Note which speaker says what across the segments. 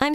Speaker 1: I'm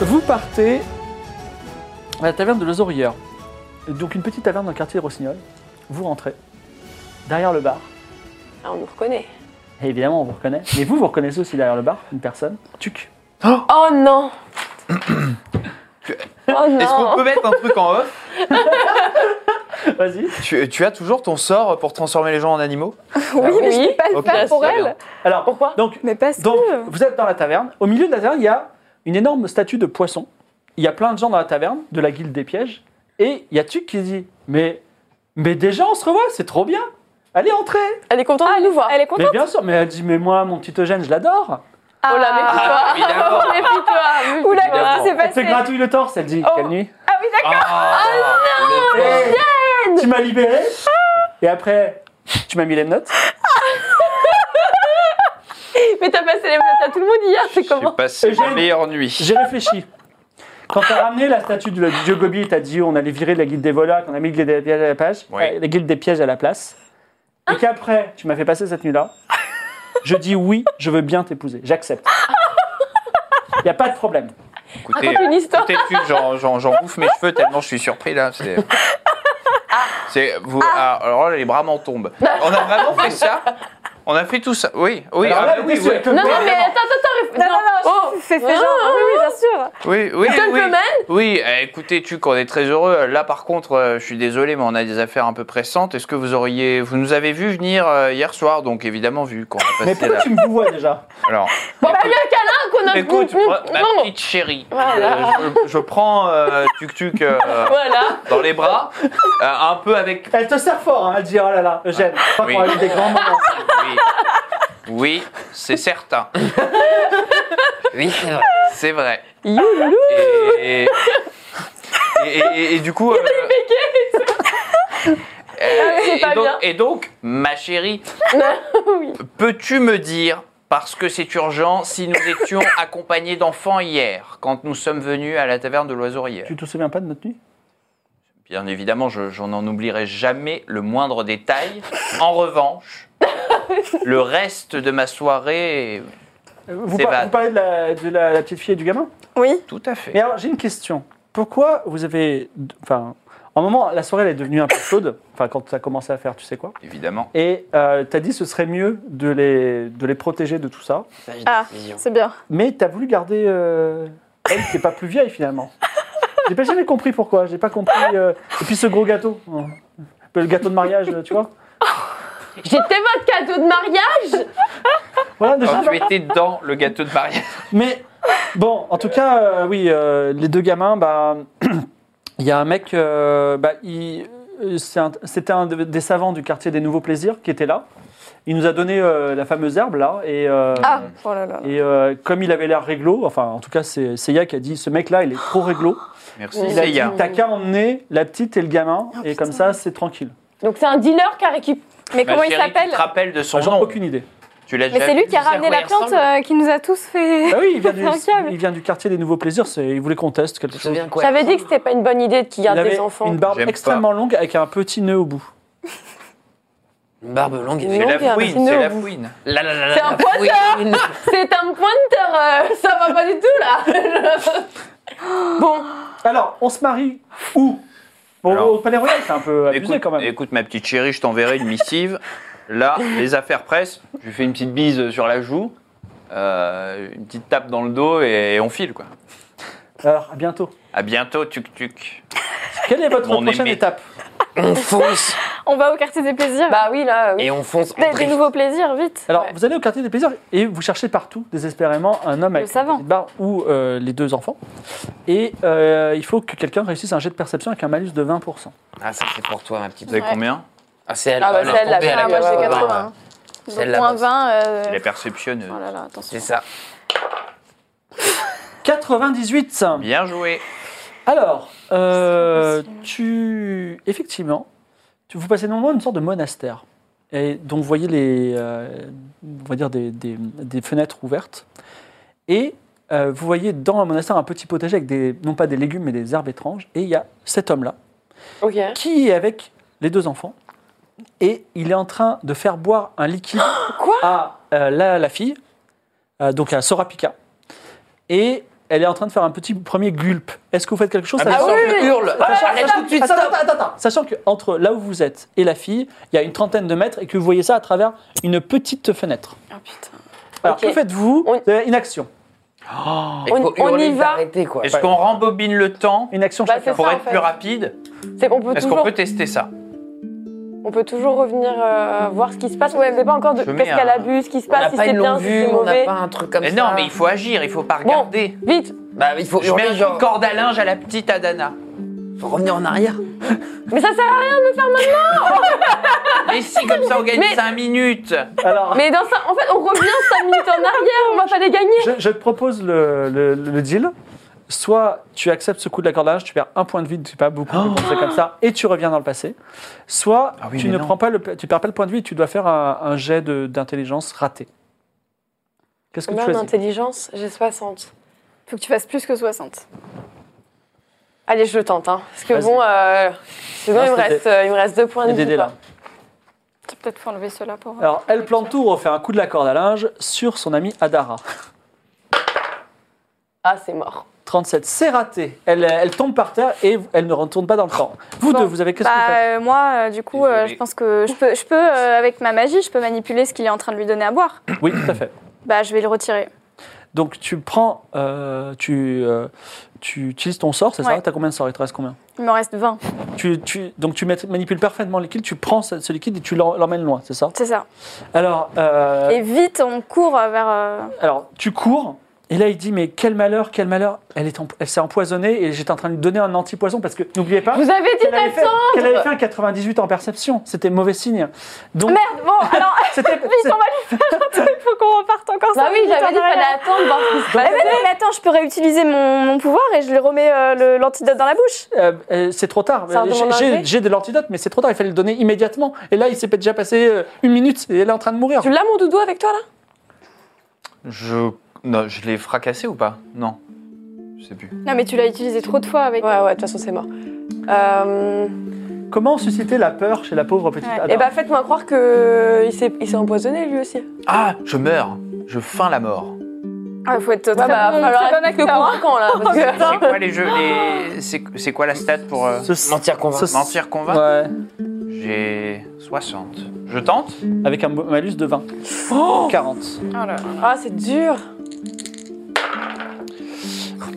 Speaker 2: Vous partez à la taverne de l'Osaurière, donc une petite taverne dans le quartier de Rossignol. Vous rentrez derrière le bar.
Speaker 3: Ah, on nous reconnaît.
Speaker 2: Et évidemment, on vous reconnaît. Mais vous, vous reconnaissez aussi derrière le bar une personne. Tuc.
Speaker 3: Oh non Oh
Speaker 4: Est-ce qu'on
Speaker 3: non
Speaker 4: peut mettre un truc en off
Speaker 2: Vas-y.
Speaker 4: tu, tu as toujours ton sort pour transformer les gens en animaux
Speaker 5: Oui, mais je ne peux pas le
Speaker 4: Ok,
Speaker 5: faire pour
Speaker 4: très
Speaker 5: elle.
Speaker 4: bien.
Speaker 2: Alors,
Speaker 3: Pourquoi
Speaker 2: donc,
Speaker 5: Mais parce
Speaker 2: donc,
Speaker 5: que.
Speaker 2: vous êtes dans la taverne. Au milieu de la taverne, il y a une énorme statue de poisson. Il y a plein de gens dans la taverne, de la guilde des pièges. Et il y a Tuc qui dit Mais, mais déjà, on se revoit, c'est trop bien. Allez, entrez.
Speaker 3: Elle est contente
Speaker 5: Ah,
Speaker 3: de nous voir.
Speaker 5: Elle est
Speaker 2: Mais
Speaker 5: contente.
Speaker 2: bien sûr, mais elle dit Mais moi, mon petit Eugène, je l'adore.
Speaker 3: Oh là, méfie-toi.
Speaker 4: Ah, évidemment.
Speaker 3: Oh, méfie-toi.
Speaker 5: Oula, qu'est-ce
Speaker 4: Évidemment.
Speaker 5: qui s'est
Speaker 2: Elle se
Speaker 5: passé
Speaker 2: gratouille le torse, elle dit
Speaker 5: Oh.
Speaker 2: Quelle nuit
Speaker 5: Ah oui, d'accord.
Speaker 4: Ah, le-
Speaker 2: Tu m'as libéré
Speaker 3: Ah
Speaker 2: Et après, tu m'as mis les notes
Speaker 3: Mais t'as passé les menottes à tout le monde hier, c'est comment
Speaker 4: J'ai passé
Speaker 2: Eugène.
Speaker 4: ma meilleure nuit.
Speaker 2: J'ai réfléchi. Quand t'as ramené la statue du du dieu Gobi, t'as dit on allait virer la guilde des voleurs, qu'on a mis la guilde des pièges à la, page,
Speaker 4: Oui.
Speaker 2: euh, la guilde des pièges à la place,
Speaker 3: Hein
Speaker 2: et qu'après, tu m'as fait passer cette nuit-là, je dis oui, je veux bien t'épouser, j'accepte. Il n'y a pas de problème.
Speaker 4: Écoutez,
Speaker 3: Raconte une histoire.
Speaker 4: écoutez-tu, j'en- j'en j'en bouffe mes cheveux tellement je suis surpris là. C'est. c'est- vous, ah, alors là, les bras m'en tombent. On a vraiment fait ça On a fait tout ça Oui, oui,
Speaker 2: Alors
Speaker 4: ah,
Speaker 2: là,
Speaker 4: bah
Speaker 2: elle
Speaker 4: oui,
Speaker 2: était
Speaker 4: oui,
Speaker 2: sur-
Speaker 3: Non, non, mais attends, attends, attends.
Speaker 5: Non, non, non,
Speaker 3: Oh.
Speaker 5: je- fais, fais
Speaker 3: Non,
Speaker 5: genre. Oui, oui, bien sûr.
Speaker 4: oui, oui,
Speaker 3: Gentleman.
Speaker 4: oui. Oui, euh, écoutez, tu qu'on est très heureux. Là, par contre, euh, je suis désolé, mais on a des affaires un peu pressantes. Est-ce que vous auriez, vous nous avez vu venir euh, hier soir, donc évidemment vu qu'on a
Speaker 2: Mais
Speaker 4: passé
Speaker 2: pourquoi
Speaker 4: là.
Speaker 2: tu me vois déjà
Speaker 4: Alors,
Speaker 3: Bon, bah, viens, câlin, qu'on a...
Speaker 4: écoute,
Speaker 3: Mm, mm,
Speaker 4: moi, ma
Speaker 3: non.
Speaker 4: petite chérie,
Speaker 3: Voilà.
Speaker 4: euh, je, je prends euh, Tuk Tuk euh,
Speaker 3: Voilà.
Speaker 4: dans les bras, euh, un peu avec.
Speaker 2: Elle te serre fort, hein, elle dit oh là là, Eugène, je crois
Speaker 4: Oui.
Speaker 2: qu'on a eu des grands moments.
Speaker 4: Oui, oui, c'est certain. Oui, c'est vrai. C'est vrai. Et, et- et- et du coup. euh, euh,
Speaker 3: Ah, c'est
Speaker 4: et,
Speaker 3: pas
Speaker 4: donc,
Speaker 3: bien.
Speaker 4: et donc, ma chérie, peux-tu me dire, parce que c'est urgent, si nous étions accompagnés d'enfants hier, quand nous sommes venus à la taverne de l'Oiseaurière
Speaker 2: Tu te souviens pas de notre nuit
Speaker 4: Bien évidemment, je, je n'en oublierai jamais le moindre détail. En revanche, le reste de ma soirée,
Speaker 2: vous,
Speaker 4: C'est
Speaker 2: par-
Speaker 4: bad.
Speaker 2: vous parlez de, la, de la- la petite fille et du gamin
Speaker 5: Oui.
Speaker 4: tout à
Speaker 2: Mais
Speaker 4: fait.
Speaker 2: alors, j'ai une question. Pourquoi vous avez. Enfin, en un moment, la soirée, elle est devenue un peu chaude. Enfin, quand ça a commencé à faire, tu sais quoi.
Speaker 4: Évidemment.
Speaker 2: Et euh, t'as dit ce serait mieux de les, de les protéger de tout ça.
Speaker 5: Ah, c'est bien.
Speaker 2: Mais t'as voulu garder. euh, elle qui n'est pas plus vieille, finalement. J'ai pas jamais compris pourquoi. J'ai pas compris. euh, Et puis ce gros gâteau. hein. Le gâteau de mariage, tu vois.
Speaker 3: J'étais votre cadeau de mariage.
Speaker 2: Voilà, déjà.
Speaker 5: Ah,
Speaker 4: Quand Oh, tu
Speaker 5: bah.
Speaker 4: étais dans le gâteau de mariage.
Speaker 2: Mais bon, en tout cas, euh, oui, euh, les deux gamins, bah, il y a un mec, euh, bah, il- euh, c'est un- c'était un, de- des savants du quartier des Nouveaux Plaisirs qui était là. Il nous a donné euh, la fameuse herbe là, et, euh,
Speaker 5: Ah, oh là là.
Speaker 2: et euh, comme il avait l'air réglo, enfin, en tout cas, c'est Seiya qui a dit, ce mec-là, il est trop réglo.
Speaker 4: Merci,
Speaker 2: Il a dit,
Speaker 4: Seiya.
Speaker 2: t'as qu'à emmener la petite et le gamin,
Speaker 3: Oh,
Speaker 2: et comme ça, c'est tranquille.
Speaker 3: Donc c'est un dealer qui a récupéré.
Speaker 5: Mais
Speaker 4: Ma
Speaker 5: comment il
Speaker 4: chérie, Tu
Speaker 5: s'appelle
Speaker 4: te rappelles de son
Speaker 2: Ah, J'en ai
Speaker 4: nom
Speaker 2: aucune idée.
Speaker 4: Tu l'as
Speaker 5: Mais
Speaker 4: déjà
Speaker 5: c'est lui
Speaker 4: vu
Speaker 5: qui a
Speaker 4: vous
Speaker 5: ramené
Speaker 4: avouer
Speaker 5: la plante
Speaker 4: ensemble
Speaker 5: euh, qui nous a tous fait.
Speaker 2: Bah oui, il vient, du,
Speaker 5: Incroyable.
Speaker 2: il vient du quartier des Nouveaux Plaisirs, c'est- il voulait qu'on teste quelque chose.
Speaker 3: J'avais dit que c'était pas une bonne idée de qu'il
Speaker 2: Il
Speaker 3: garde
Speaker 2: avait
Speaker 3: des enfants.
Speaker 2: une barbe
Speaker 4: J'aime pas.
Speaker 2: extrêmement longue avec un petit nœud au bout.
Speaker 6: Une barbe longue
Speaker 4: C'est
Speaker 6: et
Speaker 3: Non, il y a
Speaker 4: la
Speaker 3: un
Speaker 4: fouine,
Speaker 3: petit
Speaker 4: c'est
Speaker 3: nœud
Speaker 4: la
Speaker 3: au bout.
Speaker 4: fouine.
Speaker 6: La, la, la, la,
Speaker 3: C'est un
Speaker 6: la
Speaker 3: pointeur.
Speaker 6: fouine.
Speaker 3: C'est un pointeur, euh, ça va pas du tout là. bon,
Speaker 2: Alors, on se marie où Bon,
Speaker 4: Alors,
Speaker 2: au Palais Royal, c'est un peu abusé
Speaker 4: Écoute,
Speaker 2: quand même.
Speaker 4: écoute, ma petite chérie, je t'enverrai une missive. Là, les affaires pressent. Je lui fais une petite bise sur la joue, euh, une petite tape dans le dos et, on file, quoi.
Speaker 2: Alors, à bientôt.
Speaker 4: À bientôt, tuk-tuk.
Speaker 2: Quelle est votre
Speaker 4: Mon
Speaker 2: prochaine
Speaker 4: aimé.
Speaker 2: étape
Speaker 6: On fonce
Speaker 5: On va au quartier des plaisirs.
Speaker 7: Bah oui, là. oui.
Speaker 6: Et on fonce en
Speaker 5: des, des
Speaker 6: drift.
Speaker 5: nouveaux plaisirs, vite.
Speaker 2: Alors,
Speaker 5: Ouais.
Speaker 2: vous allez au quartier des plaisirs et vous cherchez partout, désespérément, un homme avec une
Speaker 5: savant.
Speaker 2: petite barbe ou euh, les deux enfants. Et euh, il faut que quelqu'un réussisse un jet de perception avec un malus de 20%.
Speaker 6: Ah, ça c'est pour toi, ma petite.
Speaker 4: Vous avez combien
Speaker 6: Ah, c'est elle.
Speaker 7: Ah, bah,
Speaker 6: elle
Speaker 7: c'est elle, la
Speaker 6: tombée,
Speaker 7: Ah,
Speaker 5: Ah,
Speaker 7: moi,
Speaker 5: moi
Speaker 7: j'ai
Speaker 5: j'ai
Speaker 6: a-
Speaker 5: 80.
Speaker 6: C'est
Speaker 5: Donc
Speaker 6: la
Speaker 5: moins
Speaker 6: bosse.
Speaker 5: 20. euh,
Speaker 4: La perceptionneuse.
Speaker 5: Oh là là,
Speaker 6: C'est
Speaker 5: attention.
Speaker 6: ça.
Speaker 2: 98
Speaker 4: Bien joué.
Speaker 2: Alors, euh,
Speaker 5: C'est pas possible.
Speaker 2: tu. Effectivement, tu vous passez normalement une sorte de monastère. Et donc, vous voyez les, euh, on va dire des, des- des fenêtres ouvertes. Et euh, vous voyez dans le monastère un petit potager avec des, non pas des légumes, mais des herbes étranges. Et il y a cet homme-là,
Speaker 7: Ok.
Speaker 2: qui est avec les deux enfants. Et il est en train de faire boire un liquide à euh, la, la fille, euh, donc à Sorapika. Et elle est en train de faire un petit premier gulp. Est-ce que vous faites quelque chose
Speaker 6: Ah,
Speaker 2: sachant-
Speaker 6: mais
Speaker 7: oui,
Speaker 6: je
Speaker 7: oui.
Speaker 6: hurle. Arrête tout de suite,
Speaker 2: Attends,
Speaker 6: stop.
Speaker 2: attends, attends, attends. Sachant qu'entre là où vous êtes et la fille, il y a une trentaine de mètres et que vous voyez ça à travers une petite fenêtre.
Speaker 5: Ah, putain.
Speaker 2: Alors,
Speaker 7: Ok.
Speaker 2: que faites-vous
Speaker 7: On-
Speaker 2: Vous avez Une action.
Speaker 6: Il faut
Speaker 7: On- on
Speaker 6: hurler,
Speaker 7: y va.
Speaker 6: t'arrêter, quoi.
Speaker 4: Est-ce qu'on rembobine le temps
Speaker 2: Une action
Speaker 7: Bah,
Speaker 2: chacun.
Speaker 7: c'est
Speaker 4: pour
Speaker 7: ça, en
Speaker 4: être
Speaker 7: fait.
Speaker 4: plus rapide
Speaker 7: C'est qu'on peut
Speaker 4: Est-ce qu'on
Speaker 7: toujours.
Speaker 4: peut tester ça
Speaker 7: On peut toujours revenir euh, voir ce qui se passe. Ouais, mais pas encore de
Speaker 4: Je mets
Speaker 7: qu'est-ce qu'elle
Speaker 4: un-
Speaker 7: abuse, ce qui se
Speaker 6: On n'a
Speaker 7: passe, Ah, si
Speaker 6: pas
Speaker 7: c'est
Speaker 6: une
Speaker 7: bien,
Speaker 6: longue
Speaker 7: si
Speaker 6: vue,
Speaker 7: c'est
Speaker 6: on n'a
Speaker 7: mauvais.
Speaker 6: pas un truc comme
Speaker 4: Mais
Speaker 6: ça.
Speaker 4: non, mais il faut agir, il faut pas
Speaker 7: Bon.
Speaker 4: regarder.
Speaker 7: Vite
Speaker 6: Bah, il faut
Speaker 4: Je mets
Speaker 6: hurler,
Speaker 4: une
Speaker 6: genre.
Speaker 4: corde à linge à la petite Adana.
Speaker 6: Faut revenir en arrière.
Speaker 7: Mais ça sert à rien de le faire maintenant
Speaker 4: Mais si, comme ça, on gagne 5 minutes.
Speaker 2: Alors,
Speaker 7: Mais dans ça, en fait, on revient 5 minutes en arrière, on va pas les gagner
Speaker 2: je, je te propose le, le- le deal. Soit tu acceptes ce coup de l'accordage, tu perds un point de vie, tu pas beaucoup de penser comme ça, et tu reviens dans le passé. Soit
Speaker 4: Ah oui,
Speaker 2: tu
Speaker 4: mais
Speaker 2: ne
Speaker 4: non.
Speaker 2: prends pas le, tu perds pas le point de vie, tu dois faire un, un jet de- d'intelligence raté. Qu'est-ce que tu
Speaker 7: Combien
Speaker 2: choisis
Speaker 7: d'intelligence J'ai 60.
Speaker 5: Faut que tu fasses plus que 60.
Speaker 7: Allez, je le tente, hein. Parce que
Speaker 2: Vas-y.
Speaker 7: bon, euh, sinon,
Speaker 2: Non,
Speaker 7: il, me
Speaker 2: c'était-
Speaker 7: reste, euh, il me reste deux points de
Speaker 2: Et Dédé,
Speaker 7: vie.
Speaker 2: là.
Speaker 7: quoi.
Speaker 5: T'as peut-être faut enlever cela pour.
Speaker 2: Alors, elle plante tout, refait un coup de la corde à linge sur son amie Adara.
Speaker 7: Ah, c'est mort.
Speaker 2: 37, c'est raté. Elle, elle tombe par terre et elle ne retourne pas dans le temps. Vous
Speaker 5: Bon.
Speaker 2: deux, vous avez qu'est-ce que vous
Speaker 5: Bah,
Speaker 2: faites
Speaker 5: euh, moi, euh, du coup, euh, je pense que je peux, je peux euh, avec ma magie, je peux manipuler ce qu'il est en train de lui donner à boire.
Speaker 2: Oui, tout à fait.
Speaker 5: Bah, je vais le retirer.
Speaker 2: Donc tu prends, euh, tu, euh, tu utilises ton sort, c'est ça
Speaker 5: Ouais.
Speaker 2: T'as combien de sorts Il te reste combien
Speaker 5: Il me reste 20.
Speaker 2: tu, tu- Donc tu mat- manipules parfaitement le liquide, tu prends ce, ce liquide et tu l'en- l'emmènes loin, c'est ça
Speaker 5: C'est ça.
Speaker 2: Alors, euh,
Speaker 5: Et vite, on court euh, vers. euh,
Speaker 2: alors tu cours. Et là, il dit, mais quel malheur, quel malheur, elle est en- elle s'est empoisonnée et j'étais en train de lui donner un antipoison parce que, n'oubliez pas,
Speaker 7: Vous avez dit
Speaker 2: qu'elle avait, fait,
Speaker 7: d'attendre
Speaker 2: qu'elle avait fait un 98 en perception. C'était mauvais signe. Donc,
Speaker 5: Merde, bon, alors,
Speaker 2: c'était,
Speaker 5: vite, on va lui faire un truc, faut qu'on reparte encore.
Speaker 7: Bah
Speaker 5: cinq
Speaker 7: oui,
Speaker 5: minutes
Speaker 7: j'avais dit
Speaker 5: en
Speaker 7: fallait
Speaker 5: arrière.
Speaker 7: attendre, voir ce qui se
Speaker 5: Eh ben
Speaker 7: passe.
Speaker 5: non, mais attends, je peux réutiliser mon, mon pouvoir et je lui remets euh, le- l'antidote dans la bouche.
Speaker 2: Euh, euh, c'est trop tard.
Speaker 7: Ça en
Speaker 2: J'ai-
Speaker 7: demande un
Speaker 2: J'ai
Speaker 7: jet
Speaker 2: j'ai de l'antidote, mais c'est trop tard. Il fallait le donner immédiatement. Et là, il s'est déjà passé euh, une minute et elle est en train de mourir.
Speaker 7: Tu l'as mon doudou avec toi là
Speaker 4: Je. Non, je l'ai fracassé ou pas Non. Je sais plus.
Speaker 5: Non, mais tu l'as utilisé trop de fois avec.
Speaker 7: Ouais, ouais, de toute façon c'est mort. Euh,
Speaker 2: Comment susciter la peur chez la pauvre petite
Speaker 5: Ouais.
Speaker 2: Ada
Speaker 7: et bah faites-moi croire que euh, il s'est il s'est empoisonné lui aussi.
Speaker 4: Ah, je meurs. Je feins la mort.
Speaker 5: Ah, faut être très
Speaker 7: Ouais, bah
Speaker 5: bon,
Speaker 7: falloir
Speaker 5: très bon
Speaker 7: être que
Speaker 5: acteur, hein.
Speaker 7: convaincant là. Parce
Speaker 4: C'est
Speaker 7: que...
Speaker 4: quoi les jeux les- C'est c'est quoi la stat pour euh,
Speaker 2: Ce-
Speaker 6: Mentir, convaincre.
Speaker 2: ce-
Speaker 4: mentir convaincre
Speaker 2: Ouais,
Speaker 4: J'ai 60. Je tente
Speaker 2: avec un malus de 20. 40.
Speaker 7: Ah c'est dur.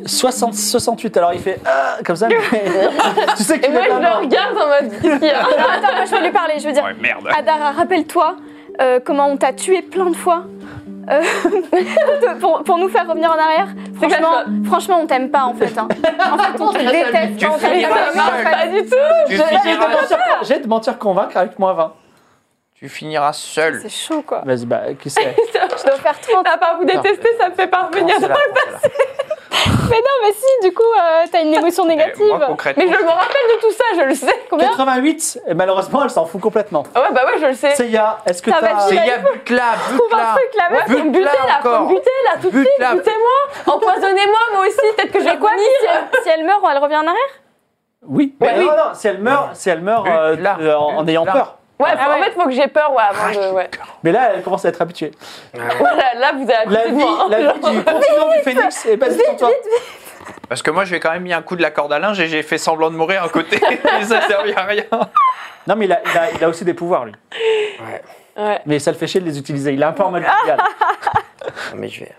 Speaker 2: 60, 68. Alors il fait ah, comme ça. mais- tu sais
Speaker 7: Et
Speaker 2: qu'il
Speaker 7: moi
Speaker 2: est
Speaker 7: je
Speaker 2: pas
Speaker 7: le
Speaker 2: mort.
Speaker 7: regarde en mode. qu'est-ce qu'il y a
Speaker 5: Non, attends, moi je vais lui parler, je veux dire.
Speaker 4: Ouais, merde.
Speaker 5: Adara, rappelle-toi euh, comment on t'a tué plein de fois euh, pour, pour nous faire revenir en arrière.
Speaker 7: quoi,
Speaker 5: Franchement, franchement on t'aime pas en fait. hein. En fait, on te déteste.
Speaker 4: Tu
Speaker 5: on t'aime
Speaker 4: finiras
Speaker 5: pas.
Speaker 7: Ça marche
Speaker 4: seul.
Speaker 7: pas du tout.
Speaker 4: Tu
Speaker 2: J'ai de
Speaker 4: finiras,
Speaker 2: mentir- J'ai de mentir convaincre avec moins 20.
Speaker 4: tu finiras seul.
Speaker 5: C'est chaud quoi.
Speaker 2: Vas-y, bah, qui c'est
Speaker 5: Je dois faire 30.
Speaker 7: À part vous détester, ça me fait pas revenir.
Speaker 6: C'est là, c'est là.
Speaker 5: Ah, Mais non, mais si, du coup, euh, t'as une émotion négative.
Speaker 4: Eh, moi, concrètement,
Speaker 7: Mais je me rappelle de tout ça, je le sais. Combien
Speaker 2: 88. Et malheureusement, elle s'en fout complètement.
Speaker 7: Ah Ouais bah ouais je le sais.
Speaker 2: Seiya, est-ce que
Speaker 5: Ça va
Speaker 2: t'as.
Speaker 4: c'est y'a but là, but
Speaker 7: Trouve un
Speaker 4: là.
Speaker 7: truc là, meuf, faut me buter là, faut me buter là, tout de
Speaker 4: Bute
Speaker 7: suite,
Speaker 4: là.
Speaker 7: butez-moi, empoisonnez-moi moi aussi, peut-être que je vais
Speaker 5: Mais quoi mais si
Speaker 7: venir.
Speaker 5: elle, si elle meurt, elle revient en arrière
Speaker 2: Oui. Mais
Speaker 7: oui.
Speaker 2: non, non, si elle meurt, si elle meurt
Speaker 4: But
Speaker 2: euh,
Speaker 4: là.
Speaker 2: euh, en, en
Speaker 4: But
Speaker 2: ayant
Speaker 4: là.
Speaker 2: peur.
Speaker 7: Ouais,
Speaker 5: Ah
Speaker 7: en
Speaker 5: ouais.
Speaker 7: fait, faut que j'ai peur, ouais,
Speaker 2: Ah,
Speaker 7: avant de. Ouais.
Speaker 2: Mais là, elle commence à être habituée.
Speaker 7: Voilà, là, vous avez à côté
Speaker 2: La vie,
Speaker 7: de moi, hein,
Speaker 2: la vie
Speaker 7: genre.
Speaker 2: du continent du phénix est basée sur toi.
Speaker 4: Parce que moi, je lui ai quand même mis un coup de la corde à linge et j'ai fait semblant de mourir à côté. et ça servait à rien.
Speaker 2: Non, mais il a, il a- il a aussi des pouvoirs, lui.
Speaker 6: Ouais.
Speaker 7: Ouais.
Speaker 2: Mais ça le fait chier de les utiliser. Il est un peu en mode. idéal.
Speaker 6: Ah, mais je vais,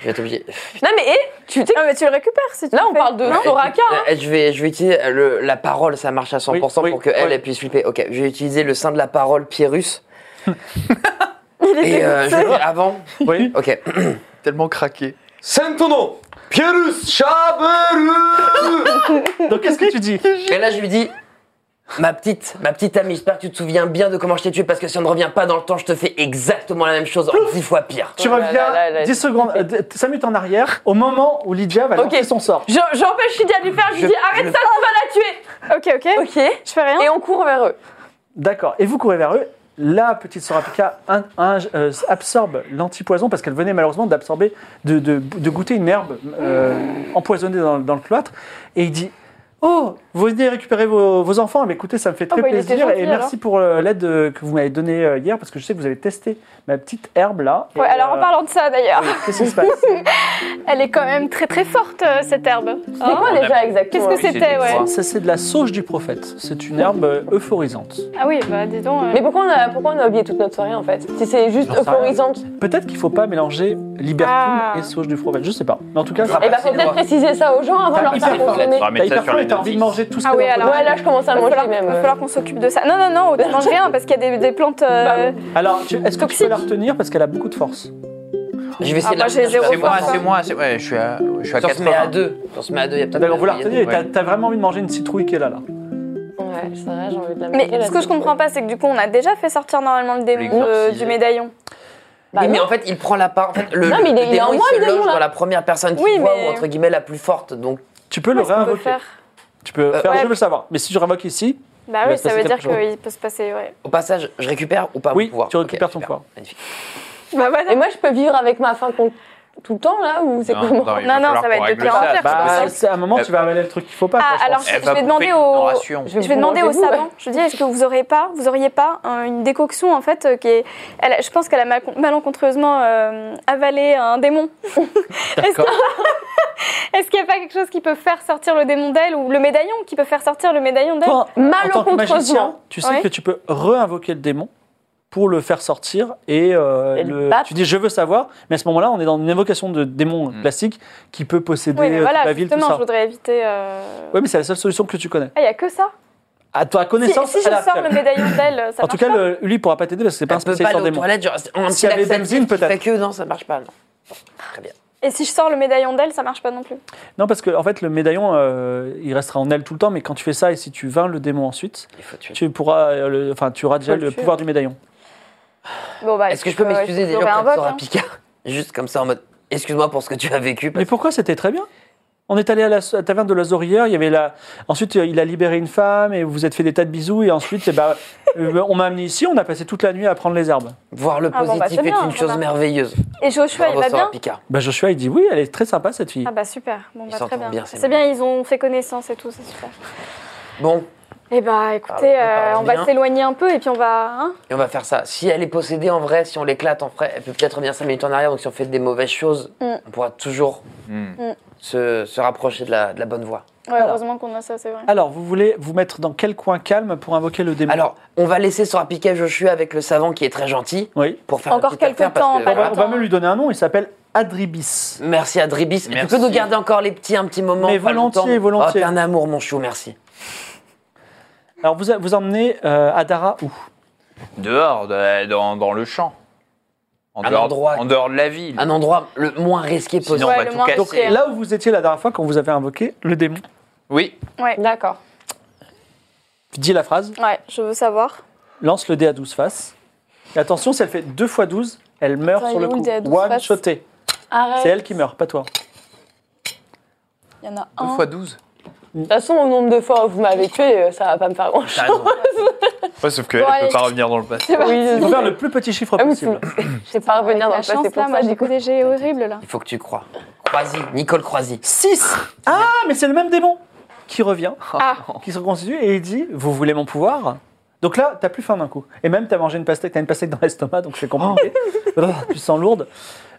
Speaker 6: je vais être obligé.
Speaker 3: Non, mais hé, tu sais.
Speaker 5: Ah, mais tu le récupères si tu
Speaker 3: Là,
Speaker 5: le
Speaker 3: on
Speaker 5: fais.
Speaker 3: parle de
Speaker 6: Euh,
Speaker 3: Soraka. hein.
Speaker 6: euh, je, vais, je vais utiliser le- la parole, ça marche à 100% pour
Speaker 2: Oui, oui,
Speaker 6: que elle,
Speaker 2: oui.
Speaker 6: elle puisse flipper. Ok, je vais utiliser le sein de la parole Pierrus. Et euh, je vais le faire avant.
Speaker 2: Oui.
Speaker 6: Ok.
Speaker 8: Tellement craqué.
Speaker 6: Sentono Pierrus Chaberu
Speaker 2: Donc qu'est-ce que tu dis
Speaker 6: Et là, je lui dis. Ma petite, ma petite amie, j'espère que tu te souviens bien de comment je t'ai tué parce que si on ne revient pas dans le temps, je te fais exactement la même chose en 10 fois pire.
Speaker 2: Tu
Speaker 3: Oh là
Speaker 2: reviens
Speaker 3: là là là,
Speaker 2: 10 secondes, euh, d- 5 minutes en arrière, au moment où Lydia va
Speaker 3: Ok.
Speaker 2: lancer son sort.
Speaker 3: Je- J'empêche Lydia de lui faire, je lui
Speaker 6: Je-
Speaker 3: dis arrête
Speaker 6: je-
Speaker 3: ça, on va la tuer.
Speaker 5: Ok, ok.
Speaker 3: Ok.
Speaker 5: Je fais rien.
Speaker 3: Et on court vers eux.
Speaker 5: Oh.
Speaker 2: D'accord. Et vous courez vers eux. La petite Sorapika in- inge- euh, absorbe l'antipoison parce qu'elle venait malheureusement d'absorber, de, de- de goûter une herbe euh, empoisonnée dans, dans le cloître. Et il dit Oh, vous venez récupérer vos, vos enfants. Mais écoutez, ça me fait très
Speaker 5: bah, il était
Speaker 2: plaisir.
Speaker 5: gentil,
Speaker 2: et merci pour euh, l'aide euh, que vous m'avez donnée euh, hier parce que je sais que vous avez testé ma petite herbe là. Et,
Speaker 5: Ouais, alors en
Speaker 2: euh,
Speaker 5: parlant de ça d'ailleurs,
Speaker 2: Qu'est-ce qui se passe
Speaker 5: elle est quand même très très forte euh, cette herbe.
Speaker 7: Oh,
Speaker 3: C'est quoi déjà exactement
Speaker 5: Qu'est-ce que c'était, ouais
Speaker 2: Ah, Ça, c'est de la sauge du prophète. C'est une herbe euh, euphorisante.
Speaker 5: Ah oui, bah dis donc. euh,
Speaker 3: Mais pourquoi on, a, pourquoi on a oublié toute notre soirée en fait Si c'est juste
Speaker 2: J'en sais rien.
Speaker 3: euphorisante.
Speaker 2: Peut-être qu'il faut pas mélanger libertine
Speaker 5: Ah. Eh
Speaker 2: et sauge du prophète. Je sais pas. Mais en tout cas, ça.
Speaker 3: Et bah faut peut-être préciser ça aux gens avant de leur
Speaker 2: Hyper
Speaker 3: faire
Speaker 2: fort.
Speaker 3: consommer.
Speaker 4: va
Speaker 2: T'as
Speaker 4: mettre ça
Speaker 2: Bah, hyper
Speaker 4: sur
Speaker 2: faim
Speaker 4: les
Speaker 2: et t'as envie de
Speaker 4: notices.
Speaker 2: manger tout ce
Speaker 5: Ah
Speaker 2: que
Speaker 5: oui,
Speaker 2: t'as
Speaker 5: alors-
Speaker 2: envie.
Speaker 3: Ouais, là je commence à
Speaker 5: va
Speaker 3: manger
Speaker 5: falloir,
Speaker 3: même.
Speaker 5: va falloir qu'on s'occupe de ça. Non, non, non, ne mange rien parce qu'il y a des, des plantes. euh,
Speaker 2: Alors, tu- est-ce que tu peux
Speaker 5: Toxique.
Speaker 2: la retenir parce qu'elle a beaucoup de force
Speaker 6: Je vais essayer
Speaker 5: Ah,
Speaker 6: de
Speaker 5: moi,
Speaker 6: la
Speaker 5: j'ai zéro
Speaker 4: C'est moi,
Speaker 5: force,
Speaker 4: c'est
Speaker 5: hein.
Speaker 4: moi. c'est- Ouais, je suis à, je suis à
Speaker 6: Si on se met à
Speaker 4: 80.
Speaker 6: deux, si on se met à deux, il y a peut-être.
Speaker 2: Ah, D'accord, vous la retenez et
Speaker 6: Ouais.
Speaker 2: t'as t'as vraiment envie de manger une citrouille qui est là. là.
Speaker 3: Ouais, c'est vrai, j'ai envie de la
Speaker 5: Mais
Speaker 3: manger, la
Speaker 5: ce que je comprends pas, c'est que du coup, on a déjà fait sortir normalement le démon euh,
Speaker 4: L'exorciser.
Speaker 5: du médaillon.
Speaker 3: Bah,
Speaker 6: oui, mais
Speaker 3: non.
Speaker 6: en fait, il prend la part. En fait, le,
Speaker 3: Non, mais il est-
Speaker 6: le
Speaker 3: il est en
Speaker 6: démon, il
Speaker 3: moi,
Speaker 6: se
Speaker 3: le démon,
Speaker 6: loge
Speaker 3: là.
Speaker 6: dans la première personne qui
Speaker 5: Oui,
Speaker 6: voit,
Speaker 5: mais-
Speaker 6: ou entre guillemets la plus forte. Donc,
Speaker 2: Tu peux le
Speaker 5: Qu'est-ce qu'on peut
Speaker 2: réinvoquer.
Speaker 5: faire
Speaker 2: Tu peux
Speaker 6: Euh,
Speaker 2: faire,
Speaker 5: ouais.
Speaker 2: je veux le savoir. Mais si je réinvoque ici,
Speaker 5: Bah
Speaker 6: Il va
Speaker 5: oui,
Speaker 6: se
Speaker 5: ça
Speaker 6: passer
Speaker 5: veut dire
Speaker 6: quelque chose.
Speaker 5: qu'il peut se passer, ouais.
Speaker 6: au passage, je récupère ou pas
Speaker 2: Oui,
Speaker 6: mon pouvoir
Speaker 2: tu récupères
Speaker 6: Ok,
Speaker 2: ton
Speaker 6: super.
Speaker 2: pouvoir.
Speaker 6: Magnifique.
Speaker 5: Bah voilà.
Speaker 3: Et moi je peux vivre avec ma faim con- tout le temps là ou c'est
Speaker 4: Non,
Speaker 3: comment
Speaker 4: il
Speaker 5: Non, non,
Speaker 4: falloir
Speaker 5: ça va
Speaker 4: qu'on
Speaker 5: être de
Speaker 4: règle
Speaker 5: pire en
Speaker 4: ça.
Speaker 5: pire,
Speaker 4: Bah,
Speaker 2: bah, c'est à un moment
Speaker 4: Euh,
Speaker 2: tu vas avaler le truc qu'il faut pas.
Speaker 5: Ah,
Speaker 2: quoi, je
Speaker 5: alors
Speaker 2: pense.
Speaker 5: je,
Speaker 4: Elle
Speaker 5: je
Speaker 4: va
Speaker 5: vais
Speaker 4: bouffer
Speaker 5: demander
Speaker 4: une
Speaker 5: au.
Speaker 4: ration.
Speaker 5: Je vais demander au savant. Je dis, est-ce que vous aurez pas, vous auriez pas un- une décoction en fait euh, qui est. elle a- je pense qu'elle a mal- malencontreusement euh, avalé un démon.
Speaker 8: D'accord.
Speaker 5: Est-ce qu'il n'y a pas quelque chose qui peut faire sortir le démon d'elle ou le médaillon qui peut faire sortir le médaillon d'elle
Speaker 2: Toi, en tant que magicien,
Speaker 3: Malencontreusement.
Speaker 2: tu sais
Speaker 5: Ouais.
Speaker 2: que tu peux réinvoquer le démon pour le faire sortir et, euh,
Speaker 3: Et le
Speaker 2: le-
Speaker 3: battre.
Speaker 2: tu dis je veux savoir. Mais à ce moment-là, on est dans une invocation de démon
Speaker 4: Hmm.
Speaker 2: classique qui peut posséder
Speaker 5: Oui,
Speaker 2: euh,
Speaker 5: mais
Speaker 2: toute
Speaker 5: voilà,
Speaker 2: la ville, tout
Speaker 5: justement, je
Speaker 2: ça.
Speaker 5: voudrais éviter. euh,
Speaker 2: Oui, mais c'est la seule solution que tu connais.
Speaker 5: Ah, il n'y a que ça
Speaker 2: À ta
Speaker 5: Si,
Speaker 2: connaissance,
Speaker 5: si je
Speaker 2: elle a-
Speaker 5: sors le médaillon d'elle, ça
Speaker 2: En tout
Speaker 5: marche
Speaker 2: cas,
Speaker 5: pas
Speaker 2: le, Uli pourra pas t'aider parce que c'est pas un
Speaker 6: On peut pas
Speaker 2: spécialiste en
Speaker 6: aller aux
Speaker 2: démon.
Speaker 6: toilettes, genre, un petit
Speaker 2: S'il y avait
Speaker 6: laxatif
Speaker 2: Benzine,
Speaker 6: qui
Speaker 2: peut-être.
Speaker 6: fait que non, ça marche pas. non. Très bien.
Speaker 5: Et si je sors le médaillon d'elle, ça marche pas non plus.
Speaker 2: Non, parce que en fait, le médaillon, euh, il restera en elle tout le temps, mais quand tu fais ça et si tu vins le démon ensuite,
Speaker 6: Il faut tuer.
Speaker 2: tu pourras, euh, le- enfin, tu auras déjà
Speaker 5: le
Speaker 2: le
Speaker 5: tuer.
Speaker 2: pouvoir du médaillon.
Speaker 5: Bon, bah,
Speaker 6: Est-ce que je peux
Speaker 5: euh,
Speaker 6: m'excuser
Speaker 5: je
Speaker 6: déjà
Speaker 5: l'aurais
Speaker 6: auprès de
Speaker 5: invoqué,
Speaker 6: Sora
Speaker 5: hein.
Speaker 6: Pika Juste comme ça en mode. Excuse-moi pour ce que tu as vécu.
Speaker 2: Mais
Speaker 6: parce-
Speaker 2: pourquoi c'était très bien On est allé à la à la taverne de la Zorrière, il y avait la. Ensuite, euh, il a libéré une femme et vous vous êtes fait des tas de bisous et ensuite, eh ben, euh, on m'a amené ici, on a passé toute la nuit à prendre les herbes.
Speaker 6: Voir le
Speaker 5: Ah bon, bah,
Speaker 6: positif
Speaker 5: c'est bien,
Speaker 6: est une chose
Speaker 5: voilà.
Speaker 6: merveilleuse.
Speaker 5: Et Joshua, il
Speaker 6: Bravo
Speaker 5: va
Speaker 6: Sora
Speaker 5: bien
Speaker 6: Pika.
Speaker 2: Bah Joshua, il dit oui, elle est très sympa cette fille.
Speaker 5: Ah, bah super. Bon,
Speaker 6: Ils
Speaker 5: bah, très
Speaker 6: s'entendent
Speaker 5: bien.
Speaker 6: bien, c'est
Speaker 5: c'est bien, ils ont fait connaissance et tout, c'est super.
Speaker 6: Bon,
Speaker 5: Eh bah, écoutez,
Speaker 6: Ah,
Speaker 5: euh, on va
Speaker 6: bien.
Speaker 5: s'éloigner un peu et puis on va. hein
Speaker 6: et on va faire ça. Si elle est possédée en vrai, si on l'éclate en vrai, elle peut peut-être revenir 5 minutes en arrière. Donc si on fait des mauvaises choses,
Speaker 5: Mm.
Speaker 6: on pourra toujours
Speaker 4: Hmm.
Speaker 6: se, se rapprocher de la, de la bonne voie.
Speaker 5: Ouais,
Speaker 2: Alors.
Speaker 5: heureusement qu'on a ça, c'est vrai.
Speaker 2: Alors, vous voulez vous mettre dans quel coin calme pour invoquer le démon
Speaker 6: Alors, on va laisser Sora Pika et Joshua avec le savant qui est très gentil
Speaker 2: oui.
Speaker 6: pour faire la
Speaker 5: Encore
Speaker 6: petite
Speaker 5: quelques
Speaker 6: affaire, parce
Speaker 5: temps,
Speaker 6: que-
Speaker 2: On va, on va
Speaker 5: attends.
Speaker 2: même lui donner un nom, il s'appelle Adribis.
Speaker 6: Merci à Dribis. Tu peux
Speaker 4: Merci.
Speaker 6: nous garder encore les petits un petit moment
Speaker 2: Mais
Speaker 6: pas
Speaker 2: volontiers,
Speaker 6: longtemps
Speaker 2: volontiers.
Speaker 6: Oh, t'es un amour, mon chou, merci.
Speaker 2: Alors, vous, vous emmenez euh, Adara où
Speaker 4: Dehors, de- dans, dans le champ. En
Speaker 6: Un
Speaker 4: dehors,
Speaker 6: endroit.
Speaker 4: en dehors de la ville.
Speaker 6: Un endroit le moins risqué possible.
Speaker 4: Sinon,
Speaker 5: Ouais,
Speaker 4: on va
Speaker 5: le
Speaker 4: tout
Speaker 5: moins
Speaker 4: casser.
Speaker 2: Donc
Speaker 5: risqué.
Speaker 2: là où vous étiez la dernière fois quand vous avez invoqué le démon,
Speaker 4: Oui,
Speaker 3: D'accord.
Speaker 2: dis la phrase,
Speaker 5: Ouais, je veux savoir.
Speaker 2: lance le dé à 12 faces. Et attention, si elle fait 2 fois 12, elle meurt
Speaker 5: Attends,
Speaker 2: sur
Speaker 5: il est
Speaker 2: le
Speaker 5: où le
Speaker 2: coup.
Speaker 5: dé à 12
Speaker 2: One
Speaker 5: faces Ah
Speaker 2: shoté. C'est
Speaker 3: Arrête.
Speaker 2: elle qui meurt, pas toi.
Speaker 5: Il y en a
Speaker 4: 2
Speaker 5: un.
Speaker 4: fois 12.
Speaker 3: De toute façon, au nombre de fois où vous m'avez tué, euh, ça va pas me faire grand chose.
Speaker 6: T'as raison.
Speaker 8: Ouais, sauf qu'elle
Speaker 5: allez.
Speaker 8: peut pas revenir dans le passé.
Speaker 2: Il faut faire le plus petit chiffre
Speaker 3: Ah oui,
Speaker 2: possible.
Speaker 3: Je sais pas revenir
Speaker 5: Avec
Speaker 3: dans
Speaker 5: la
Speaker 3: le passé
Speaker 5: chance,
Speaker 3: pour
Speaker 5: là, moi,
Speaker 3: ça,
Speaker 5: j'ai
Speaker 3: du coup.
Speaker 5: que des jets horribles, là.
Speaker 6: Il faut que tu crois. Croisy, Nicole Croisy.
Speaker 2: 6 Ah, mais c'est le même démon qui revient,
Speaker 5: Ah.
Speaker 2: qui se reconstitue et il dit Vous voulez mon pouvoir Donc là, t'as plus faim d'un coup. Et même, t'as mangé une pastèque, t'as une pastèque dans l'estomac, donc c'est compliqué. Ah, tu sens lourde.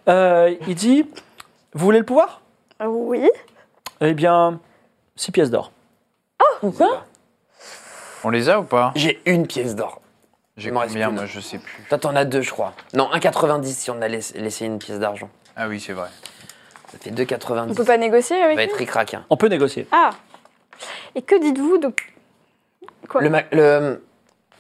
Speaker 2: Euh, il dit Vous voulez le pouvoir
Speaker 5: Oui.
Speaker 2: Eh bien, 6 pièces d'or.
Speaker 3: Pourquoi
Speaker 4: On les a ou pas
Speaker 6: J'ai une pièce d'or.
Speaker 4: J'ai
Speaker 6: Il m'en reste
Speaker 4: combien
Speaker 6: plus
Speaker 4: Moi,
Speaker 6: d'un.
Speaker 4: je sais plus.
Speaker 6: Toi, t'en as deux, je crois. Non, 1,90 si on a laissé, laissé une pièce d'argent.
Speaker 4: Ah oui, c'est vrai.
Speaker 6: Ça fait
Speaker 5: On
Speaker 6: 2,90.
Speaker 5: peut pas négocier
Speaker 6: Ça va
Speaker 5: avec
Speaker 6: être
Speaker 5: lui
Speaker 6: ric-rac. hein.
Speaker 2: On peut négocier.
Speaker 5: Ah Et que dites-vous de. Quoi
Speaker 6: Le, ma- le.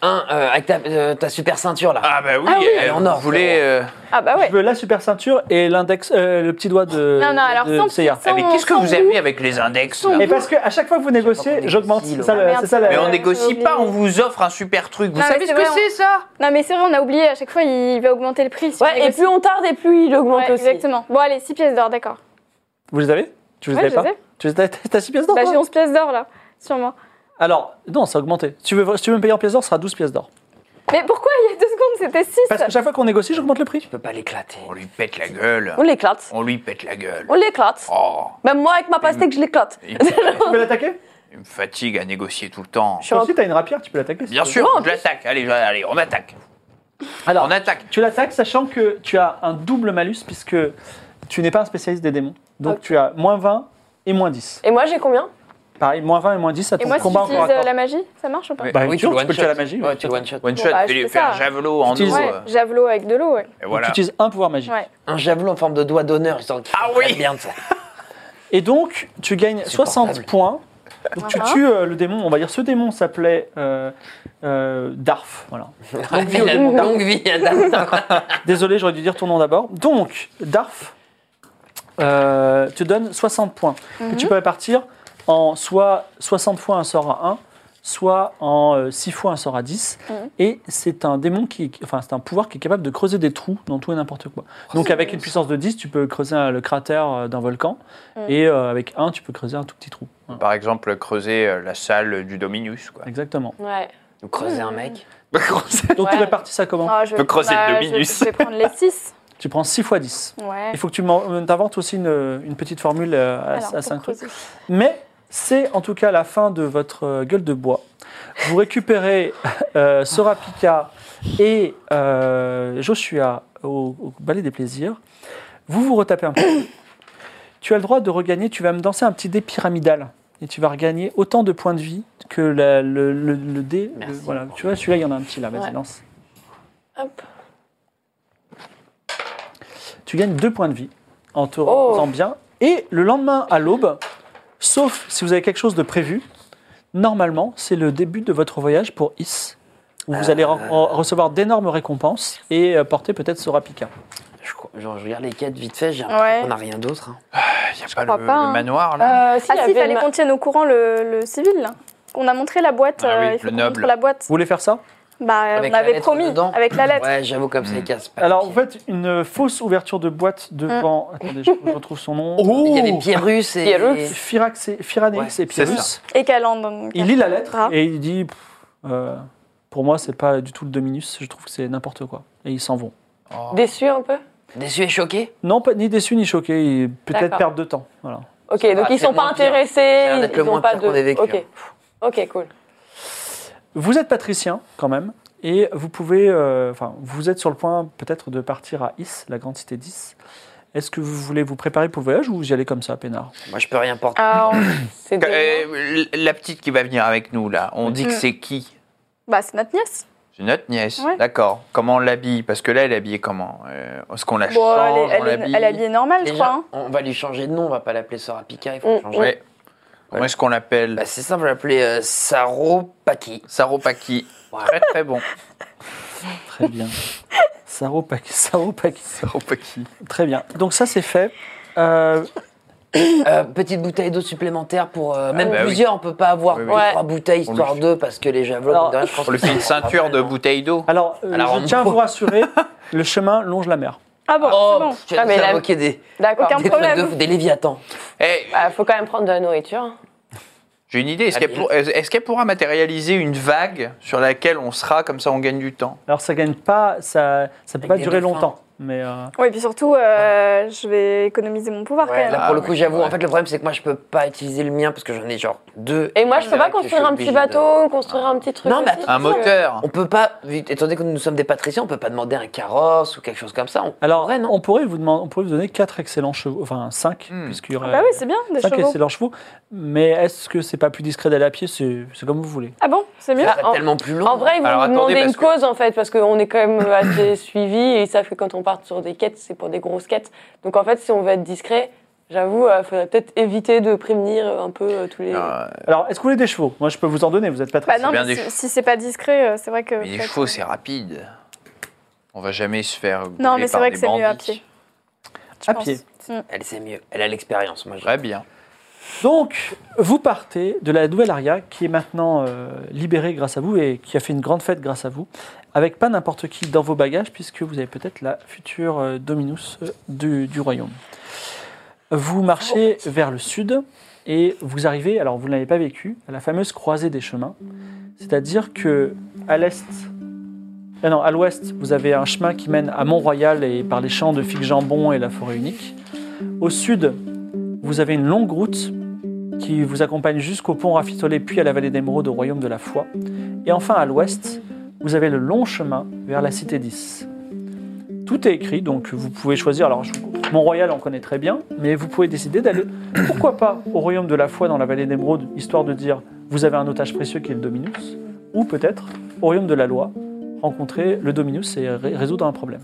Speaker 6: Un, euh, avec ta, euh, ta super ceinture là.
Speaker 4: Ah bah oui,
Speaker 5: Ah oui.
Speaker 4: euh,
Speaker 6: Elle est en or,
Speaker 4: vous voulez... euh,
Speaker 5: Ah bah ouais
Speaker 2: Je veux la super ceinture et l'index, euh, le petit doigt de.
Speaker 5: Non, non, alors
Speaker 2: de
Speaker 5: 100%.
Speaker 2: Seiya.
Speaker 4: ah, mais qu'est-ce que vous avez avec les index là
Speaker 2: Et parce que à chaque fois que vous négociez, j'augmente. C'est ça, le-
Speaker 6: Ah,
Speaker 5: merde,
Speaker 2: c'est ça
Speaker 5: c'est
Speaker 2: la-
Speaker 4: Mais
Speaker 5: Euh,
Speaker 4: on
Speaker 5: j'ai
Speaker 4: négocie
Speaker 5: oublié.
Speaker 4: pas, on vous offre un super truc. Vous
Speaker 5: Non, mais
Speaker 4: savez ce
Speaker 5: c'est
Speaker 4: que
Speaker 5: vrai, hein. on-
Speaker 4: c'est, ça
Speaker 5: Non, mais c'est vrai, on a oublié, à chaque fois, il va augmenter le prix. si on
Speaker 7: Ouais, et
Speaker 5: négocie.
Speaker 7: plus on tarde et plus il augmente
Speaker 5: Ouais,
Speaker 7: aussi.
Speaker 5: exactement. Bon, allez, 6 pièces d'or, d'accord. Bah,
Speaker 2: Vous les avez Tu les
Speaker 5: Ouais,
Speaker 2: avais
Speaker 5: je
Speaker 2: pas
Speaker 5: les ai.
Speaker 2: Tu les as T'as 6 pièces d'or
Speaker 5: Bah,
Speaker 2: toi
Speaker 5: j'ai 11 pièces d'or là, sûrement.
Speaker 2: Alors, non, ça a augmenté. Si tu veux, si tu veux me payer en pièces d'or, ce sera 12 pièces d'or.
Speaker 5: Mais pourquoi il y a deux secondes, c'était 6
Speaker 2: Parce que chaque fois qu'on négocie, j'augmente le prix.
Speaker 6: Je peux pas l'éclater.
Speaker 2: Oh,
Speaker 4: On lui pète la gueule.
Speaker 7: On l'éclate.
Speaker 4: On lui pète la gueule.
Speaker 7: On l'éclate.
Speaker 4: Oh,
Speaker 5: Bah,
Speaker 7: Même moi, avec ma pastèque, je l'éclate.
Speaker 4: il,
Speaker 2: Tu peux l'attaquer
Speaker 4: il me fatigue à négocier tout le temps.
Speaker 7: Je suis
Speaker 2: Toi
Speaker 7: en-
Speaker 2: aussi, t'as une rapière, tu peux l'attaquer. si
Speaker 4: Bien
Speaker 2: tu veux.
Speaker 4: sûr, je l'attaque. Allez, je- allez, on attaque.
Speaker 2: Alors,
Speaker 4: On attaque.
Speaker 2: tu l'attaques sachant que tu as un double malus puisque tu n'es pas un spécialiste des démons. Donc,
Speaker 7: Ok.
Speaker 2: tu as moins 20 et moins 10.
Speaker 7: Et moi, j'ai combien
Speaker 5: Euh,
Speaker 2: Pareil, moins 20 et moins 10, ça te
Speaker 5: Et moi, si
Speaker 2: combat encore.
Speaker 5: j'utilise euh, la magie, ça marche ou pas
Speaker 4: Oui.
Speaker 2: Bah,
Speaker 6: Oui,
Speaker 2: sûr,
Speaker 6: tu le
Speaker 2: tu peux le tuer à la magie.
Speaker 6: Ouais,
Speaker 2: oui.
Speaker 6: tu le one shot.
Speaker 4: One
Speaker 5: Bon,
Speaker 4: shot,
Speaker 5: bah,
Speaker 4: fais
Speaker 5: je
Speaker 4: lui
Speaker 5: fais
Speaker 4: faire
Speaker 5: ça.
Speaker 4: javelot en eau.
Speaker 2: J'utilise-
Speaker 5: Ouais,
Speaker 4: euh,
Speaker 5: javelot avec de l'eau, ouais.
Speaker 4: Et voilà.
Speaker 2: Tu utilises un pouvoir magique.
Speaker 5: Ouais.
Speaker 6: Un javelot en forme de doigt d'honneur. ils ont-
Speaker 4: Ah oui.
Speaker 6: Très bien, ça.
Speaker 2: Et donc, tu gagnes
Speaker 6: Supportable.
Speaker 2: 60 points. Donc, tu tues euh, le démon. On va dire ce démon s'appelait euh, euh, Darf. Voilà.
Speaker 6: Il a une longue vie, Adam.
Speaker 2: Désolé, j'aurais dû dire ton nom d'abord. Donc, Darf euh, te donne 60 points. que
Speaker 5: Mhm.
Speaker 2: tu peux répartir en soit 60 fois un sort à 1, soit en euh, 6 fois un sort à 10.
Speaker 5: Mhm.
Speaker 2: Et c'est un démon qui, enfin, c'est un pouvoir qui est capable de creuser des trous dans tout et n'importe quoi.
Speaker 5: Oh,
Speaker 2: Donc, avec une puissance de 10, tu peux creuser un- le cratère euh, d'un volcan.
Speaker 5: Mhm.
Speaker 2: Et euh, avec 1, tu peux creuser un tout petit trou. Voilà.
Speaker 4: Par exemple, creuser euh, la salle du Dominus. Quoi.
Speaker 2: Exactement.
Speaker 7: Ouais.
Speaker 6: Vous creusez un mec.
Speaker 2: Donc, tu
Speaker 7: Ouais.
Speaker 2: répartis ça comment
Speaker 5: Ah, je
Speaker 4: peux creuser le
Speaker 5: je-
Speaker 4: Dominus.
Speaker 5: Je vais prendre les 6.
Speaker 2: Tu prends 6 fois 10.
Speaker 5: Ouais.
Speaker 2: Il faut que tu m'en- euh, t'inventes aussi une, une petite formule euh, à,
Speaker 5: Alors,
Speaker 2: à
Speaker 5: pour
Speaker 2: 5
Speaker 5: creuser.
Speaker 2: Mais c'est en tout cas la fin de votre euh, gueule de bois. Vous récupérez euh, Sorapika et euh, Joshua au, au Ballet des Plaisirs. Vous vous retapez un peu. tu as le droit de regagner, tu vas me danser un petit dé pyramidal. Et tu vas regagner autant de points de vie que la- le, le- le dé.
Speaker 6: Merci.
Speaker 2: le- voilà. Tu vois, celui-là, il y en a un petit là. Vas-y,
Speaker 7: Ouais.
Speaker 2: lance.
Speaker 7: Hop.
Speaker 2: Tu gagnes deux points de vie en te
Speaker 7: Oh.
Speaker 2: faisant bien. Et le lendemain à l'aube, sauf si vous avez quelque chose de prévu, normalement, c'est le début de votre voyage pour Is, où vous allez re- re- recevoir d'énormes récompenses et euh, porter peut-être Sorapika.
Speaker 6: Je, crois- genre, je regarde les quêtes vite fait, j'ai
Speaker 5: Ouais.
Speaker 6: on n'a rien d'autre. hein.
Speaker 4: Il n'y a pas,
Speaker 5: crois
Speaker 4: le,
Speaker 5: pas,
Speaker 4: le
Speaker 5: hein.
Speaker 4: manoir là
Speaker 7: Euh,
Speaker 5: Ah si,
Speaker 7: il
Speaker 5: il
Speaker 7: fallait
Speaker 5: fallait qu'on tienne au courant le, le civil. là. On a montré la boîte.
Speaker 4: Ah
Speaker 5: euh,
Speaker 4: oui,
Speaker 5: il
Speaker 4: le
Speaker 5: faut qu'on
Speaker 4: noble.
Speaker 5: montre la boîte.
Speaker 2: Vous voulez faire ça
Speaker 5: Bah,
Speaker 6: Avec
Speaker 5: on
Speaker 6: la
Speaker 5: avait
Speaker 6: lettre
Speaker 5: promis
Speaker 6: dedans.
Speaker 5: avec la lettre.
Speaker 6: Ouais, j'avoue, comme ça, il casse pas.
Speaker 2: Alors,
Speaker 6: les
Speaker 2: vous
Speaker 6: pieds.
Speaker 2: faites une euh, fausse ouverture de boîte devant. Attendez, je, je retrouve son nom.
Speaker 6: Il y a des Pierrus et.
Speaker 7: Pierrus.
Speaker 2: Firax et, Phiranex
Speaker 6: Oh Ouais,
Speaker 2: et Pyrrhus.
Speaker 4: c'est ça.
Speaker 5: Et Calande. donc.
Speaker 2: Il lit la lettre
Speaker 5: Ah.
Speaker 2: et il dit pff, euh, Pour moi, c'est pas du tout le Dominus, je trouve que c'est n'importe quoi. Et ils s'en vont.
Speaker 6: Oh.
Speaker 7: Déçu un peu
Speaker 6: Déçu et choqué
Speaker 2: Non, pas, ni déçu ni choqué, ils- peut-être
Speaker 7: D'accord.
Speaker 2: perdre de temps. Voilà.
Speaker 7: Ok,
Speaker 6: C'est
Speaker 7: donc
Speaker 6: pas-
Speaker 7: ils sont
Speaker 6: Ah,
Speaker 7: pas
Speaker 6: c'est le moins pire.
Speaker 7: intéressés.
Speaker 6: Ça a l'air d'être
Speaker 7: Ils
Speaker 6: le
Speaker 7: n'ont
Speaker 6: moins
Speaker 7: pas
Speaker 6: pire
Speaker 7: de.
Speaker 6: qu'on ait vécu,
Speaker 7: Ok.
Speaker 6: hein.
Speaker 7: Ok, cool.
Speaker 2: Vous êtes patricien quand même, et vous pouvez, euh, enfin, vous êtes sur le point peut-être de partir à Is, la grande cité d'Is. Est-ce que vous voulez vous préparer pour le voyage ou vous y allez comme ça, peinard
Speaker 6: Moi, je peux rien porter.
Speaker 7: Ah, on- c'est
Speaker 4: Euh,
Speaker 7: des-
Speaker 4: l- La petite qui va venir avec nous là, on dit que
Speaker 5: Mm.
Speaker 4: c'est qui
Speaker 5: Bah, c'est notre nièce.
Speaker 4: C'est notre nièce.
Speaker 5: Ouais.
Speaker 4: D'accord. Comment on l'habille Parce que là, elle est habillée comment Euh, Est-ce qu'on la
Speaker 5: Bon,
Speaker 4: change
Speaker 5: elle, est,
Speaker 4: on
Speaker 5: elle, est,
Speaker 4: l'habille
Speaker 5: elle est habillée normale, je
Speaker 6: Déjà,
Speaker 5: crois. hein.
Speaker 6: on va lui changer de nom, on va pas l'appeler Sorapika, il faut
Speaker 7: Mm,
Speaker 6: changer.
Speaker 4: Ouais. Comment
Speaker 6: Ouais.
Speaker 4: est-ce qu'on l'appelle
Speaker 6: Bah, c'est simple, on va l'appeler euh, Saropaki.
Speaker 4: Saropaki.
Speaker 6: Ouais.
Speaker 4: Très très bon.
Speaker 2: Très bien. Saropaki, Saropaki.
Speaker 4: Saropaki.
Speaker 2: Très bien. Donc ça, c'est fait. Euh,
Speaker 6: Euh, petite bouteille d'eau supplémentaire pour. euh, même
Speaker 4: bah oui.
Speaker 6: plusieurs, on peut pas avoir
Speaker 4: Oui, oui.
Speaker 6: deux,
Speaker 7: Ouais.
Speaker 6: trois bouteilles
Speaker 4: On
Speaker 6: histoire
Speaker 4: lui-
Speaker 6: d'eux parce que les javelots,
Speaker 2: Alors-
Speaker 6: mine de rien, je pense
Speaker 4: On lui
Speaker 6: que
Speaker 4: fait une
Speaker 6: ça sera
Speaker 4: ceinture
Speaker 6: pas
Speaker 4: de
Speaker 6: mal, non.
Speaker 4: bouteilles d'eau.
Speaker 2: alors, euh,
Speaker 6: À la
Speaker 2: je
Speaker 6: Rambo.
Speaker 2: tiens à vous rassurer, le chemin longe la mer.
Speaker 5: Ah bon,
Speaker 6: Oh,
Speaker 5: c'est bon.
Speaker 6: pff, tu vas
Speaker 7: Ah,
Speaker 6: nous
Speaker 7: mais
Speaker 6: faire
Speaker 7: la-
Speaker 6: moquer des,
Speaker 7: D'accord.
Speaker 5: Aucun
Speaker 6: des trucs
Speaker 5: problème.
Speaker 6: de fou, des léviathans.
Speaker 4: Eh,
Speaker 7: Bah, faut quand même prendre de la nourriture. hein.
Speaker 4: j'ai une idée. Est-ce qu'elle
Speaker 6: Ah bien.
Speaker 4: pour- est-ce qu'elle pourra matérialiser une vague sur laquelle on sera Comme ça, on gagne du temps.
Speaker 2: Alors ça gagne pas, ça ça peut
Speaker 6: Avec
Speaker 2: pas
Speaker 6: des
Speaker 2: durer
Speaker 6: dauphins.
Speaker 2: longtemps. Mais euh,
Speaker 5: Oui, puis surtout, euh, je vais économiser mon pouvoir
Speaker 6: Ouais,
Speaker 5: quand
Speaker 6: là,
Speaker 5: même.
Speaker 6: pour le coup,
Speaker 4: Ah ouais,
Speaker 6: j'avoue,
Speaker 4: ouais.
Speaker 6: en fait, le problème, c'est que moi, je peux pas utiliser le mien parce que j'en ai genre deux.
Speaker 7: Et moi, je peux pas
Speaker 6: direct, et
Speaker 7: construire
Speaker 6: suis
Speaker 7: un petit
Speaker 6: obligé
Speaker 7: bateau, construire un petit truc.
Speaker 6: Non, mais
Speaker 7: aussi,
Speaker 4: bah, Un
Speaker 7: parce que-
Speaker 4: moteur.
Speaker 6: de- On peut pas, vu- étant donné que nous sommes des patriciens, on peut pas demander un carrosse ou quelque chose comme ça. On-
Speaker 2: alors,
Speaker 6: Ouais, non.
Speaker 2: on pourrait vous demander, on pourrait vous donner quatre excellents chevaux, enfin 5,
Speaker 4: Hmm.
Speaker 2: puisqu'il y aurait
Speaker 5: Ah bah oui, c'est bien, des
Speaker 2: cinq
Speaker 5: chevaux.
Speaker 2: excellents chevaux. Mais est-ce que c'est pas plus discret d'aller à pied C'est c'est comme vous voulez.
Speaker 5: Ah bon, c'est mieux
Speaker 6: Ça
Speaker 7: en-
Speaker 6: serait tellement plus long.
Speaker 7: En vrai, vous
Speaker 4: Alors,
Speaker 7: nous
Speaker 4: attendez,
Speaker 7: demandez une
Speaker 4: parce que-
Speaker 7: cause en fait, parce qu'on est quand même assez suivi et ils savent que quand on part sur des quêtes, c'est pour des grosses quêtes. Donc en fait, si on veut être discret, j'avoue, il faudrait peut-être éviter de prévenir euh, un peu euh, tous les.
Speaker 4: Euh,
Speaker 2: Alors, est-ce que vous voulez des chevaux Moi, je peux vous en donner. Vous êtes pas
Speaker 5: Bah
Speaker 2: très.
Speaker 5: non,
Speaker 4: bien
Speaker 5: mais
Speaker 4: des
Speaker 5: si, si c'est pas discret, euh, c'est vrai que.
Speaker 4: Mais les
Speaker 5: peut-être,
Speaker 4: chevaux,
Speaker 5: euh,
Speaker 4: c'est rapide. On va jamais se faire.
Speaker 5: Non,
Speaker 4: gauler
Speaker 5: mais c'est
Speaker 4: par
Speaker 5: vrai
Speaker 4: des
Speaker 5: que c'est mieux à
Speaker 4: bandits.
Speaker 5: pied. je
Speaker 2: à
Speaker 5: pense. Mm.
Speaker 2: pied.
Speaker 6: Elle sait mieux. Elle a l'expérience, moi. je-
Speaker 4: Très bien.
Speaker 2: Donc, vous partez de la nouvelle Aria, qui est maintenant euh, libérée grâce à vous et qui a fait une grande fête grâce à vous, avec pas n'importe qui dans vos bagages, puisque vous avez peut-être la future euh, Dominus euh, du, du royaume. Vous marchez vers le sud et vous arrivez, alors vous ne l'avez pas vécu, à la fameuse croisée des chemins. C'est-à-dire que à l'est, ah non, à l'ouest, vous avez un chemin qui mène à Mont-Royal et par les champs de figues-jambon et la forêt unique. Au sud, vous avez une longue route qui vous accompagne jusqu'au pont Raffitolé, puis à la vallée d'Émeraude au royaume de la foi. Et enfin, à l'ouest, vous avez le long chemin vers la cité 10. Tout est écrit, donc vous pouvez choisir. Alors, je- Mont-Royal, on connaît très bien, mais vous pouvez décider d'aller, pourquoi pas, au royaume de la foi dans la vallée d'Émeraude, histoire de dire vous avez un otage précieux qui est le Dominus, ou peut-être au royaume de la loi, rencontrer le Dominus et ré- résoudre un problème.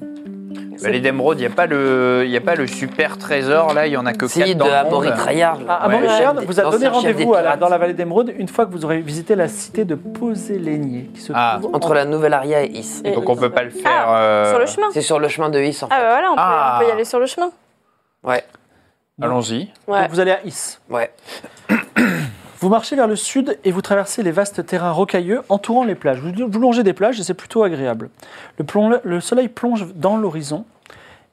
Speaker 4: Vallée d'Emeraude, il n'y a, pas le- y a pas le super trésor là, il n'y en a que
Speaker 6: Si,
Speaker 4: 4
Speaker 6: de
Speaker 4: dans le monde. euh,
Speaker 6: Amaury Trayard.
Speaker 2: Ah,
Speaker 4: Ouais.
Speaker 2: Amaury
Speaker 4: Le chef
Speaker 2: Cheyenne
Speaker 6: des-
Speaker 2: vous a donné
Speaker 6: l'ancien chef des
Speaker 2: rendez-vous à la-
Speaker 6: pirates.
Speaker 2: dans la vallée d'Émeraude une fois que vous aurez visité la cité de Posélénier, qui se
Speaker 4: Ah,
Speaker 2: trouve
Speaker 6: Entre la nouvelle Aria et Is.
Speaker 7: Et-
Speaker 4: Donc on peut pas le faire.
Speaker 5: Ah,
Speaker 4: euh,
Speaker 5: Sur le chemin.
Speaker 6: C'est sur le chemin de Is, en fait.
Speaker 5: Ah bah voilà, on peut,
Speaker 4: Ah.
Speaker 5: on peut y aller sur le chemin.
Speaker 6: Ouais,
Speaker 4: Allons-y.
Speaker 2: Donc
Speaker 7: Ouais.
Speaker 2: vous allez à Is.
Speaker 6: ouais.
Speaker 2: Vous marchez vers le sud et vous traversez les vastes terrains rocailleux entourant les plages. Vous, vous longez des plages et c'est plutôt agréable. Le, plon- le soleil plonge dans l'horizon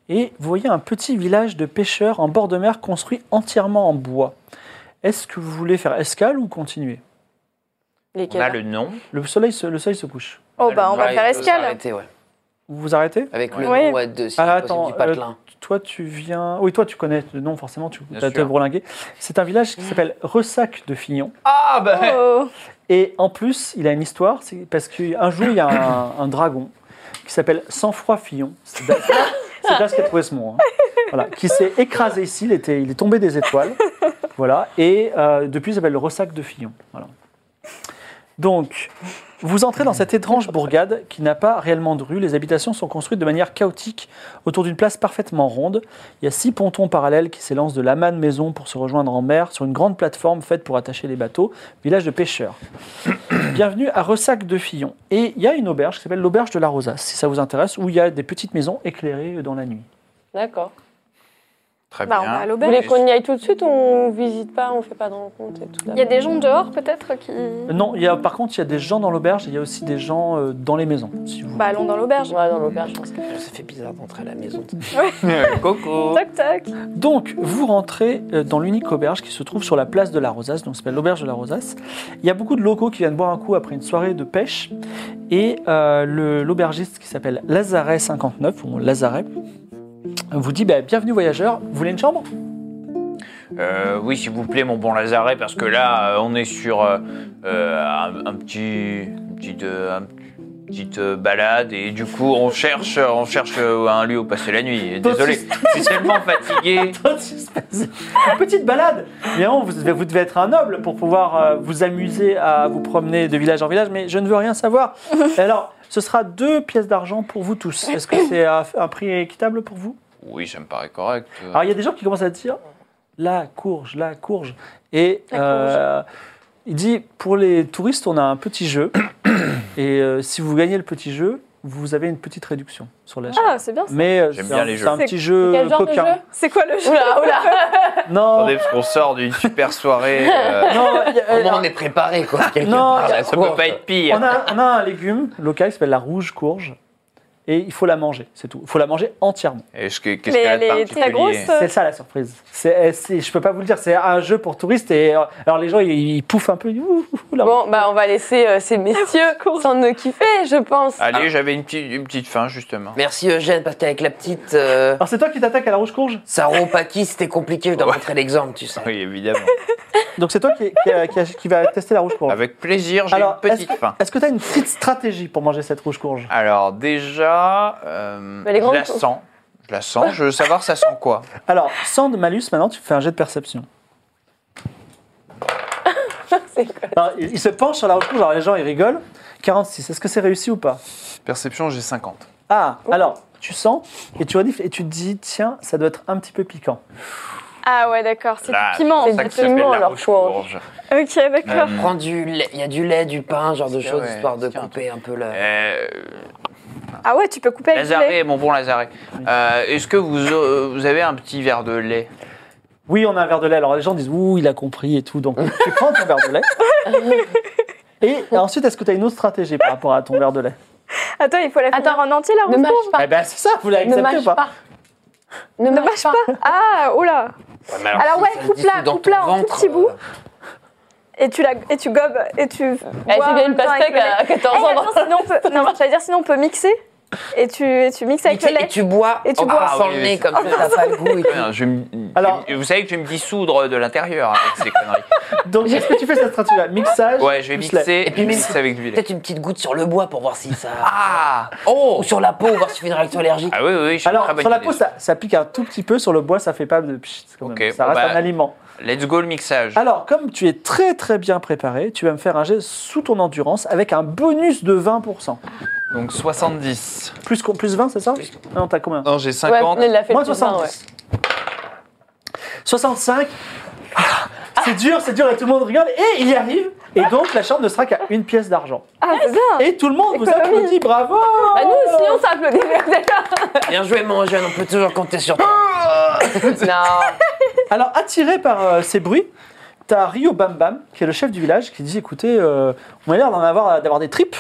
Speaker 2: et vous voyez un petit village de pêcheurs en bord de mer construit entièrement en bois. Est-ce que vous voulez faire escale ou continuer
Speaker 7: les
Speaker 4: On a
Speaker 7: quêtes.
Speaker 4: le nom.
Speaker 2: le soleil, se, le soleil se couche.
Speaker 5: Oh bah on va
Speaker 6: Ouais,
Speaker 5: faire
Speaker 6: il peut
Speaker 5: l'escale.
Speaker 6: s'arrêter, ouais.
Speaker 2: Vous vous arrêtez
Speaker 6: Avec le
Speaker 5: Ouais.
Speaker 6: nom ouais, de si
Speaker 2: Ah,
Speaker 6: possible,
Speaker 2: attends,
Speaker 6: du patelin.
Speaker 2: Toi, tu viens. Oui, toi, tu connais le nom, forcément, tu
Speaker 4: Bien
Speaker 2: as
Speaker 4: sûr.
Speaker 2: brelingué. C'est un village qui s'appelle Ressac de Fillon.
Speaker 4: Ah bah
Speaker 5: Oh.
Speaker 2: Et en plus, il a une histoire, c'est parce qu'un jour, il y a un, un dragon qui s'appelle Sang-Froid Fillon. C'est Das c'est Das qui a trouvé ce mot. hein. Voilà, qui s'est écrasé ici, il, était, il est tombé des étoiles. Voilà, et euh, depuis, il s'appelle le Ressac de Fillon. Voilà. Donc, vous entrez dans cette étrange bourgade qui n'a pas réellement de rue. Les habitations sont construites de manière chaotique autour d'une place parfaitement ronde. Il y a six pontons parallèles qui s'élancent de la manne maison pour se rejoindre en mer sur une grande plateforme faite pour attacher les bateaux, village de pêcheurs. Bienvenue à Ressac de Fillon. Et il y a une auberge qui s'appelle l'auberge de la Rosace, si ça vous intéresse, où il y a des petites maisons éclairées dans la nuit.
Speaker 7: D'accord.
Speaker 4: Très
Speaker 5: Bah on va à
Speaker 4: bien.
Speaker 7: Vous voulez
Speaker 5: l'auberge.
Speaker 7: qu'on y aille tout de suite ou on visite pas, on fait pas de rencontre et tout
Speaker 5: Il y a des gens dehors peut-être qui.
Speaker 2: Euh, Non, il y a, par contre, il y a des gens dans l'auberge et il y a aussi des gens euh, dans les maisons. Si vous...
Speaker 5: Bah allons dans l'auberge.
Speaker 7: Ouais, dans l'auberge, je pense.
Speaker 2: euh,
Speaker 6: Ça fait bizarre d'entrer à la maison.
Speaker 4: Coco.
Speaker 5: Toc toc.
Speaker 2: Donc, vous rentrez euh, dans l'unique auberge qui se trouve sur la place de la Rosace, donc ça s'appelle l'auberge de la Rosace. Il y a beaucoup de locaux qui viennent boire un coup après une soirée de pêche. Et euh, le- l'aubergiste qui s'appelle Lazaret59, ou Lazaret, vous dit bah, Bienvenue voyageurs, vous voulez une chambre
Speaker 4: Euh, oui, s'il vous plaît, mon bon Lazaret, parce que là, euh, on est sur euh, euh, un, un petit, une petite, euh, un petit- petite euh, balade et du coup, on cherche, euh, on cherche euh, un lieu où passer la nuit. Et Désolé, je suis tellement fatigué.
Speaker 2: Une petite balade Évidemment, vous, devez- vous devez être un noble pour pouvoir euh, vous amuser à vous promener de village en village, mais je ne veux rien savoir. Et Alors, ce sera deux pièces d'argent pour vous tous. Est-ce que c'est à- un prix équitable pour vous
Speaker 4: Oui, ça me paraît correct.
Speaker 2: Alors, Ah, il y a des gens qui commencent à dire la courge, la courge. Et euh, il dit pour les touristes, on a un petit jeu. Et euh, si vous gagnez le petit jeu, vous avez une petite réduction sur l'achat.
Speaker 5: Ah c'est bien. ça.
Speaker 2: Mais euh,
Speaker 4: J'aime
Speaker 2: c'est
Speaker 4: bien
Speaker 2: un,
Speaker 4: les
Speaker 2: c'est
Speaker 4: jeux.
Speaker 2: un petit jeu
Speaker 7: Quel genre
Speaker 2: coquin.
Speaker 7: de jeu
Speaker 5: C'est quoi le jeu
Speaker 7: Oula, oula
Speaker 2: Non,
Speaker 4: Attendez, parce qu'on sort d'une super soirée. euh,
Speaker 2: non, il y a-
Speaker 6: Comment on est préparé, quoi quelque
Speaker 2: Non,
Speaker 6: part, la
Speaker 4: ça
Speaker 6: cour.
Speaker 4: peut pas être pire.
Speaker 2: On a, on a un légume local qui s'appelle la rouge courge. et il faut la manger, c'est tout. Il faut la manger entièrement.
Speaker 4: Est-ce que- Qu'est-ce
Speaker 5: Mais
Speaker 4: qu'elle a
Speaker 5: elle
Speaker 4: de
Speaker 5: est très
Speaker 4: particulier
Speaker 5: grosse. euh,
Speaker 2: C'est ça la surprise. C'est, euh, c'est- je peux pas vous le dire, c'est un jeu pour touristes. Et, euh, alors les gens, ils, ils pouffent un peu. ils disent, Ouh, ouh, ouh, là.
Speaker 7: Bon, bah on va laisser euh, ces messieurs s'en occuper, je pense.
Speaker 4: Allez, j'avais une petite, une petite faim, justement.
Speaker 6: Merci Eugène, parce qu'avec la petite euh,
Speaker 2: Alors c'est toi qui t'attaques à la rouge courge
Speaker 6: Saropaki, c'était compliqué, je dois
Speaker 4: Ouais.
Speaker 6: montrer l'exemple, tu sais.
Speaker 4: Oui, évidemment.
Speaker 2: Donc c'est toi qui, qui- qui- qui va tester la rouge courge.
Speaker 4: Avec plaisir, j'ai une
Speaker 2: Alors, est-ce
Speaker 4: petite
Speaker 2: que-
Speaker 4: faim.
Speaker 2: Est-ce que tu as une petite stratégie pour manger cette rouge courge
Speaker 4: Alors, déjà, euh,
Speaker 7: Mais les
Speaker 4: je
Speaker 7: grandes
Speaker 4: la
Speaker 7: choses.
Speaker 4: sens. Je la sens, je veux savoir ça sent quoi.
Speaker 2: Alors, sans de malus, maintenant, tu fais un jet de perception.
Speaker 7: C'est quoi
Speaker 2: Alors, il, il se penche sur la rouge courge, alors les gens, ils rigolent. 46, est-ce que c'est réussi ou pas
Speaker 8: Perception, j'ai 50.
Speaker 2: Ah,
Speaker 7: Oh.
Speaker 2: alors, tu sens et tu renifles et tu te dis, tiens, ça doit être un petit peu piquant.
Speaker 5: Ah ouais, d'accord, c'est
Speaker 4: Là,
Speaker 5: du piment.
Speaker 4: c'est ça que s'appelle
Speaker 7: piment,
Speaker 4: la
Speaker 7: alors,
Speaker 4: rouge
Speaker 7: faut-
Speaker 4: courge.
Speaker 5: Ok, d'accord.
Speaker 4: Euh,
Speaker 6: Prends du lait, il y a du lait, du pain, ce genre de
Speaker 4: Tiens,
Speaker 6: choses,
Speaker 4: ouais,
Speaker 6: histoire de
Speaker 4: tiens,
Speaker 6: couper un peu la...
Speaker 4: euh,
Speaker 5: Ah ouais, tu peux couper avec du lait.
Speaker 4: Lazare, mon bon Lazare, euh, est-ce que vous, euh, vous avez un petit verre de lait
Speaker 2: Oui, on a un verre de lait. Alors les gens disent, ouh, il a compris et tout. Donc tu prends ton verre de lait. Et ensuite, est-ce que tu as une autre stratégie par rapport à ton verre de lait
Speaker 5: Attends, il faut la finir
Speaker 7: Attends.
Speaker 5: en entier, la
Speaker 7: Ne
Speaker 5: rouge
Speaker 7: mâche pas.
Speaker 2: Eh ben, c'est ça, vous l'avez
Speaker 7: Ne
Speaker 2: accepté ou
Speaker 7: mâche
Speaker 2: pas,
Speaker 7: pas. Ne mâche pas.
Speaker 5: Ah, oula Alors
Speaker 6: si
Speaker 5: ouais,
Speaker 6: ça se
Speaker 5: coupe-la,
Speaker 6: dissout dans
Speaker 5: coupe-la
Speaker 6: ton
Speaker 5: en tout
Speaker 6: ventre,
Speaker 5: petit bout.
Speaker 6: euh,
Speaker 5: Et tu, la, et tu gobes, et tu.
Speaker 7: Eh,
Speaker 5: bois
Speaker 7: C'est bien
Speaker 5: en même
Speaker 7: une
Speaker 5: temps avec
Speaker 7: pastèque
Speaker 5: le lait.
Speaker 7: à 14
Speaker 5: Eh,
Speaker 7: ans. hein.
Speaker 5: attends, sinon on peut, non, j'allais dire, sinon on peut mixer. Et tu, et tu mixes avec
Speaker 6: mixer
Speaker 5: le lait.
Speaker 6: Et tu bois oh,
Speaker 5: Et tu
Speaker 6: en
Speaker 5: bois.
Speaker 6: passant
Speaker 4: Ah oui,
Speaker 6: le
Speaker 4: oui,
Speaker 6: nez,
Speaker 4: c'est-
Speaker 6: comme ça, t'as pas le goût et tout.
Speaker 4: Ouais, Euh, je me-
Speaker 2: Alors-
Speaker 4: Vous savez que je vais me dissoudre de l'intérieur hein, avec ces conneries.
Speaker 2: Donc est-ce que tu fais cette stratégie-là Mixage
Speaker 4: Ouais, je vais
Speaker 2: plus lait.
Speaker 4: mixer
Speaker 6: Et puis mixer.
Speaker 4: avec du lait.
Speaker 6: Peut-être une petite goutte sur le bois pour voir si ça...
Speaker 4: Ah
Speaker 6: Ou
Speaker 4: Oh
Speaker 6: sur la peau, voir si tu fais une réaction allergique.
Speaker 4: Ah oui, oui, oui, je
Speaker 2: Alors,
Speaker 4: très bonne
Speaker 2: sur la
Speaker 4: idée.
Speaker 2: peau, ça, ça pique un tout petit peu. Sur le bois, ça fait pas de pchit, quand même.
Speaker 4: Ok,
Speaker 2: Ça
Speaker 4: bon,
Speaker 2: reste
Speaker 4: bah-
Speaker 2: un aliment.
Speaker 4: Let's go le mixage.
Speaker 2: Alors, comme tu es très très bien préparé, tu vas me faire un geste sous ton endurance avec un bonus de 20%.
Speaker 8: Donc 70.
Speaker 2: Plus, qu'on- plus 20, c'est ça Non, t'as combien
Speaker 8: Non, j'ai
Speaker 7: Ouais,
Speaker 8: 50.
Speaker 7: on l'a fait
Speaker 2: Moins
Speaker 7: le cousin, ouais.
Speaker 2: 70. 65. Ah, C'est dur, c'est dur, et tout le monde rigole, et il y arrive. Et donc, la chambre ne sera qu'à une pièce d'argent.
Speaker 5: Ah, c'est bien
Speaker 2: Et tout le monde vous applaudit, bravo
Speaker 7: Bah, nous aussi, on s'applaudit déjà.
Speaker 6: Bien joué, mon jeune, on peut toujours compter sur toi.
Speaker 7: Non.
Speaker 2: Alors, attiré par euh, ces bruits, t'as Rio Bam Bam, qui est le chef du village, qui dit, écoutez, euh, on a l'air d'en avoir, d'avoir des tripes.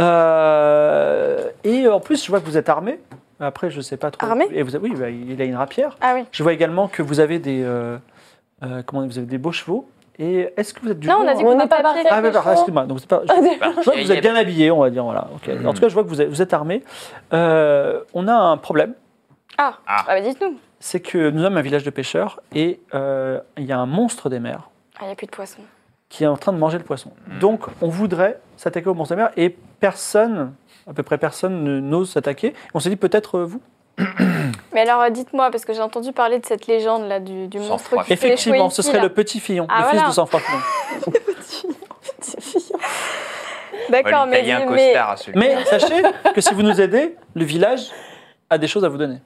Speaker 2: Euh, et en plus, je vois que vous êtes armé. Après, je sais pas trop.
Speaker 5: Armé
Speaker 2: et vous, Oui, bah, il a une rapière.
Speaker 5: Ah oui.
Speaker 2: Je vois également que vous avez des, euh, euh, comment, vous avez des beaux chevaux. Et est-ce que vous êtes du
Speaker 5: Non,
Speaker 2: coup
Speaker 5: on a Ah,
Speaker 2: en-
Speaker 5: dit
Speaker 7: On
Speaker 5: qu'on
Speaker 7: n'est
Speaker 5: n'a
Speaker 7: pas
Speaker 5: pas parti.
Speaker 7: parti.
Speaker 2: Ah, mais pardon, excuse-moi. Donc, c'est pas- je,
Speaker 4: Bah,
Speaker 2: je vois que vous êtes bien habillé, on va dire. Voilà. ok.
Speaker 4: Hmm.
Speaker 2: En tout cas, je vois que vous êtes, vous êtes armé. Euh, on a un problème.
Speaker 5: Ah,
Speaker 4: Ah.
Speaker 5: ah bah dites-nous.
Speaker 2: C'est que nous sommes un village de pêcheurs et euh, il y a un monstre des mers
Speaker 5: Ah, il n'y a plus de poisson.
Speaker 2: qui est en train de manger le poisson.
Speaker 5: Mm.
Speaker 2: Donc, on voudrait s'attaquer au monstre des mers et personne, à peu près personne, ne- n'ose s'attaquer. On s'est dit peut-être euh, vous.
Speaker 5: Mais alors, euh, dites-moi, parce que j'ai entendu parler de cette légende-là du, du
Speaker 4: Sans
Speaker 5: monstre
Speaker 4: froid.
Speaker 5: qui s'est
Speaker 2: Effectivement,
Speaker 5: échoué
Speaker 2: ce
Speaker 5: ici,
Speaker 2: serait
Speaker 5: là.
Speaker 2: le petit Fillon,
Speaker 5: Ah,
Speaker 2: le
Speaker 5: voilà.
Speaker 2: fils de San Fillon.
Speaker 5: D'accord, mais.
Speaker 4: un
Speaker 5: mais-
Speaker 4: costard à celui-là.
Speaker 2: Mais sachez que si vous nous aidez, le village a des choses à vous donner.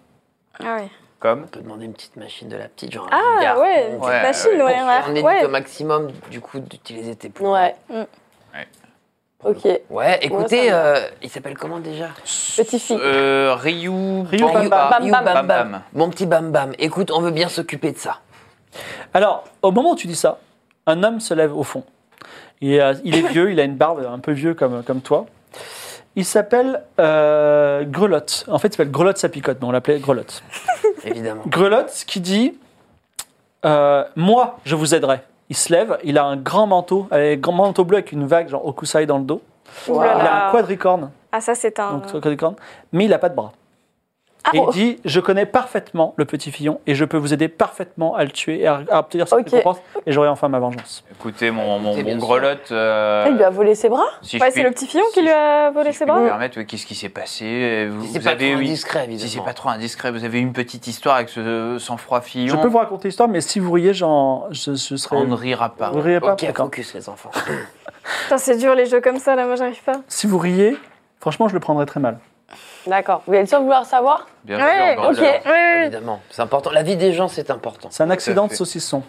Speaker 5: Ah ouais.
Speaker 4: Comme
Speaker 6: On peut demander une petite machine de la petite, genre un
Speaker 5: Ah
Speaker 6: billard,
Speaker 5: ouais,
Speaker 6: on-
Speaker 5: une
Speaker 4: petite
Speaker 5: machine,
Speaker 4: ouais,
Speaker 5: ouais.
Speaker 6: Pour faire un
Speaker 5: ouais.
Speaker 6: édit au maximum, du coup, d'utiliser tes pouvoirs.
Speaker 7: Ouais.
Speaker 5: Mm.
Speaker 7: Ok.
Speaker 6: Ouais, écoutez,
Speaker 7: Ouais, ça
Speaker 6: euh, il s'appelle comment déjà
Speaker 7: Petit fille.
Speaker 4: euh, Ryu,
Speaker 2: Ryu Bam
Speaker 4: Bamba.
Speaker 2: Bam.
Speaker 7: Bam, bam,
Speaker 4: bam.
Speaker 6: Mon petit bam bam. Écoute, on veut bien s'occuper de ça.
Speaker 2: Alors, au moment où tu dis ça, un homme se lève au fond. Et, euh, il est vieux, il a une barbe un peu vieux comme, comme toi. Il s'appelle euh, Grelotte. En fait, il s'appelle Grelotte Sapicote, mais on l'appelait Grelotte.
Speaker 6: Évidemment.
Speaker 2: Grelotte qui dit euh, Moi, je vous aiderai. Il se lève, il a un grand manteau, avec un grand manteau bleu avec une vague, genre Okusai dans le dos. Il
Speaker 5: Ouh Oh là
Speaker 2: a
Speaker 5: là.
Speaker 2: un quadricorne,
Speaker 5: Ah, ça, c'est un.
Speaker 2: donc quadricorne, mais il n'a pas de bras.
Speaker 5: Ah,
Speaker 2: Et
Speaker 5: oh.
Speaker 2: il dit Je connais parfaitement le petit fillon et je peux vous aider parfaitement à le tuer et à, à obtenir cette
Speaker 7: Ok.
Speaker 2: récompense et j'aurai enfin ma vengeance.
Speaker 4: Écoutez, mon, mon,
Speaker 6: C'est bien
Speaker 4: mon
Speaker 6: sûr.
Speaker 4: grelotte. euh,
Speaker 7: Ah, Il lui a volé ses bras
Speaker 4: si je
Speaker 5: Ouais,
Speaker 4: puis-
Speaker 5: c'est le petit fillon
Speaker 4: si
Speaker 5: qui lui a
Speaker 4: je-
Speaker 5: volé
Speaker 4: si
Speaker 5: ses
Speaker 4: je puis me
Speaker 5: bras.
Speaker 4: permettre, oui, qu'est-ce qui s'est passé Vous,
Speaker 6: Si c'est
Speaker 4: vous
Speaker 6: pas
Speaker 4: avez
Speaker 6: trop
Speaker 4: eu-
Speaker 6: indiscret,
Speaker 4: Si
Speaker 6: évidemment.
Speaker 4: c'est pas trop indiscret, vous avez eu une petite histoire avec ce euh, sang-froid
Speaker 2: Je
Speaker 4: fillon.
Speaker 2: peux vous raconter l'histoire, mais si vous riez, j'en, je, je serais.
Speaker 4: On ne rira pas.
Speaker 2: Vous riez pas
Speaker 6: Ok,
Speaker 2: d'accord.
Speaker 6: focus les enfants.
Speaker 5: Putain, c'est dur les jeux comme ça, là, moi, j'arrive pas.
Speaker 2: Si vous riez, franchement, je le prendrais très mal.
Speaker 7: D'accord. Vous êtes sûr de vouloir savoir
Speaker 4: Bien
Speaker 5: Ouais,
Speaker 4: sûr,
Speaker 5: ok,
Speaker 4: Gorilla.
Speaker 5: ouais, ouais, ouais.
Speaker 6: Évidemment, c'est important. La vie des gens, c'est important.
Speaker 2: C'est un accident de
Speaker 4: fait.
Speaker 2: saucisson.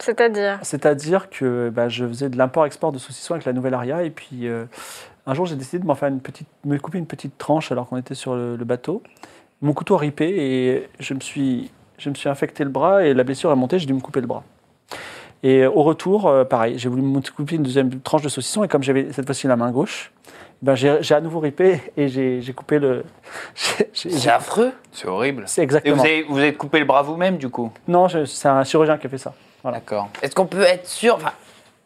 Speaker 5: C'est-à-dire.
Speaker 2: C'est-à-dire que bah, je faisais de l'import-export de saucissons avec la nouvelle aria et puis euh, un jour j'ai décidé de m'en faire une petite, me couper une petite tranche alors qu'on était sur le, le bateau. Mon couteau a ripé et je me suis, je me suis infecté le bras et la blessure est montée, j'ai dû me couper le bras. Et euh, au retour, euh, pareil, j'ai voulu me couper une deuxième tranche de saucisson et comme j'avais cette fois-ci la main gauche, ben, j'ai j'ai à nouveau ripé et j'ai j'ai coupé le. j'ai- j'ai-
Speaker 6: C'est affreux.
Speaker 4: C'est horrible.
Speaker 2: C'est
Speaker 4: Et vous
Speaker 2: exactement.
Speaker 4: avez, vous êtes coupé le bras vous-même, du coup
Speaker 2: Non, je- c'est un chirurgien qui a fait ça. Voilà.
Speaker 4: D'accord.
Speaker 6: Est-ce qu'on peut être sûr Enfin,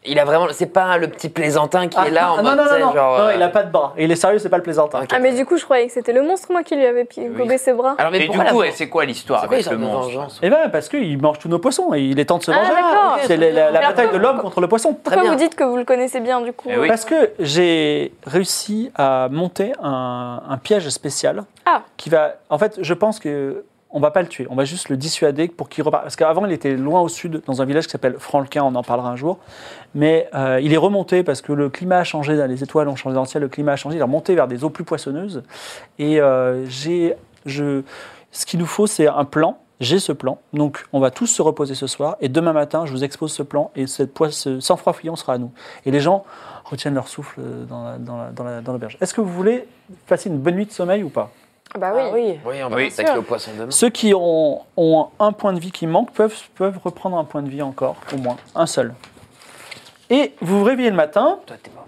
Speaker 6: il a vraiment. C'est pas le petit plaisantin qui est là en
Speaker 2: Ah, non,
Speaker 6: mode.
Speaker 2: non,
Speaker 6: tu sais,
Speaker 2: non, non.
Speaker 6: genre,
Speaker 2: Non,
Speaker 6: euh,
Speaker 2: il a pas de bras. Et il est sérieux, c'est pas le plaisantin.
Speaker 6: Ok.
Speaker 5: Ah, mais du coup, je croyais que c'était le monstre, moi, qui lui avait pi-
Speaker 4: Eh Oui. Ah,
Speaker 5: gobé ses bras.
Speaker 6: Alors, mais
Speaker 4: Et du
Speaker 6: pourquoi la-
Speaker 4: coup, c'est quoi l'histoire
Speaker 6: c'est quoi les
Speaker 4: avec
Speaker 6: sortes
Speaker 4: le
Speaker 6: de
Speaker 4: monstre
Speaker 6: vengeance
Speaker 2: Eh bien, parce qu'il mange tous nos poissons et il est temps de se
Speaker 5: Ah,
Speaker 2: venger.
Speaker 5: d'accord.
Speaker 2: c'est la, la- la
Speaker 5: Mais
Speaker 2: bataille de
Speaker 5: pourquoi-
Speaker 2: l'homme contre le poisson.
Speaker 6: Très
Speaker 5: Pourquoi
Speaker 6: bien.
Speaker 5: vous dites que vous le connaissez bien, du coup euh
Speaker 4: Eh oui.
Speaker 2: Parce que j'ai réussi à monter un, un piège spécial
Speaker 5: Ah.
Speaker 2: qui va. En fait, je pense que on va pas le tuer. On va juste le dissuader pour qu'il reparte. Parce qu'avant, il était loin au sud, dans un village qui s'appelle Franquin. On en parlera un jour. Mais euh, il est remonté parce que le climat a changé. Les étoiles ont changé dans le ciel. Le climat a changé. Il est remonté vers des eaux plus poissonneuses. Et euh, j'ai, je, ce qu'il nous faut, c'est un plan. J'ai ce plan. Donc, on va tous se reposer ce soir. Et demain matin, je vous expose ce plan. Et cette poisse, ce sang-froid fuyant sera à nous. Et les gens retiennent leur souffle euh, dans la, dans la- dans la- dans l'auberge. Est-ce que vous voulez passer une bonne nuit de sommeil ou pas
Speaker 5: Ah Bah oui.
Speaker 7: Ah oui.
Speaker 6: Oui, on va
Speaker 4: Oui.
Speaker 6: s'attaquer au poisson demain.
Speaker 2: Ceux qui ont, ont un point de vie qui manque peuvent, peuvent reprendre un point de vie encore, au moins, un seul. Et vous vous réveillez le matin.
Speaker 6: Toi, t'es pas-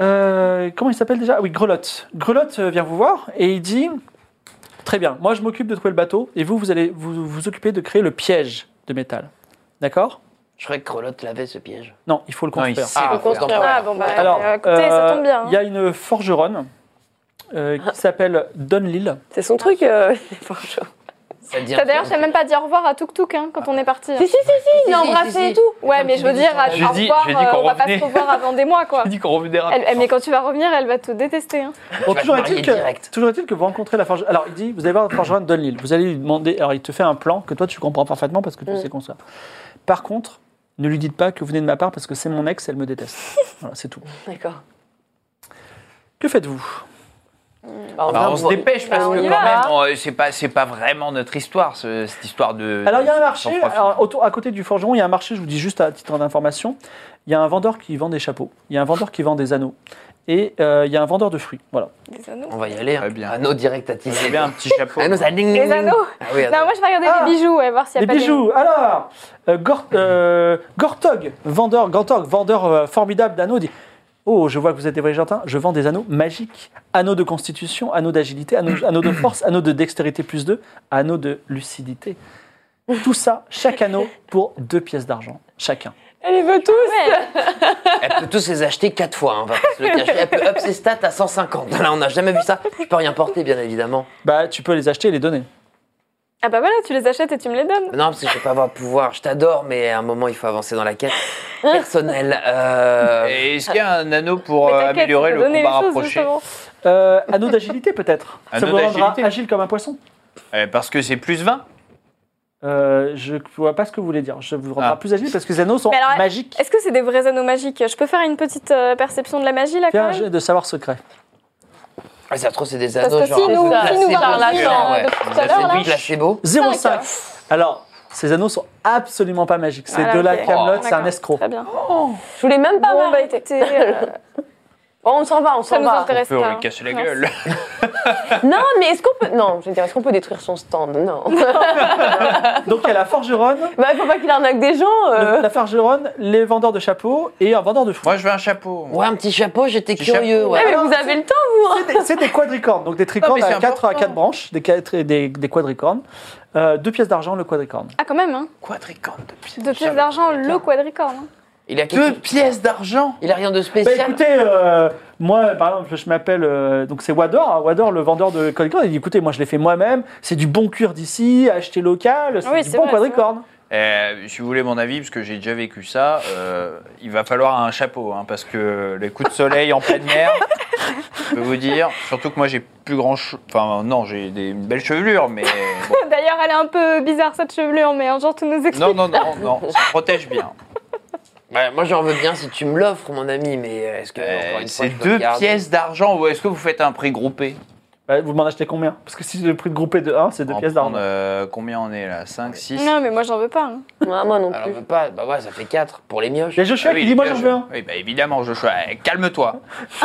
Speaker 2: Euh, comment il s'appelle déjà Ah Oui, Grelotte. Grelotte euh, vient vous voir et il dit Très bien, moi je m'occupe de trouver le bateau et vous, vous allez vous, vous occuper de créer le piège de métal. D'accord
Speaker 6: Je croyais que Crelotte l'avait ce piège.
Speaker 2: Non, il faut le
Speaker 4: Non, il
Speaker 2: construire.
Speaker 4: sait
Speaker 7: Faut
Speaker 4: le faire.
Speaker 7: construire.
Speaker 5: Ah, bon, bah,
Speaker 2: Alors,
Speaker 5: euh, écoutez,
Speaker 2: euh,
Speaker 5: ça tombe bien. hein. Ah.
Speaker 2: Il y a une forgeronne euh, qui s'appelle Donlil.
Speaker 7: C'est son truc, euh, les forgerons.
Speaker 6: Ça te dit
Speaker 5: T'as
Speaker 6: un
Speaker 5: d'ailleurs,
Speaker 6: truc
Speaker 5: j'ai même pas dit au revoir à Tuk Tuk hein, quand on est parti. hein.
Speaker 7: Si, si, si, si, il l'a
Speaker 6: si, si,
Speaker 7: embrassé
Speaker 6: si.
Speaker 7: et tout.
Speaker 5: Ouais, mais je veux dire,
Speaker 4: J'ai
Speaker 5: au
Speaker 4: dit-
Speaker 5: revoir,
Speaker 4: j'ai dit
Speaker 5: euh,
Speaker 4: qu'on
Speaker 5: on va pas
Speaker 4: revenait.
Speaker 5: se revoir avant des mois, quoi.
Speaker 4: Il dit qu'on revenait
Speaker 5: Elle- elle- mais quand tu vas revenir, elle va te détester. hein.
Speaker 2: Bon,
Speaker 6: vas
Speaker 2: toujours
Speaker 6: te
Speaker 2: est-il
Speaker 6: marier
Speaker 2: que,
Speaker 6: direct.
Speaker 2: toujours est-il que vous rencontrez la forgeronne. Alors, il dit, vous allez voir la forgeronne Donlil. Vous allez lui demander. Alors, il te fait un plan que toi, tu comprends parfaitement parce que tu sais qu'on ça. Par contre, ne lui dites pas que vous venez de ma part parce que c'est mon ex, elle me déteste. voilà, c'est tout.
Speaker 7: D'accord.
Speaker 2: Que faites-vous
Speaker 7: Bah, on
Speaker 4: Bah,
Speaker 7: va
Speaker 4: on
Speaker 7: vous-
Speaker 4: se dépêche parce
Speaker 5: Bah, on
Speaker 4: que
Speaker 5: y
Speaker 4: quand
Speaker 5: va,
Speaker 4: même,
Speaker 5: hein.
Speaker 4: on- euh, c'est pas, c'est pas vraiment notre histoire, ce- cette histoire de.
Speaker 2: Alors, il y a un
Speaker 4: de-
Speaker 2: marché.
Speaker 4: sans profit.
Speaker 2: Alors, autour, à côté du forgeron, il y a un marché, je vous dis juste à titre d'information. Il y a un vendeur qui vend des chapeaux. Il y a un vendeur qui vend des anneaux. Et euh, il y a un vendeur de fruits. Voilà.
Speaker 5: Des anneaux.
Speaker 6: On va y aller. hein.
Speaker 4: Très bien.
Speaker 6: Anneau direct à tisser.
Speaker 4: C'est Eh bien un petit chapeau.
Speaker 5: Ah
Speaker 6: Anneau, ça ding ding
Speaker 5: Des
Speaker 6: ding.
Speaker 5: anneaux.
Speaker 6: Ah oui,
Speaker 5: Non,
Speaker 6: attends.
Speaker 5: moi, je vais regarder
Speaker 2: Ah.
Speaker 5: les bijoux, ouais, voir s'il y
Speaker 2: Les
Speaker 5: a pas
Speaker 2: bijoux. Alors, euh, Gort- euh, Gortog, vendeur, Gortog, vendeur euh, formidable d'anneaux, dit Oh, je vois que vous êtes des voyageurs. Je vends des anneaux magiques anneaux de constitution, anneaux d'agilité, anneaux, anneaux de force, anneaux de dextérité plus 2, anneaux de lucidité. Tout ça, chaque anneau pour deux pièces d'argent, chacun.
Speaker 7: Elle les veut tous.
Speaker 6: Elle peut tous les acheter 4 fois, hein, on va pas se le cacher. Elle peut up ses stats à 150. Là, on n'a jamais vu ça. Je peux rien porter, bien évidemment.
Speaker 2: Bah, tu peux les acheter et les donner.
Speaker 5: Ah bah voilà, tu les achètes et tu me les donnes.
Speaker 6: Non, parce que je vais pas avoir de pouvoir. Je t'adore, mais à un moment, il faut avancer dans la quête personnelle. Euh...
Speaker 4: Et Est-ce qu'il y a un anneau pour
Speaker 5: Mais
Speaker 4: euh,
Speaker 5: t'inquiète,
Speaker 4: améliorer
Speaker 5: je vais
Speaker 4: le
Speaker 5: donner les
Speaker 4: combat
Speaker 5: choses,
Speaker 4: rapproché
Speaker 5: justement.
Speaker 2: Euh, anneaux d'agilité, peut-être Ça
Speaker 4: Anneaux
Speaker 2: vous rendra
Speaker 4: d'agilité.
Speaker 2: agile comme un poisson
Speaker 4: Euh, Parce que c'est plus 20
Speaker 2: Euh, Je vois pas ce que vous voulez dire. Je vous rendra
Speaker 4: Ah.
Speaker 2: plus agile parce que les anneaux sont
Speaker 5: Mais alors,
Speaker 2: magiques.
Speaker 5: Est-ce que c'est des vrais anneaux magiques Je peux faire une petite euh, perception de la magie, là,
Speaker 2: Fais
Speaker 5: quand
Speaker 2: un
Speaker 5: même
Speaker 2: jet de savoir secret.
Speaker 6: Ah, ça se trouve, c'est des
Speaker 5: Parce
Speaker 6: anneaux,
Speaker 5: que
Speaker 6: genre.
Speaker 5: si nous,
Speaker 7: ça,
Speaker 5: si
Speaker 7: c'est
Speaker 5: nous
Speaker 7: pas
Speaker 5: parlons
Speaker 7: sûr,
Speaker 5: euh,
Speaker 7: ouais.
Speaker 5: depuis tout
Speaker 4: Ça,
Speaker 5: à l'heure,
Speaker 4: c'est
Speaker 5: là,
Speaker 4: oui.
Speaker 6: placebo.
Speaker 2: 0,5. Alors, ces anneaux sont absolument pas magiques. C'est
Speaker 5: Voilà,
Speaker 2: de la
Speaker 5: ok.
Speaker 2: camelote,
Speaker 5: Oh.
Speaker 2: c'est un
Speaker 5: D'accord.
Speaker 2: escroc.
Speaker 5: très bien.
Speaker 7: Je voulais même pas
Speaker 5: Bon, bah
Speaker 7: m'arrêter.
Speaker 5: écoutez, euh,
Speaker 7: Bon, on s'en va, on
Speaker 5: ça
Speaker 7: s'en
Speaker 5: nous
Speaker 7: va.
Speaker 5: intéresse
Speaker 4: On peut
Speaker 5: pas. hein.
Speaker 4: lui casser la
Speaker 5: Merci.
Speaker 4: gueule.
Speaker 7: Non, mais est-ce qu'on peut. Non, je veux dire, est-ce qu'on peut détruire son stand Non.
Speaker 2: Donc, il y a la forgeronne,
Speaker 7: bah, il faut pas qu'il arnaque des gens. euh.
Speaker 2: le- la forgeronne, les vendeurs de chapeaux et un vendeur de fruits.
Speaker 4: Moi, je veux un chapeau.
Speaker 6: Ouais, un petit chapeau, j'étais
Speaker 4: Petit
Speaker 6: curieux.
Speaker 4: chapeau.
Speaker 6: ouais.
Speaker 7: Eh, mais
Speaker 2: Alors,
Speaker 7: vous avez le temps, vous hein.
Speaker 2: C'est des- C'est des quadricornes, donc des tricornes
Speaker 4: mais c'est
Speaker 2: à 4 à
Speaker 4: important.
Speaker 5: hein.
Speaker 2: 4 branches, des, quatre- des, des quadricornes. Euh, deux pièces d'argent, le quadricorne.
Speaker 5: Ah, quand même, hein.
Speaker 4: Quadricorne de pièces.
Speaker 5: Deux pièces d'argent, le quadricorne. hein.
Speaker 6: Il a
Speaker 4: Deux
Speaker 6: quelque...
Speaker 4: pièces d'argent
Speaker 6: Il a rien de
Speaker 2: Bah
Speaker 6: spécial.
Speaker 2: écoutez, euh, moi par exemple, je m'appelle. euh, donc c'est Wador, hein, Wador, le vendeur de quadricornes. Il dit écoutez, moi je l'ai fait moi-même, c'est du bon cuir d'ici, acheté local, c'est
Speaker 5: Oui,
Speaker 2: du
Speaker 5: c'est
Speaker 2: bon
Speaker 5: vrai,
Speaker 2: quadricorne.
Speaker 4: Euh, si vous voulez mon avis, parce que j'ai déjà vécu ça, euh, il va falloir un chapeau, hein, parce que les coups de soleil en pleine mer, je peux vous dire, surtout que moi j'ai plus grand... che- Enfin non, j'ai des une belle chevelure, mais... bon.
Speaker 5: D'ailleurs, elle est un peu bizarre, cette chevelure, mais un jour, tout nous explique.
Speaker 4: Non, non, non, non, ça protège bien.
Speaker 6: Ouais, moi, j'en veux bien si tu me l'offres, mon ami, mais euh, est-ce que.
Speaker 4: Euh,
Speaker 6: encore une fois,
Speaker 4: c'est
Speaker 6: je peux
Speaker 4: deux
Speaker 6: le garder
Speaker 4: pièces d'argent, ou est-ce que vous faites un prix groupé
Speaker 2: Bah, vous m'en achetez combien Parce que si le prix de groupé de 1, c'est deux
Speaker 4: On va
Speaker 2: pièces
Speaker 4: prendre,
Speaker 2: d'argent.
Speaker 4: euh, combien on est là 5, 6
Speaker 5: Non, mais moi, j'en veux pas. hein.
Speaker 7: Ouais, Ah, moi non
Speaker 6: Alors,
Speaker 7: plus.
Speaker 6: on veut pas. Bah ouais, ça fait 4 pour les mioches.
Speaker 2: Il y a Joshua qui dit Moi j'en veux un.
Speaker 4: Ah Oui, bah évidemment, Joshua, Eh, calme-toi.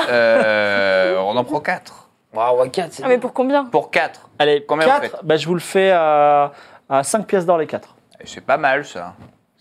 Speaker 4: Euh, on en prend 4.
Speaker 6: Ah ouais, 4, c'est.
Speaker 5: Ah, mais pour combien
Speaker 4: Pour 4.
Speaker 2: Allez,
Speaker 4: Combien vous Ah
Speaker 2: quatre, bah, je vous le fais à, à 5 pièces d'or les 4.
Speaker 4: C'est pas mal ça.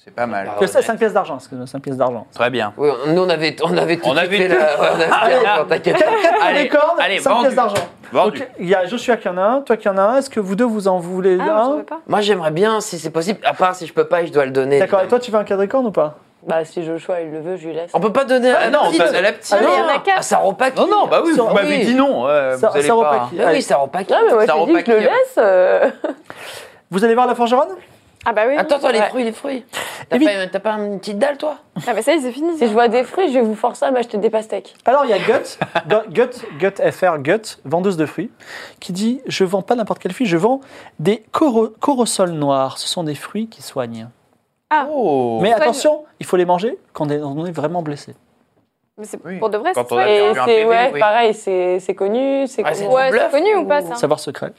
Speaker 4: C'est pas mal.
Speaker 6: Ah ouais.
Speaker 2: 5 pièces d'argent, excuse-moi, 5 pièces d'argent.
Speaker 4: Très bien.
Speaker 6: Oui, on- nous on avait, on avait tout
Speaker 4: On avait
Speaker 6: kiffé,
Speaker 4: tout. Ah,
Speaker 6: là. Ouais, on avait- non, T'inquiète.
Speaker 2: 4
Speaker 4: Allez,
Speaker 2: licornes,
Speaker 4: allez,
Speaker 2: 5
Speaker 4: vendu.
Speaker 2: pièces d'argent.
Speaker 4: Vendu.
Speaker 2: Donc il y a Joshua qui en a un, toi qui en a un. Est-ce que vous deux vous en voulez
Speaker 5: Ah, on s'en
Speaker 2: un
Speaker 5: veut pas.
Speaker 6: Moi j'aimerais bien, si c'est possible, à part si je peux pas, je dois le donner.
Speaker 2: D'accord, et toi
Speaker 6: évidemment.
Speaker 2: tu veux un quadricorne ou pas
Speaker 7: Bah, si Joshua, il le veut, je lui laisse.
Speaker 6: On peut pas donner à
Speaker 4: Ah
Speaker 6: la
Speaker 4: non, on
Speaker 6: petite.
Speaker 4: donne à la petite.
Speaker 5: Ah, mais il y en a
Speaker 6: Ah,
Speaker 5: quatre.
Speaker 6: ça rend pas
Speaker 4: Non, non, bah oui,
Speaker 2: Ça-
Speaker 4: vous m'avez
Speaker 6: oui.
Speaker 4: dit non. euh,
Speaker 2: Ça-
Speaker 4: vous allez
Speaker 2: ça
Speaker 4: pas.
Speaker 2: repas qui-
Speaker 6: Bah oui, ça rend pas
Speaker 7: Non, mais moi,
Speaker 4: Ça
Speaker 7: je
Speaker 4: rend
Speaker 7: t'ai
Speaker 4: pas
Speaker 7: dit que je le
Speaker 4: qui, hein.
Speaker 7: laisse. euh.
Speaker 2: Vous allez voir la forgeronne
Speaker 5: Ah bah oui. oui.
Speaker 6: Attends, attends, les
Speaker 7: Ouais.
Speaker 6: fruits, les fruits. T'as
Speaker 2: Évi-
Speaker 6: pas, t'as pas une petite dalle, toi
Speaker 5: Ah bah ça y est, c'est fini.
Speaker 7: Si je vois des fruits, je vais vous forcer à m'acheter des pastèques.
Speaker 2: Alors il y a Gut, Gu- Gut, Gut FR, Gut, vendeuse de fruits, qui dit Je vends pas n'importe quel fruit, je vends des coro- corosols noirs. Ce sont des fruits qui soignent.
Speaker 4: Oh.
Speaker 2: Mais
Speaker 5: Soigne.
Speaker 2: attention, il faut les manger quand on est vraiment blessé.
Speaker 5: Mais c'est
Speaker 4: Oui.
Speaker 5: pour de vrai,
Speaker 4: Quand
Speaker 5: c'est
Speaker 4: on a
Speaker 5: ça.
Speaker 4: perdu
Speaker 7: Et
Speaker 4: un
Speaker 7: c'est
Speaker 4: PV,
Speaker 7: ouais,
Speaker 4: oui.
Speaker 7: pareil, c'est c'est connu, c'est
Speaker 6: Ah, c'est
Speaker 7: connu.
Speaker 5: Ouais, c'est
Speaker 6: Bluff.
Speaker 5: connu ou pas ça
Speaker 2: Savoir secret.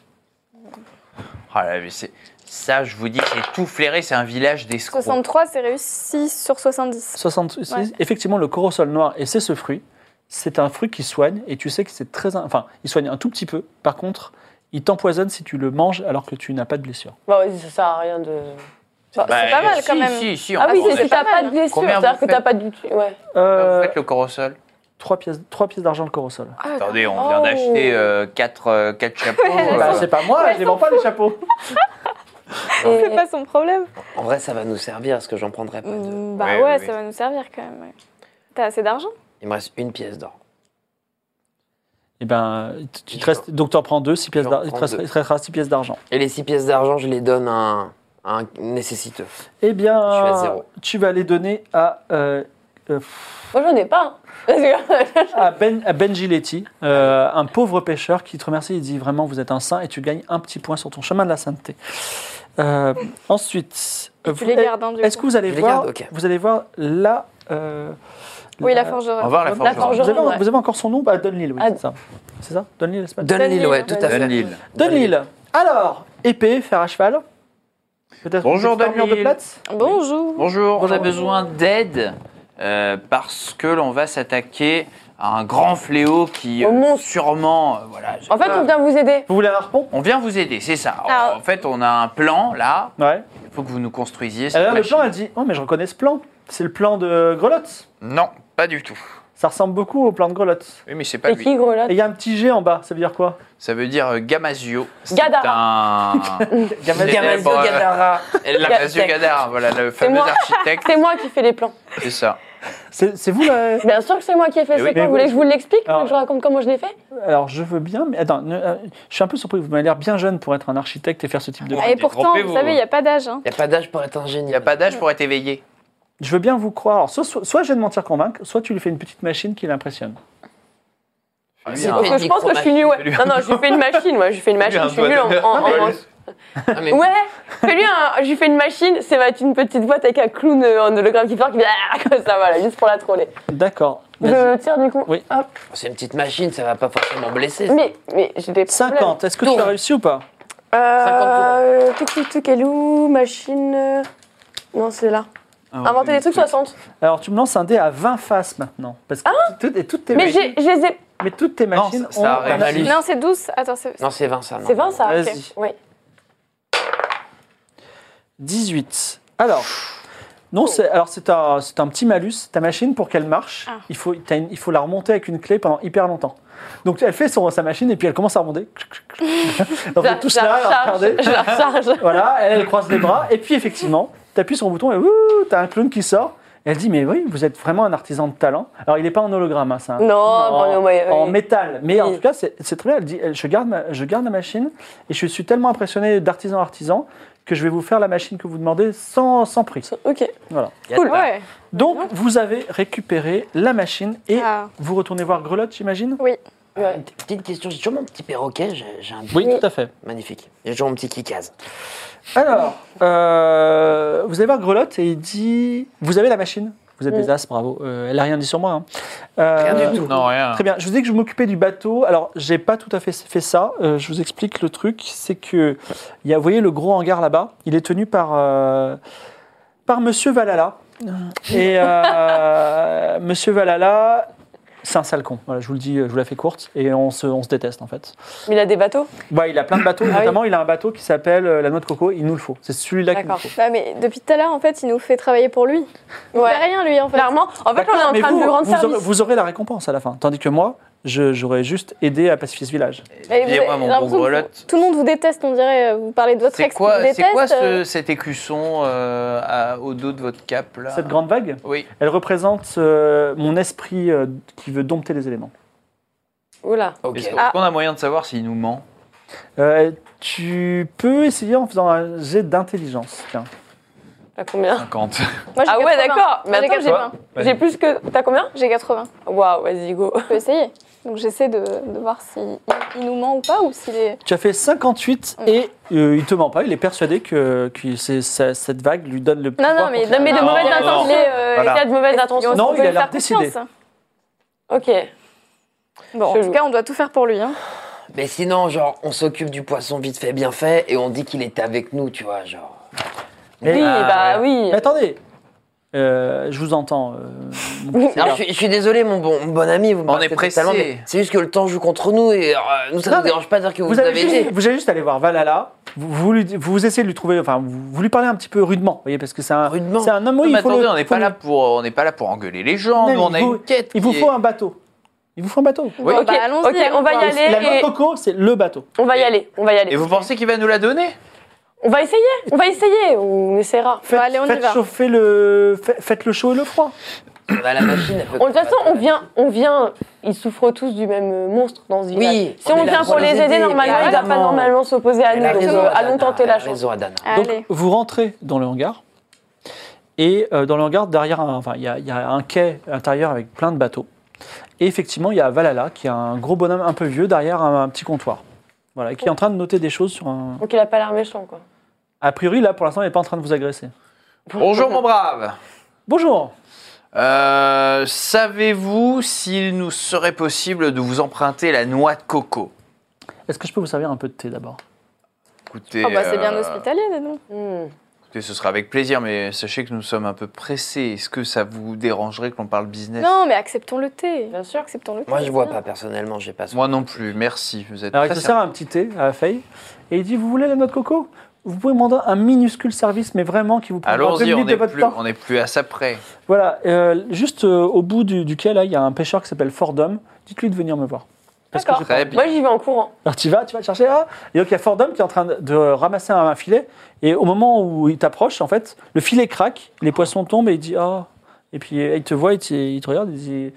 Speaker 4: Ah là, mais c'est- ça, je vous dis, c'est tout flairé, c'est un village d'escrocs.
Speaker 5: 63, c'est réussi sur 70.
Speaker 2: 66.
Speaker 5: Ouais.
Speaker 2: Effectivement, le corosol noir, et c'est ce fruit, c'est un fruit qui soigne, et tu sais que c'est très. in- Enfin, il soigne un tout petit peu. Par contre, il t'empoisonne si tu le manges alors que tu n'as pas de blessure.
Speaker 7: Bah, ouais, ça sert à rien de.
Speaker 5: Bah,
Speaker 4: Bah,
Speaker 5: c'est pas mal quand
Speaker 4: si,
Speaker 5: même.
Speaker 4: Si, si, on
Speaker 7: Ah oui,
Speaker 4: prend
Speaker 7: c'est
Speaker 4: des-
Speaker 7: si t'as pas de blessure,
Speaker 4: Combien
Speaker 7: c'est-à-dire
Speaker 4: vous
Speaker 7: que t'as
Speaker 4: faites
Speaker 7: pas du. Ouais.
Speaker 4: Vous
Speaker 2: Euh,
Speaker 4: faites Bah, le corosol.
Speaker 2: trois pièces, trois pièces d'argent le corosol.
Speaker 4: Attendez, on vient
Speaker 7: Oh.
Speaker 4: d'acheter 4 chapeaux.
Speaker 5: Ouais,
Speaker 4: euh,
Speaker 2: Bah, c'est pas moi, je les vends pas les chapeaux.
Speaker 7: Et-
Speaker 5: C'est pas son problème.
Speaker 6: En vrai, ça va nous servir, parce que j'en prendrais pas deux.
Speaker 5: Mm, Bah
Speaker 4: Ouais,
Speaker 5: ouais,
Speaker 4: ouais,
Speaker 5: ça
Speaker 4: ouais.
Speaker 5: va nous servir quand même. ouais. T'as assez d'argent
Speaker 6: Il me reste une pièce d'or.
Speaker 2: Et ben, tu- tu te restes- donc tu en prends deux, six pièces
Speaker 6: J'en
Speaker 2: d'argent. Il te
Speaker 6: prends
Speaker 2: reste-
Speaker 6: deux.
Speaker 2: il te restera six pièces d'argent.
Speaker 6: Et les six pièces d'argent, je les donne à un, à un nécessiteux.
Speaker 2: Eh
Speaker 6: Je suis à
Speaker 2: bien,
Speaker 6: zéro.
Speaker 2: tu vas les donner à, euh, euh,
Speaker 7: Moi, j'en ai pas. hein.
Speaker 2: à, ben, à Benji Letty, euh, un pauvre pêcheur qui te remercie. Il dit vraiment, vous êtes un saint et tu gagnes un petit point sur ton chemin de la sainteté. Euh, ensuite,
Speaker 5: Et
Speaker 2: Euh, vous-
Speaker 5: tu les gardes, hein, du
Speaker 2: est-ce que
Speaker 5: coup.
Speaker 2: vous allez
Speaker 6: Je les
Speaker 2: voir,
Speaker 6: garde, ok.
Speaker 2: vous allez voir la, euh,
Speaker 5: Oui, la forgeronne.
Speaker 4: On va voir la
Speaker 7: La
Speaker 4: forgeronne.
Speaker 2: Vous avez,
Speaker 7: forgeronne, ouais.
Speaker 2: vous avez encore son nom bah, Dunlil, oui,
Speaker 7: Ah.
Speaker 2: c'est ça. C'est ça Dunlil,
Speaker 7: Bah,
Speaker 2: c'est pas-
Speaker 6: Donne l'île,
Speaker 7: hein,
Speaker 6: ouais, tout à fait.
Speaker 4: Donne l'île.
Speaker 2: Dunlil. Alors, épée, fer à cheval. Peut-être
Speaker 4: Bonjour,
Speaker 2: une petite armure de
Speaker 4: Dunlil.
Speaker 2: plate.
Speaker 5: Bonjour.
Speaker 4: Bonjour, on a
Speaker 2: Bonjour.
Speaker 4: besoin d'aide euh, parce que l'on va s'attaquer à un grand fléau qui euh,
Speaker 7: Au monstre.
Speaker 4: sûrement... euh, voilà, je-
Speaker 7: En fait, on vient vous aider.
Speaker 2: Vous voulez un harpon
Speaker 4: On vient vous aider, c'est ça.
Speaker 5: Ah.
Speaker 4: En fait, on a un plan, là.
Speaker 2: Ouais.
Speaker 4: Il faut que vous nous construisiez cette
Speaker 2: Alors, le plan,
Speaker 4: machine.
Speaker 2: elle dit Oh, mais je reconnais ce plan. C'est le plan de Grelotte.
Speaker 4: Non, pas du tout.
Speaker 2: Ça ressemble beaucoup au plan de Grelotte.
Speaker 4: Oui, mais c'est pas
Speaker 7: Et
Speaker 4: lui.
Speaker 7: qui, gros, là
Speaker 2: Et il y a un petit G en bas, ça veut dire quoi
Speaker 4: Ça veut dire euh, Gamazio. C'est
Speaker 7: Gadara.
Speaker 4: un- C'était
Speaker 6: Gamazio
Speaker 4: pour, euh,
Speaker 6: Gadara.
Speaker 4: Gamazio Gadara, voilà, le fameux
Speaker 7: moi.
Speaker 4: architecte,
Speaker 7: C'est moi qui fais les plans.
Speaker 4: c'est ça.
Speaker 2: C'est c'est vous euh, la.
Speaker 7: Bien sûr que c'est moi qui ai fait
Speaker 4: Mais
Speaker 7: ces
Speaker 4: oui.
Speaker 7: plans.
Speaker 2: Mais
Speaker 7: Vous voulez
Speaker 2: vous-
Speaker 7: que je vous l'explique Vous voulez
Speaker 2: Alors-
Speaker 7: que je vous raconte comment je l'ai fait
Speaker 2: Alors, je veux bien, mais attends, ne- euh, je suis un peu surpris. Vous m'avez l'air bien jeune pour être un architecte et faire ce type de.
Speaker 4: Ouais.
Speaker 5: Ah, Et pourtant,
Speaker 4: Détrompez-vous.
Speaker 5: vous savez, il n'y a pas d'âge. hein.
Speaker 6: Il a pas d'âge pour être un génie.
Speaker 4: Il n'y a pas d'âge pour être éveillé.
Speaker 2: Je veux bien vous croire. Alors, soit, soit, soit je vais de mentir convaincre, soit tu lui fais une petite machine qui l'impressionne.
Speaker 6: C'est
Speaker 4: Ah,
Speaker 7: Parce que je pense que je suis nulle, ouais. Non, non, je lui fais une machine, moi. Je lui fais une
Speaker 5: Ah,
Speaker 4: Lui,
Speaker 7: machine,
Speaker 4: un
Speaker 7: je suis
Speaker 4: doigt
Speaker 7: nulle en,
Speaker 4: d'honneur.
Speaker 7: en- en-
Speaker 4: Ouais.
Speaker 7: en-
Speaker 6: Ah,
Speaker 7: Ouais, fais-lui un. Je lui fais une machine, ça va être une petite boîte avec un clown euh, en hologramme qui part, qui fait ah, comme ça, voilà, juste pour la troller.
Speaker 2: D'accord. Euh,
Speaker 7: Je tire du coup.
Speaker 2: Oui.
Speaker 7: Hop.
Speaker 6: C'est une petite machine, ça va pas forcément blesser. ça.
Speaker 7: Mais, mais j'ai des problèmes.
Speaker 2: 50, est-ce que tu
Speaker 6: Tour.
Speaker 2: as réussi ou pas
Speaker 7: Euh, Tic tic tic, elou, machine. euh, Non, c'est là. Ah,
Speaker 2: Ah
Speaker 7: Inventer des trucs 60.
Speaker 2: Alors, tu me lances un dé à 20 faces maintenant. Parce que tout- et toutes tes
Speaker 7: Ah Mais
Speaker 2: machines,
Speaker 7: j'ai, je les ai.
Speaker 2: mais toutes tes
Speaker 4: Non,
Speaker 2: machines
Speaker 4: ça- ça
Speaker 2: ont
Speaker 4: a
Speaker 2: un
Speaker 4: réussi.
Speaker 2: malus.
Speaker 5: Non, oh, c'est 12. Attends, c'est.
Speaker 6: Non, c'est 20, ça. non.
Speaker 7: C'est 20 ça. ok.
Speaker 2: Vas-y.
Speaker 7: Oui.
Speaker 2: 18. Alors, non, c'est, alors c'est, un, c'est un petit malus. Ta machine, pour qu'elle marche,
Speaker 5: Ah.
Speaker 2: il, faut, t'as une- il faut la remonter avec une clé pendant hyper longtemps. Donc, elle fait son, sa machine et puis elle commence à remonter. Donc,
Speaker 7: Je
Speaker 2: vous
Speaker 7: la-
Speaker 2: êtes tous
Speaker 7: je la
Speaker 2: là, à
Speaker 7: recharge,
Speaker 2: regarder.
Speaker 7: Je la recharge.
Speaker 2: Voilà, elle, elle croise les bras. Et puis, effectivement, tu appuies sur le bouton et ouh, t'as un clown qui sort. Et elle dit, mais oui, vous êtes vraiment un artisan de talent. Alors, il n'est pas en hologramme, hein, c'est un
Speaker 7: Non, bon,
Speaker 2: en,
Speaker 7: non, ouais, ouais.
Speaker 2: en métal. Mais en
Speaker 7: Oui.
Speaker 2: tout cas, c'est c'est très bien. Elle dit elle, je, garde ma, je garde la machine et je suis tellement impressionné d'artisan à artisan que je vais vous faire la machine que vous demandez sans, sans prix.
Speaker 7: Ok.
Speaker 2: Voilà.
Speaker 7: Cool.
Speaker 5: Ouais.
Speaker 2: Donc, vous avez récupéré la machine et
Speaker 5: Ah.
Speaker 2: vous retournez voir Grelotte, j'imagine
Speaker 7: Ouais.
Speaker 6: Une Petite question, j'ai toujours mon petit perroquet, j'ai j'ai un
Speaker 2: Oui, tout à fait.
Speaker 6: magnifique. J'ai toujours mon petit kikaz.
Speaker 2: Alors, euh, vous allez voir Grelotte et il dit Vous avez la machine Vous êtes des as, bravo. Euh, elle n'a rien dit sur moi. hein. Euh,
Speaker 6: Rien du tout.
Speaker 4: Non, rien.
Speaker 2: Très bien. Je vous dis que je m'occupais du bateau. Alors, j'ai pas tout à fait fait ça. Euh, je vous explique le truc. C'est que, il y a, vous voyez le gros hangar là-bas. Il est tenu par, euh,
Speaker 6: Ah.
Speaker 2: par Monsieur Valala. Et euh, Monsieur Valala C'est un sale con. Voilà, je vous le dis, je vous la fais courte. Et on se, on se déteste, en fait.
Speaker 7: Mais il a des bateaux.
Speaker 2: Ouais, il a plein de bateaux.
Speaker 7: Ah oui.
Speaker 2: notamment, il a un bateau qui s'appelle euh, la noix de coco. Il nous le faut. C'est celui-là qu'il nous
Speaker 7: D'accord.
Speaker 2: faut.
Speaker 5: Bah, mais depuis tout à l'heure, en fait, il nous fait travailler pour lui. Il
Speaker 7: Ouais.
Speaker 5: fait rien, lui, en fait.
Speaker 7: Clairement, en fait, on est en
Speaker 2: Mais
Speaker 7: train
Speaker 2: vous,
Speaker 7: de lui rendre
Speaker 2: vous aurez,
Speaker 7: service.
Speaker 2: vous aurez la récompense à la fin. Tandis que moi, je- j'aurais juste aidé à pacifier ce village.
Speaker 5: Mais vous avez-
Speaker 4: Excusez-moi,
Speaker 5: j'ai
Speaker 4: mon
Speaker 5: l'impression
Speaker 4: bon
Speaker 5: que
Speaker 4: grelotte.
Speaker 5: vous- Tout le monde vous déteste, on dirait. euh, Vous parlez de votre
Speaker 4: C'est
Speaker 5: ex qui
Speaker 4: quoi,
Speaker 5: vous
Speaker 4: c'est
Speaker 5: déteste.
Speaker 4: quoi ce,
Speaker 5: euh,
Speaker 4: cet écusson euh, à- au dos de votre cape là
Speaker 2: Cette grande vague,
Speaker 4: Oui.
Speaker 2: elle représente euh, mon esprit euh, qui veut dompter les éléments.
Speaker 7: Oula.
Speaker 4: Ok. Est-ce
Speaker 5: Ah.
Speaker 4: qu'on a moyen de savoir s'il nous ment
Speaker 2: Euh, tu peux essayer en faisant un jet d'intelligence. Tiens.
Speaker 7: T'as combien
Speaker 4: 50.
Speaker 5: Moi, j'ai
Speaker 7: Ah ouais,
Speaker 5: 80.
Speaker 7: d'accord. Mais
Speaker 5: Moi, j'ai
Speaker 7: attends,
Speaker 5: 80.
Speaker 4: Vas-y.
Speaker 7: J'ai plus que. T'as combien
Speaker 5: J'ai 80.
Speaker 7: Waouh, vas-y, go.
Speaker 5: Je peux essayer. Donc, j'essaie de, de voir s'il il nous ment ou pas, ou s'il est.
Speaker 2: Tu as fait 58
Speaker 7: Mm.
Speaker 2: et euh, il te ment pas. Il est persuadé que, que c'est- ça- cette vague lui donne le
Speaker 5: Ah Non,
Speaker 2: pouvoir.
Speaker 5: non, mais,
Speaker 2: contre-
Speaker 7: mais de
Speaker 4: Non,
Speaker 7: mauvaises
Speaker 4: non,
Speaker 7: intentions.
Speaker 4: non.
Speaker 7: Il est, euh,
Speaker 4: Voilà.
Speaker 7: il y a de mauvaises intentions.
Speaker 2: Non,
Speaker 5: On
Speaker 2: il
Speaker 5: peut
Speaker 2: a
Speaker 5: lui
Speaker 2: l'air
Speaker 5: faire
Speaker 2: décidé.
Speaker 5: confiance.
Speaker 7: Ok.
Speaker 5: Bon, en
Speaker 7: Chelou.
Speaker 5: tout cas, on doit tout faire pour lui. hein.
Speaker 6: Mais sinon, genre, on s'occupe du poisson vite fait, bien fait, et on dit qu'il était avec nous, tu vois, genre.
Speaker 2: Mais-
Speaker 7: Oui, bah oui.
Speaker 2: Ah. Mais attendez, Euh, je vous entends. euh, mon petit
Speaker 6: Alors,
Speaker 2: gars.
Speaker 6: je, suis- je suis désolé, mon bon, mon bon ami, vous me
Speaker 4: On
Speaker 6: partez
Speaker 4: est pressé.
Speaker 6: totalement, mais C'est juste que le temps joue contre nous, et euh, nous, ça
Speaker 2: Non,
Speaker 6: nous
Speaker 2: mais
Speaker 6: dérange pas de dire que vous,
Speaker 2: vous,
Speaker 6: nous
Speaker 2: avez
Speaker 6: avez aidé.
Speaker 2: juste, vous allez juste aller voir Valhalla. Vous, vous, lui- vous essayez de lui trouver, enfin, vous, vous lui parlez un petit peu rudement, vous voyez, parce que c'est un,
Speaker 6: Rudement
Speaker 2: c'est un homme. oui,
Speaker 4: Non, mais
Speaker 2: il faut
Speaker 4: attendez,
Speaker 2: le-
Speaker 4: on n'est
Speaker 2: faut
Speaker 4: pas
Speaker 2: le-
Speaker 4: là pour, on n'est pas là pour engueuler les gens.
Speaker 2: Non,
Speaker 4: Nous, on
Speaker 2: il
Speaker 4: a
Speaker 2: vous-
Speaker 4: une quête.
Speaker 2: Il vous
Speaker 4: qui
Speaker 2: faut
Speaker 4: est-
Speaker 2: un bateau. Il vous faut un bateau.
Speaker 4: Oui.
Speaker 7: Ok,
Speaker 5: Bah, allons-y,
Speaker 7: ok, on va y
Speaker 5: allons-y.
Speaker 2: Et la noix
Speaker 7: aller.
Speaker 2: de coco, c'est le bateau.
Speaker 7: et- On va y aller. On va y aller.
Speaker 4: Et vous pensez qu'il va nous la donner
Speaker 7: On va essayer. On va essayer. On essaiera.
Speaker 2: Faites,
Speaker 5: Bon, allez, on y
Speaker 2: faites
Speaker 5: va.
Speaker 2: chauffer le, fait- faites le chaud et le froid.
Speaker 6: On a Bah, la machine, elle peut
Speaker 7: On- De toute façon, on vient, on vient. Ils souffrent tous du même euh, monstre dans ce
Speaker 6: Oui,
Speaker 7: village. si
Speaker 6: on
Speaker 7: on
Speaker 6: est là
Speaker 7: vient
Speaker 6: pour
Speaker 7: pour
Speaker 6: les
Speaker 7: les
Speaker 6: aider,
Speaker 7: aider, normalement, ils doivent pas
Speaker 6: évidemment.
Speaker 7: normalement s'opposer à
Speaker 6: Elle
Speaker 7: nous.
Speaker 6: a
Speaker 7: Donc,
Speaker 6: raison,
Speaker 7: euh,
Speaker 6: Adana,
Speaker 7: allons tenter
Speaker 6: elle a
Speaker 7: la chance.
Speaker 6: raison, Adana.
Speaker 5: Allez.
Speaker 2: Donc, vous rentrez dans le hangar et euh, dans le hangar, derrière, un- enfin, il y, a- il y a un quai intérieur avec plein de bateaux. Et effectivement, il y a Valhalla qui a un gros bonhomme un peu vieux derrière un, un petit comptoir. Voilà, qui est en train de noter des choses sur un.
Speaker 7: Donc, il a pas l'air méchant, quoi.
Speaker 2: A priori, là, pour l'instant, il n'est pas en train de vous agresser.
Speaker 4: Bonjour, mon brave.
Speaker 2: Bonjour.
Speaker 4: Euh, Savez-vous s'il nous serait possible de vous emprunter la noix de coco
Speaker 2: Est-ce que je peux vous servir un peu de thé d'abord
Speaker 4: Écoutez,
Speaker 5: Oh, bah, c'est bien
Speaker 4: euh,
Speaker 5: hospitalier, dis donc.
Speaker 7: Hmm.
Speaker 4: écoutez, ce sera avec plaisir, mais sachez que nous sommes un peu pressés. Est-ce que ça vous dérangerait que l'on parle business
Speaker 5: Non, mais acceptons le thé.
Speaker 7: Bien sûr.
Speaker 5: Acceptons le thé.
Speaker 6: Moi, je vois pas, personnellement, j'ai pas soin.
Speaker 4: Moi non plus, merci. Vous êtes
Speaker 2: Alors, il
Speaker 4: très
Speaker 2: te sert un petit thé à Faye et il dit Vous voulez la noix de coco Vous pouvez me rendre un minuscule service, mais vraiment qui vous prend deux
Speaker 4: Allons-y, on
Speaker 2: minutes de
Speaker 4: n'est
Speaker 2: votre
Speaker 4: plus,
Speaker 2: temps.
Speaker 4: on est plus à ça près.
Speaker 2: Voilà, euh, juste euh, au bout du, du quai, là, il y a un pêcheur qui s'appelle Fordham. Dites-lui de venir me voir. Parce que
Speaker 7: D'accord.
Speaker 2: j'ai pas
Speaker 4: Très
Speaker 2: envie.
Speaker 4: bien.
Speaker 7: Moi, j'y vais en courant.
Speaker 2: Alors tu vas, tu vas le chercher. Ah et donc il y a Fordham qui est en train de, de ramasser un, un filet. Et au moment où il t'approche, en fait, le filet craque, les poissons tombent et il dit Ah Et puis euh, il te voit, il te, il te regarde, il dit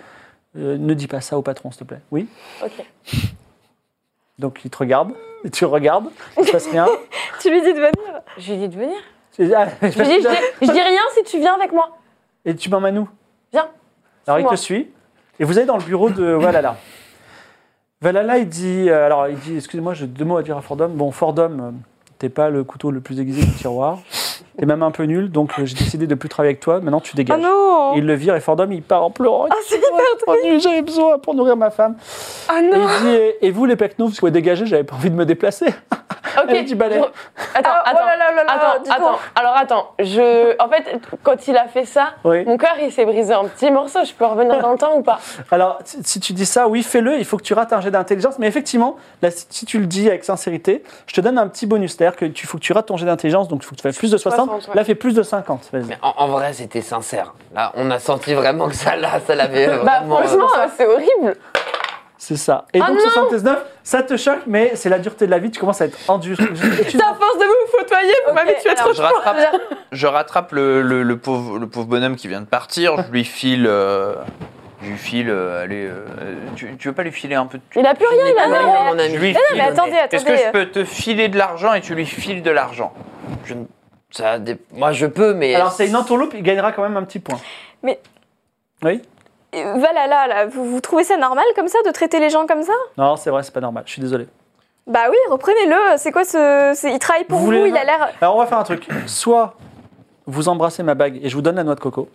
Speaker 2: Euh, Ne dis pas ça au patron, s'il te plaît. Oui
Speaker 7: Ok.
Speaker 2: Donc il te regarde, et tu regardes, il se passe rien.
Speaker 5: Tu lui dis de venir.
Speaker 7: Je lui ai dit de venir.
Speaker 2: Tu dis, Ah,
Speaker 7: Je lui ai dit, je dis- je dis rien si tu viens avec moi.
Speaker 2: Et tu m'emmènes où
Speaker 7: Viens.
Speaker 2: Alors il
Speaker 7: Suis-moi.
Speaker 2: te suit et vous allez dans le bureau de Valhalla. Valhalla, il dit, euh, alors il dit, excusez-moi, j'ai deux mots à dire à Fordham. Bon, Fordham, euh, t'es pas le couteau le plus aiguisé du tiroir. T'es même un peu nul, donc euh, j'ai décidé de plus travailler avec toi. Maintenant, tu
Speaker 5: Oh
Speaker 2: dégages.
Speaker 5: non
Speaker 2: Et il le vire et Fordham, il part en pleurant. Ah, c'est hyper J'avais besoin pour nourrir ma femme.
Speaker 5: Ah
Speaker 2: Et
Speaker 5: non
Speaker 2: il dit, et- et vous, les pecnoufs, vous pouvez dégager. J'avais pas envie de me déplacer.
Speaker 7: Ok.
Speaker 2: Elle dit balai.
Speaker 7: Je- Attends,
Speaker 5: Ah,
Speaker 7: attends.
Speaker 5: oh là là là là, dis
Speaker 7: attends,
Speaker 5: donc.
Speaker 7: attends. Alors, attends. Je. En fait, quand il a fait ça,
Speaker 2: Oui.
Speaker 7: mon cœur, il s'est brisé en petits morceaux. Je peux revenir dans le temps ou pas
Speaker 2: Alors, si si tu dis ça, oui, fais-le, il faut que tu rates un jet d'intelligence. Mais effectivement, là, si si tu le dis avec sincérité, je te donne un petit bonus. C'est-à-dire que tu faut que tu rates ton jet d'intelligence, donc il faut que tu fasses plus de 60.
Speaker 7: 60, ouais.
Speaker 2: Là, fais plus de 50. Vas-y.
Speaker 6: Mais en, en vrai, c'était sincère. Là, on a senti vraiment que ça, là, ça l'avait euh,
Speaker 7: Bah,
Speaker 6: vraiment, euh,
Speaker 7: franchement, euh, c'est horrible.
Speaker 2: C'est ça. Et
Speaker 7: Ah
Speaker 2: donc,
Speaker 7: non
Speaker 2: 79, ça te choque, mais c'est la dureté de la vie, tu commences à être endurci. Tu-
Speaker 7: À force de vous fautoyer, vous
Speaker 5: Ok,
Speaker 7: m'habituez
Speaker 5: alors,
Speaker 7: trop.
Speaker 4: Je rattrape, je rattrape le, le- le pauvre, le pauvre bonhomme qui vient de partir. Je lui file. euh, je lui file. euh, allez, euh, tu, tu veux pas lui filer un peu de.
Speaker 7: Il a plus rien, il a
Speaker 6: non,
Speaker 7: zéro.
Speaker 6: non, mon ami.
Speaker 4: Je lui
Speaker 6: Non,
Speaker 4: file.
Speaker 5: Mais attendez, euh.
Speaker 4: Est-ce que je
Speaker 5: attendez.
Speaker 4: peux te filer de l'argent et tu lui files de l'argent
Speaker 6: Je- ça dé- Moi, je peux, mais.
Speaker 2: Alors, c'est une entourloupe, il gagnera quand même un petit point.
Speaker 5: Mais-
Speaker 2: Oui
Speaker 5: Et Valhalla, là, vous, vous trouvez ça normal comme ça, de traiter les gens comme ça
Speaker 2: Non, c'est vrai, c'est pas normal, je suis désolé.
Speaker 5: Bah oui, reprenez-le. C'est quoi ce. c'est- Il travaille pour
Speaker 2: Vous
Speaker 5: vous,
Speaker 2: voulez-
Speaker 5: il a l'air.
Speaker 2: Alors, on va faire un truc. Soit vous embrassez ma bague et je vous donne la noix de coco,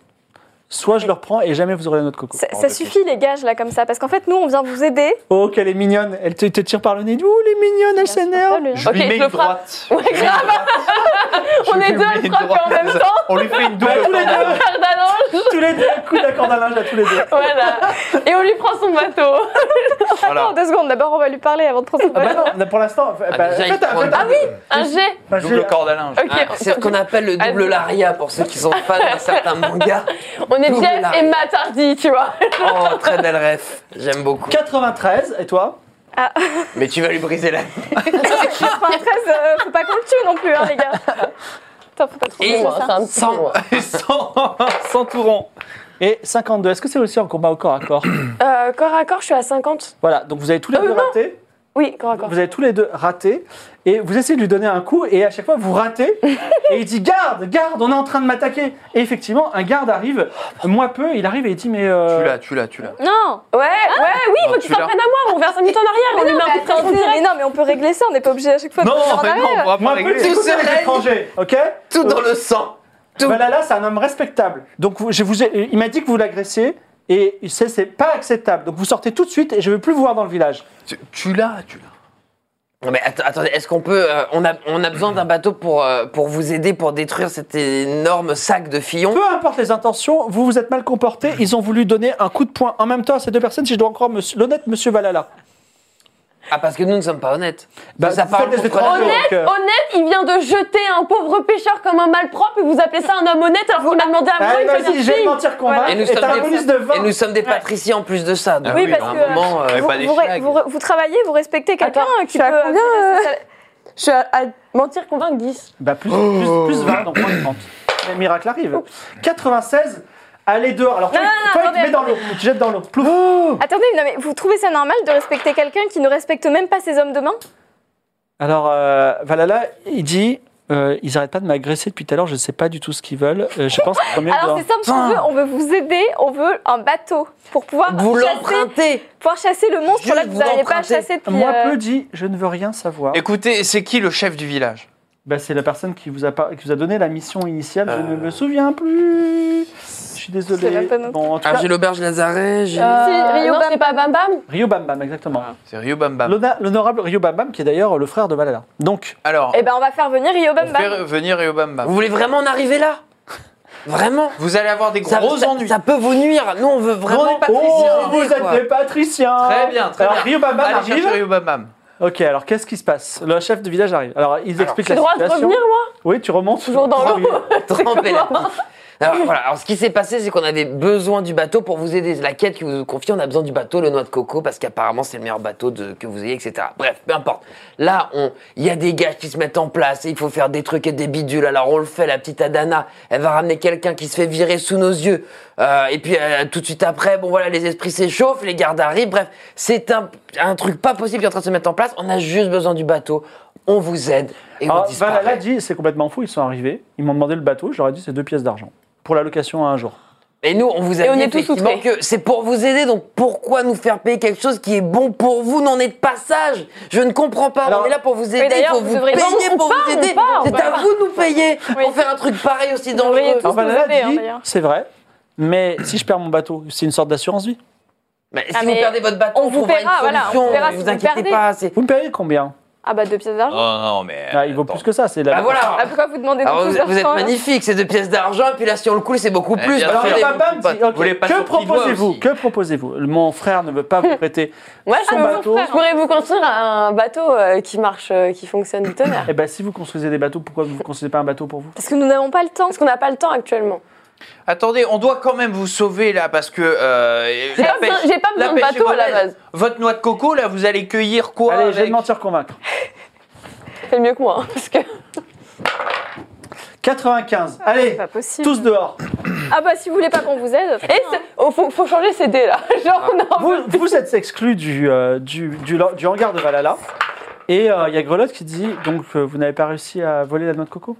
Speaker 2: soit je le reprends et jamais vous aurez la noix de coco.
Speaker 5: Ça, ça suffit, les gages, là, comme ça. Parce qu'en fait, nous, on vient vous aider.
Speaker 2: Oh, qu'elle est mignonne. Elle te, te tire par le nez. Ouh, elle est mignonne, elle s'énerve.
Speaker 4: Je
Speaker 7: Ok,
Speaker 4: lui mets
Speaker 7: je le
Speaker 4: une
Speaker 7: frappe.
Speaker 4: droite. Je lui mets une droite.
Speaker 7: On
Speaker 4: Je
Speaker 7: est
Speaker 4: lui
Speaker 7: deux à
Speaker 4: mets
Speaker 7: le
Speaker 4: une
Speaker 7: frapper en
Speaker 4: droite.
Speaker 7: même temps.
Speaker 4: On lui fait une double.
Speaker 2: Tous les deux,
Speaker 7: Frère d'Adam.
Speaker 2: tous les mettez un coup de la corde à linge à tous les deux.
Speaker 7: Voilà. Et on lui prend son bateau.
Speaker 5: Attends, deux secondes, d'abord on va lui parler avant de prendre son
Speaker 2: Ah bah
Speaker 5: bateau.
Speaker 2: non, pour l'instant. bah,
Speaker 6: Ah, déjà,
Speaker 2: faites-
Speaker 6: il prend-
Speaker 2: faites-
Speaker 6: Ah oui
Speaker 7: Un jet.
Speaker 2: bah, j'ai-
Speaker 4: Double corde à linge.
Speaker 7: Ok.
Speaker 6: Ah, C'est ce qu'on appelle le double
Speaker 7: Allez.
Speaker 6: laria pour ceux qui sont fans d'un certain manga.
Speaker 7: On est
Speaker 6: Double
Speaker 7: Jeff
Speaker 6: arc.
Speaker 7: et Matt Hardy, tu vois.
Speaker 6: Oh, très belle ref. J'aime beaucoup.
Speaker 2: 93, et toi
Speaker 6: Mais tu vas lui briser la.
Speaker 5: 93, euh, faut pas qu'on le tue non plus, hein, les gars. Putain, faut pas trop
Speaker 6: Et-
Speaker 5: que ça.
Speaker 7: un petit
Speaker 6: Sans-
Speaker 2: Et 100, 100 tourons. Et 52, est-ce que c'est aussi un combat au corps à corps
Speaker 7: Euh, corps à corps, je suis à 50.
Speaker 2: Voilà, donc vous avez tous les
Speaker 7: Ah,
Speaker 2: deux
Speaker 7: non.
Speaker 2: raté.
Speaker 7: Oui, corps à corps.
Speaker 2: Vous avez tous les deux raté. Et vous essayez de lui donner un coup, et à chaque fois vous ratez. et il dit Garde, garde, on est en train de m'attaquer. Et effectivement, un garde arrive, moi peu, il arrive et il dit Mais. euh,
Speaker 8: Tu l'as, tu l'as, tu l'as.
Speaker 3: Non
Speaker 7: Ouais, ouais, oui,
Speaker 8: Non,
Speaker 7: faut qu'il
Speaker 8: tu l'as.
Speaker 7: s'en prenne à moi, on reverse un minute en arrière, on lui met un coup de pression
Speaker 5: Ah. Mais
Speaker 7: direct.
Speaker 5: non, mais on peut régler ça, on n'est pas obligé à chaque fois de
Speaker 8: Non,
Speaker 5: faire en
Speaker 8: mais non, on
Speaker 5: arrière.
Speaker 8: pourra pas
Speaker 2: Moi peu,
Speaker 8: régler.
Speaker 2: les
Speaker 6: Tout se règle.
Speaker 2: étrangers, ok
Speaker 6: Tout dans le sang. Tout.
Speaker 2: Voilà, là, c'est un homme respectable. Donc, vous- je vous ai- il m'a dit que vous l'agressiez. Et il sait, c'est pas acceptable. Donc vous sortez tout de suite et je veux plus vous voir dans le village.
Speaker 8: Tu- Tu l'as, tu l'as.
Speaker 6: Non, mais att- attendez, est-ce qu'on peut. euh, on, a, on a besoin d'un bateau pour, euh, pour vous aider pour détruire cet énorme sac de fillons
Speaker 2: Peu importe les intentions, vous vous êtes mal comporté. Ils ont voulu donner un coup de poing en même temps à ces deux personnes. Si je dois encore monsieur- l'honnête monsieur Valala.
Speaker 6: Ah, parce que nous ne sommes pas honnêtes.
Speaker 2: Bah,
Speaker 6: Mais ça
Speaker 2: vous
Speaker 6: parle
Speaker 2: faites des
Speaker 6: contre
Speaker 2: étrangers.
Speaker 6: la loi.
Speaker 7: Honnête,
Speaker 2: Donc, euh,
Speaker 7: honnête, il vient de jeter un pauvre pêcheur comme un malpropre et vous appelez ça un homme honnête alors qu'on a demandé à Ah, moi
Speaker 2: Allez,
Speaker 7: une
Speaker 2: vas-y, je vais
Speaker 7: fille.
Speaker 2: mentir combattre.
Speaker 6: Et nous,
Speaker 2: Et t'as un
Speaker 6: sommes
Speaker 2: bonus de
Speaker 6: des,
Speaker 2: 20.
Speaker 6: et nous sommes des patriciens en plus de ça. donc,
Speaker 4: Ah oui,
Speaker 6: à
Speaker 5: parce
Speaker 6: un
Speaker 5: que-
Speaker 6: moment, euh,
Speaker 4: Ouais,
Speaker 5: Vous,
Speaker 4: pas des
Speaker 5: vous,
Speaker 4: schlags.
Speaker 5: vous- vous travaillez, vous respectez quelqu'un
Speaker 7: Attends, je
Speaker 5: qui peut.
Speaker 7: suis à combien,
Speaker 5: euh,
Speaker 7: euh, Je suis à, à mentir, convaincre 10.
Speaker 2: Bah, plus, plus, plus 20, donc moins 30. Le miracle arrive. 96, allez dehors. Alors, toi,
Speaker 5: Non, non, non,
Speaker 2: toi, il te
Speaker 5: attendez,
Speaker 2: met dans l'eau. Tu te jettes dans l'eau. Plouf.
Speaker 5: Attendez, non, mais vous trouvez ça normal de respecter quelqu'un qui ne respecte même pas ses hommes de main
Speaker 2: Alors, euh, Valhalla, il dit euh, Ils n'arrêtent pas de m'agresser depuis tout à l'heure, je ne sais pas du tout ce qu'ils veulent. Euh, je pense qu'il vaut mieux
Speaker 5: Alors
Speaker 2: dehors.
Speaker 5: c'est simple, ce qu'on veut, on veut vous aider, on veut un bateau pour pouvoir,
Speaker 6: Vous
Speaker 5: chasser,
Speaker 6: l'empruntez
Speaker 5: pouvoir chasser le monstre
Speaker 6: Juste
Speaker 5: là que
Speaker 6: vous
Speaker 5: vous n'arrivez pas à
Speaker 6: l'empruntez.
Speaker 5: chasser depuis...
Speaker 2: Moi,
Speaker 5: euh,
Speaker 2: peu dit Je ne veux rien savoir.
Speaker 8: Écoutez, c'est qui le chef du village
Speaker 2: Bah, c'est la personne qui vous, a par- qui vous a donné la mission initiale, je ne me souviens plus. Je suis
Speaker 5: C'est
Speaker 2: désolé.
Speaker 5: même pas notre-
Speaker 2: Bon, en tout
Speaker 6: Ah,
Speaker 2: cas,
Speaker 6: j'ai l'auberge Lazaret, j'ai.
Speaker 7: Euh,
Speaker 5: Rio
Speaker 7: non,
Speaker 5: Bam
Speaker 7: c'est pas Bam Bam
Speaker 2: Rio Bam Bam, exactement.
Speaker 8: C'est Ryo Bam
Speaker 4: ah.
Speaker 8: Bam.
Speaker 2: L'honna- L'honorable Rio Bam Bam, qui est d'ailleurs le frère de Valhalla. Donc,
Speaker 8: Alors,
Speaker 5: Eh ben on va faire venir
Speaker 8: on fait
Speaker 5: Riobamba.
Speaker 8: revenir Ryo Bam Bam.
Speaker 6: Vous voulez vraiment en arriver là Vraiment
Speaker 8: Vous allez avoir des
Speaker 6: ça,
Speaker 8: gros
Speaker 6: ça-
Speaker 8: ennuis.
Speaker 6: ça peut vous nuire. Nous, on veut vraiment.
Speaker 8: on est
Speaker 2: Oh,
Speaker 8: patriciens,
Speaker 2: vous
Speaker 6: quoi.
Speaker 2: êtes des patriciens
Speaker 8: Très bien, très
Speaker 2: alors,
Speaker 8: bien.
Speaker 2: Rio Bam Bam
Speaker 8: Allez
Speaker 2: arrive.
Speaker 8: chercher Ryo Bam Bam.
Speaker 2: Ok, alors qu'est-ce qui se passe Le chef de village arrive. Alors, ils expliquent
Speaker 7: J'ai
Speaker 2: la
Speaker 7: le droit de
Speaker 2: situation.
Speaker 7: revenir, moi
Speaker 2: oui, tu remontes.
Speaker 7: Toujours dans l'eau.
Speaker 6: Trempez la piste. alors, voilà. alors, ce qui s'est passé, c'est qu'on avait besoin du bateau pour vous aider. La quête que vous confiez, on a besoin du bateau, le noix de coco, parce qu'apparemment, c'est le meilleur bateau de- que vous ayez, etc. Bref, peu importe. Là, on- il y a des gages qui se mettent en place, et il faut faire des trucs et des bidules. Alors, on le fait, la petite Adana, elle va ramener quelqu'un qui se fait virer sous nos yeux. Euh, et puis, euh, tout de suite après, bon, voilà, les esprits s'échauffent, les gardes arrivent. Bref, c'est un, un truc pas possible qui est en train de se mettre en place. On a juste besoin du bateau. On vous aide et on
Speaker 2: Alors,
Speaker 6: disparaît.
Speaker 2: Ah, Valhalla dit c'est complètement fou, ils sont arrivés. Ils m'ont demandé le bateau, je leur ai dit c'est deux pièces d'argent. Pour la location à un jour.
Speaker 6: Et nous, on vous
Speaker 7: Et
Speaker 6: a
Speaker 7: on
Speaker 6: dit
Speaker 7: est tous
Speaker 6: effectivement
Speaker 7: outrés.
Speaker 6: que c'est pour vous aider, donc pourquoi nous faire payer quelque chose qui est bon pour vous N'en êtes pas sage Je ne comprends pas,
Speaker 2: Alors-
Speaker 6: on est là pour vous
Speaker 5: Mais
Speaker 6: aider, il
Speaker 5: d'ailleurs,
Speaker 6: faut
Speaker 5: vous
Speaker 6: vous
Speaker 5: devriez-
Speaker 6: payer
Speaker 7: On part,
Speaker 6: pour vous
Speaker 7: on
Speaker 6: aider
Speaker 7: part, on
Speaker 6: C'est à
Speaker 7: part.
Speaker 6: vous de nous payer pour faire un truc pareil aussi dangereux
Speaker 5: devriez
Speaker 2: Alors,
Speaker 5: nous
Speaker 2: Valhalla
Speaker 5: aider, hein,
Speaker 2: dit
Speaker 5: d'ailleurs.
Speaker 2: c'est vrai, mais si je perds mon bateau, c'est une sorte d'assurance vie.
Speaker 6: Mais si
Speaker 5: Ah,
Speaker 6: vous
Speaker 5: mais
Speaker 6: perdez votre bateau,
Speaker 5: on vous
Speaker 6: trouvera
Speaker 5: paiera,
Speaker 6: une
Speaker 5: voilà,
Speaker 6: solution,
Speaker 5: on verra
Speaker 6: ne
Speaker 5: si
Speaker 6: vous
Speaker 5: vous
Speaker 6: inquiétez
Speaker 5: perdez.
Speaker 6: pas, c'est...
Speaker 2: Vous me payez combien
Speaker 5: Ah bah deux pièces
Speaker 4: Oh
Speaker 5: d'argent.
Speaker 4: non, mais.
Speaker 2: Ah, Il vaut
Speaker 4: attends.
Speaker 2: plus que ça, c'est la.
Speaker 6: Bah voilà
Speaker 5: Ah pourquoi vous demandez
Speaker 6: Alors,
Speaker 5: deux
Speaker 6: vous,
Speaker 5: pièces
Speaker 6: vous êtes
Speaker 5: d'argent
Speaker 6: magnifique, c'est deux pièces d'argent, et puis là si on le coule, c'est beaucoup
Speaker 4: Eh
Speaker 6: plus.
Speaker 4: bien,
Speaker 2: Alors,
Speaker 4: Vous
Speaker 2: Rio Bam
Speaker 4: voulez-
Speaker 2: Bam dit, ok,
Speaker 4: vous voulez pas
Speaker 2: que
Speaker 4: sur qui doit
Speaker 2: proposez-vous
Speaker 4: aussi.
Speaker 2: Que proposez-vous Mon frère ne veut pas vous prêter
Speaker 7: Ouais,
Speaker 2: son
Speaker 7: je,
Speaker 2: bateau.
Speaker 7: je pourrais Ah, bah, vous construire un bateau euh, qui marche, euh, qui fonctionne du tonnerre.
Speaker 2: Eh ben, si vous construisez des bateaux, pourquoi vous ne construisez pas un bateau pour vous
Speaker 5: Parce que nous n'avons pas le temps.
Speaker 7: Parce qu'on n'a pas le temps actuellement.
Speaker 4: Attendez, on doit quand même vous sauver là parce que. euh,
Speaker 7: J'ai
Speaker 4: la
Speaker 7: pas besoin-
Speaker 4: pêche-
Speaker 7: j'ai pas
Speaker 4: la
Speaker 7: besoin de
Speaker 4: pêche
Speaker 7: bateau
Speaker 4: est
Speaker 7: à la
Speaker 4: mauvaise.
Speaker 7: base.
Speaker 4: Votre noix de coco là, vous allez cueillir quoi
Speaker 2: Allez, je vais
Speaker 4: avec-
Speaker 2: de mentir convaincre.
Speaker 7: Fais mieux que moi, hein, parce que
Speaker 2: 95, allez,
Speaker 5: Ah, Pas possible.
Speaker 2: tous dehors.
Speaker 5: Ah bah si vous voulez pas qu'on vous aide.
Speaker 7: Et c'est- oh, faut, faut changer ces dés là. Genre,
Speaker 6: Ah.
Speaker 7: on a-
Speaker 2: Vous, vous êtes exclus du, euh, du, du, du hangar de Valhalla. Et euh, il y a Grelotte qui dit Donc, euh, vous n'avez pas réussi à voler la noix de coco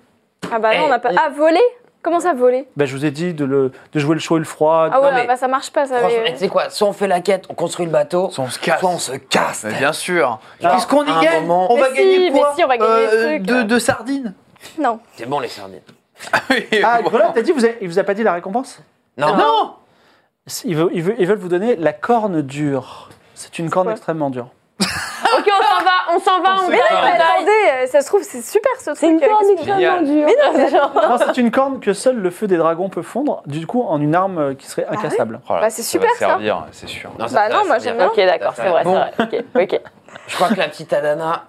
Speaker 5: Ah bah
Speaker 6: Eh,
Speaker 5: non, on n'a pas. Ah voler Comment ça voler
Speaker 2: ben, Je vous ai dit de, le, de jouer le chaud et le froid.
Speaker 5: Ah ouais,
Speaker 6: mais-
Speaker 5: bah ça marche pas ça.
Speaker 6: Franchement,
Speaker 5: mais-
Speaker 6: eh, tu sais quoi, soit on fait la quête, on construit le bateau,
Speaker 8: On se casse.
Speaker 6: soit on se casse.
Speaker 8: Mais bien sûr.
Speaker 2: Alors,
Speaker 8: Qu'est-ce qu'on
Speaker 6: à un
Speaker 8: y gagne
Speaker 6: moment-
Speaker 8: On va
Speaker 5: Mais si,
Speaker 8: gagner
Speaker 5: mais
Speaker 8: quoi Euh,
Speaker 5: si, on va gagner des trucs,
Speaker 8: de,
Speaker 5: là.
Speaker 8: de sardines.
Speaker 6: eh,
Speaker 5: Non.
Speaker 6: C'est bon les sardines.
Speaker 2: Ah, Grelotte, t'as dit vous avez- Il vous a pas dit la récompense
Speaker 6: Non,
Speaker 8: Non
Speaker 2: ils veulent, ils veulent- ils veulent vous donner la corne dure. C'est une corne
Speaker 5: quoi
Speaker 2: extrêmement dure.
Speaker 7: ok, on s'en va, on s'en va, on
Speaker 4: s'en
Speaker 5: Mais non,
Speaker 4: va.
Speaker 5: mais
Speaker 4: Ouais.
Speaker 5: attendez, euh, ça se trouve, c'est super ce truc.
Speaker 7: C'est une
Speaker 5: euh,
Speaker 7: corne
Speaker 5: qu'est-ce que-
Speaker 7: extrêmement
Speaker 4: Génial.
Speaker 7: dure. Genre,
Speaker 2: Non, c'est une corne que seul le feu des dragons peut fondre, du coup, en une arme euh, qui serait incassable.
Speaker 4: Oh là,
Speaker 5: Bah, c'est
Speaker 4: ça va
Speaker 5: super, ça.
Speaker 4: servir, c'est sûr.
Speaker 6: Non, ça-
Speaker 5: Bah
Speaker 6: ça-
Speaker 5: non,
Speaker 6: ça
Speaker 5: moi,
Speaker 6: veut dire-
Speaker 5: j'aime bien.
Speaker 7: Ok, d'accord, c'est vrai, c'est vrai. Ok, ok.
Speaker 6: Je crois que la petite Adana.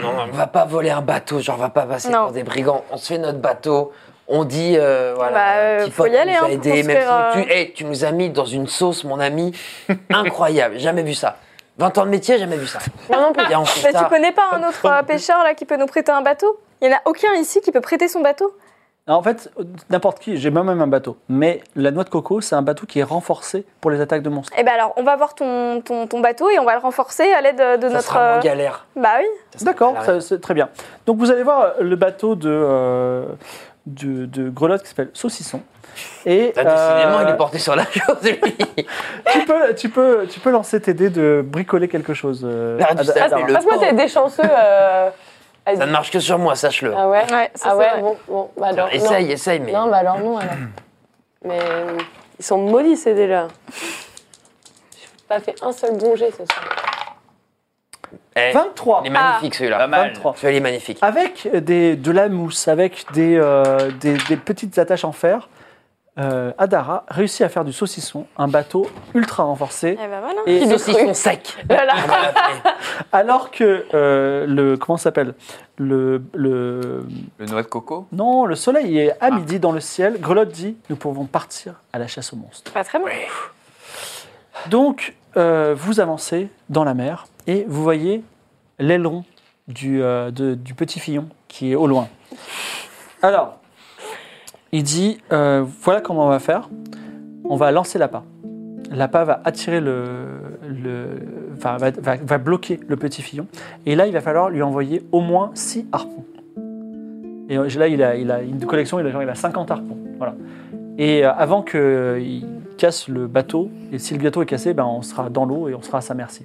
Speaker 6: Non, on va pas voler un bateau, genre on va pas passer
Speaker 5: Non.
Speaker 6: pour des brigands. On se fait notre bateau. On dit, euh, voilà,
Speaker 5: Bah, euh,
Speaker 6: petit
Speaker 5: faut
Speaker 6: pote
Speaker 5: y aller,
Speaker 6: nous a
Speaker 5: hein, pour
Speaker 6: aidés, même
Speaker 5: construire,
Speaker 6: si
Speaker 5: euh,
Speaker 6: tu, hey, tu nous as mis dans une sauce, mon ami. Incroyable, jamais vu ça. 20 ans de métier, jamais vu ça.
Speaker 7: Moi non plus.
Speaker 6: Viens, on fait
Speaker 5: Mais
Speaker 6: Ah, ça.
Speaker 5: Bah, tu connais pas un autre euh, pêcheur là qui peut nous prêter un bateau Il n'y en a aucun ici qui peut prêter son bateau
Speaker 2: Alors, en fait, n'importe qui, j'ai moi-même un bateau, mais la noix de coco, c'est un bateau qui est renforcé pour les attaques de monstres.
Speaker 5: Eh ben alors, on va voir ton, ton, ton bateau et on va le renforcer à l'aide de
Speaker 6: ça
Speaker 5: notre.
Speaker 6: sera moins
Speaker 5: euh,
Speaker 6: galère.
Speaker 5: Bah oui.
Speaker 6: Ça sera
Speaker 2: D'accord,
Speaker 6: moins galère.
Speaker 2: ça, c'est très bien. Donc vous allez voir euh, le bateau de, euh, de, de Grelotte qui s'appelle Saucisson. Et
Speaker 6: Ah, Décidément,
Speaker 2: euh,
Speaker 6: il est porté sur la chose, lui.
Speaker 2: tu, peux, tu, peux, tu peux lancer tes dés de bricoler quelque chose. euh,
Speaker 6: Ah, tu sais,
Speaker 2: Adara.
Speaker 6: mais le-
Speaker 7: Passe-moi, t'es des chanceux. euh, vas-y.
Speaker 6: Ça ne marche que sur moi, sache-le.
Speaker 7: Ah ouais
Speaker 5: Ouais, ça,
Speaker 7: Ah
Speaker 5: c'est
Speaker 7: ouais,
Speaker 5: vrai.
Speaker 7: bon, bon, bah alors.
Speaker 6: essaye, essaye, mais.
Speaker 7: Non, non, bah alors non, alors. Mais euh, ils sont maudits, ces dés-là. J'ai pas fait un seul bon jet ce soir.
Speaker 6: Eh,
Speaker 2: 23.
Speaker 6: Il est magnifique
Speaker 4: Pas
Speaker 6: celui-là.
Speaker 4: mal.
Speaker 2: 23.
Speaker 6: Celui-là est
Speaker 5: Ah,
Speaker 6: magnifique.
Speaker 2: Avec des, de la mousse, avec des, euh, des, des petites attaches en fer, euh, Adara réussit à faire du saucisson, un bateau ultra renforcé.
Speaker 5: Eh ben voilà.
Speaker 2: Et
Speaker 6: Ils sont secs.
Speaker 2: alors que euh, le comment ça s'appelle le, le
Speaker 4: Le noix de coco
Speaker 2: Non, le soleil est à midi dans le ciel. Grelotte dit Nous pouvons partir à la chasse aux monstres.
Speaker 5: Pas très bon.
Speaker 2: Donc, euh, vous avancez dans la mer et vous voyez l'aileron du, euh, de- du petit fillon qui est au loin. Alors, il dit euh, Voilà comment on va faire. On va lancer l'appât. L'appât va attirer le. le va, va- va- va bloquer le petit fillon. Et là, il va falloir lui envoyer au moins 6 harpons. Et euh, là, il a, il a une collection, il a, genre, il a 50 harpons. Voilà. Et euh, avant qu'il casse le bateau, et si le bateau est cassé, ben, on sera dans l'eau et on sera à sa merci.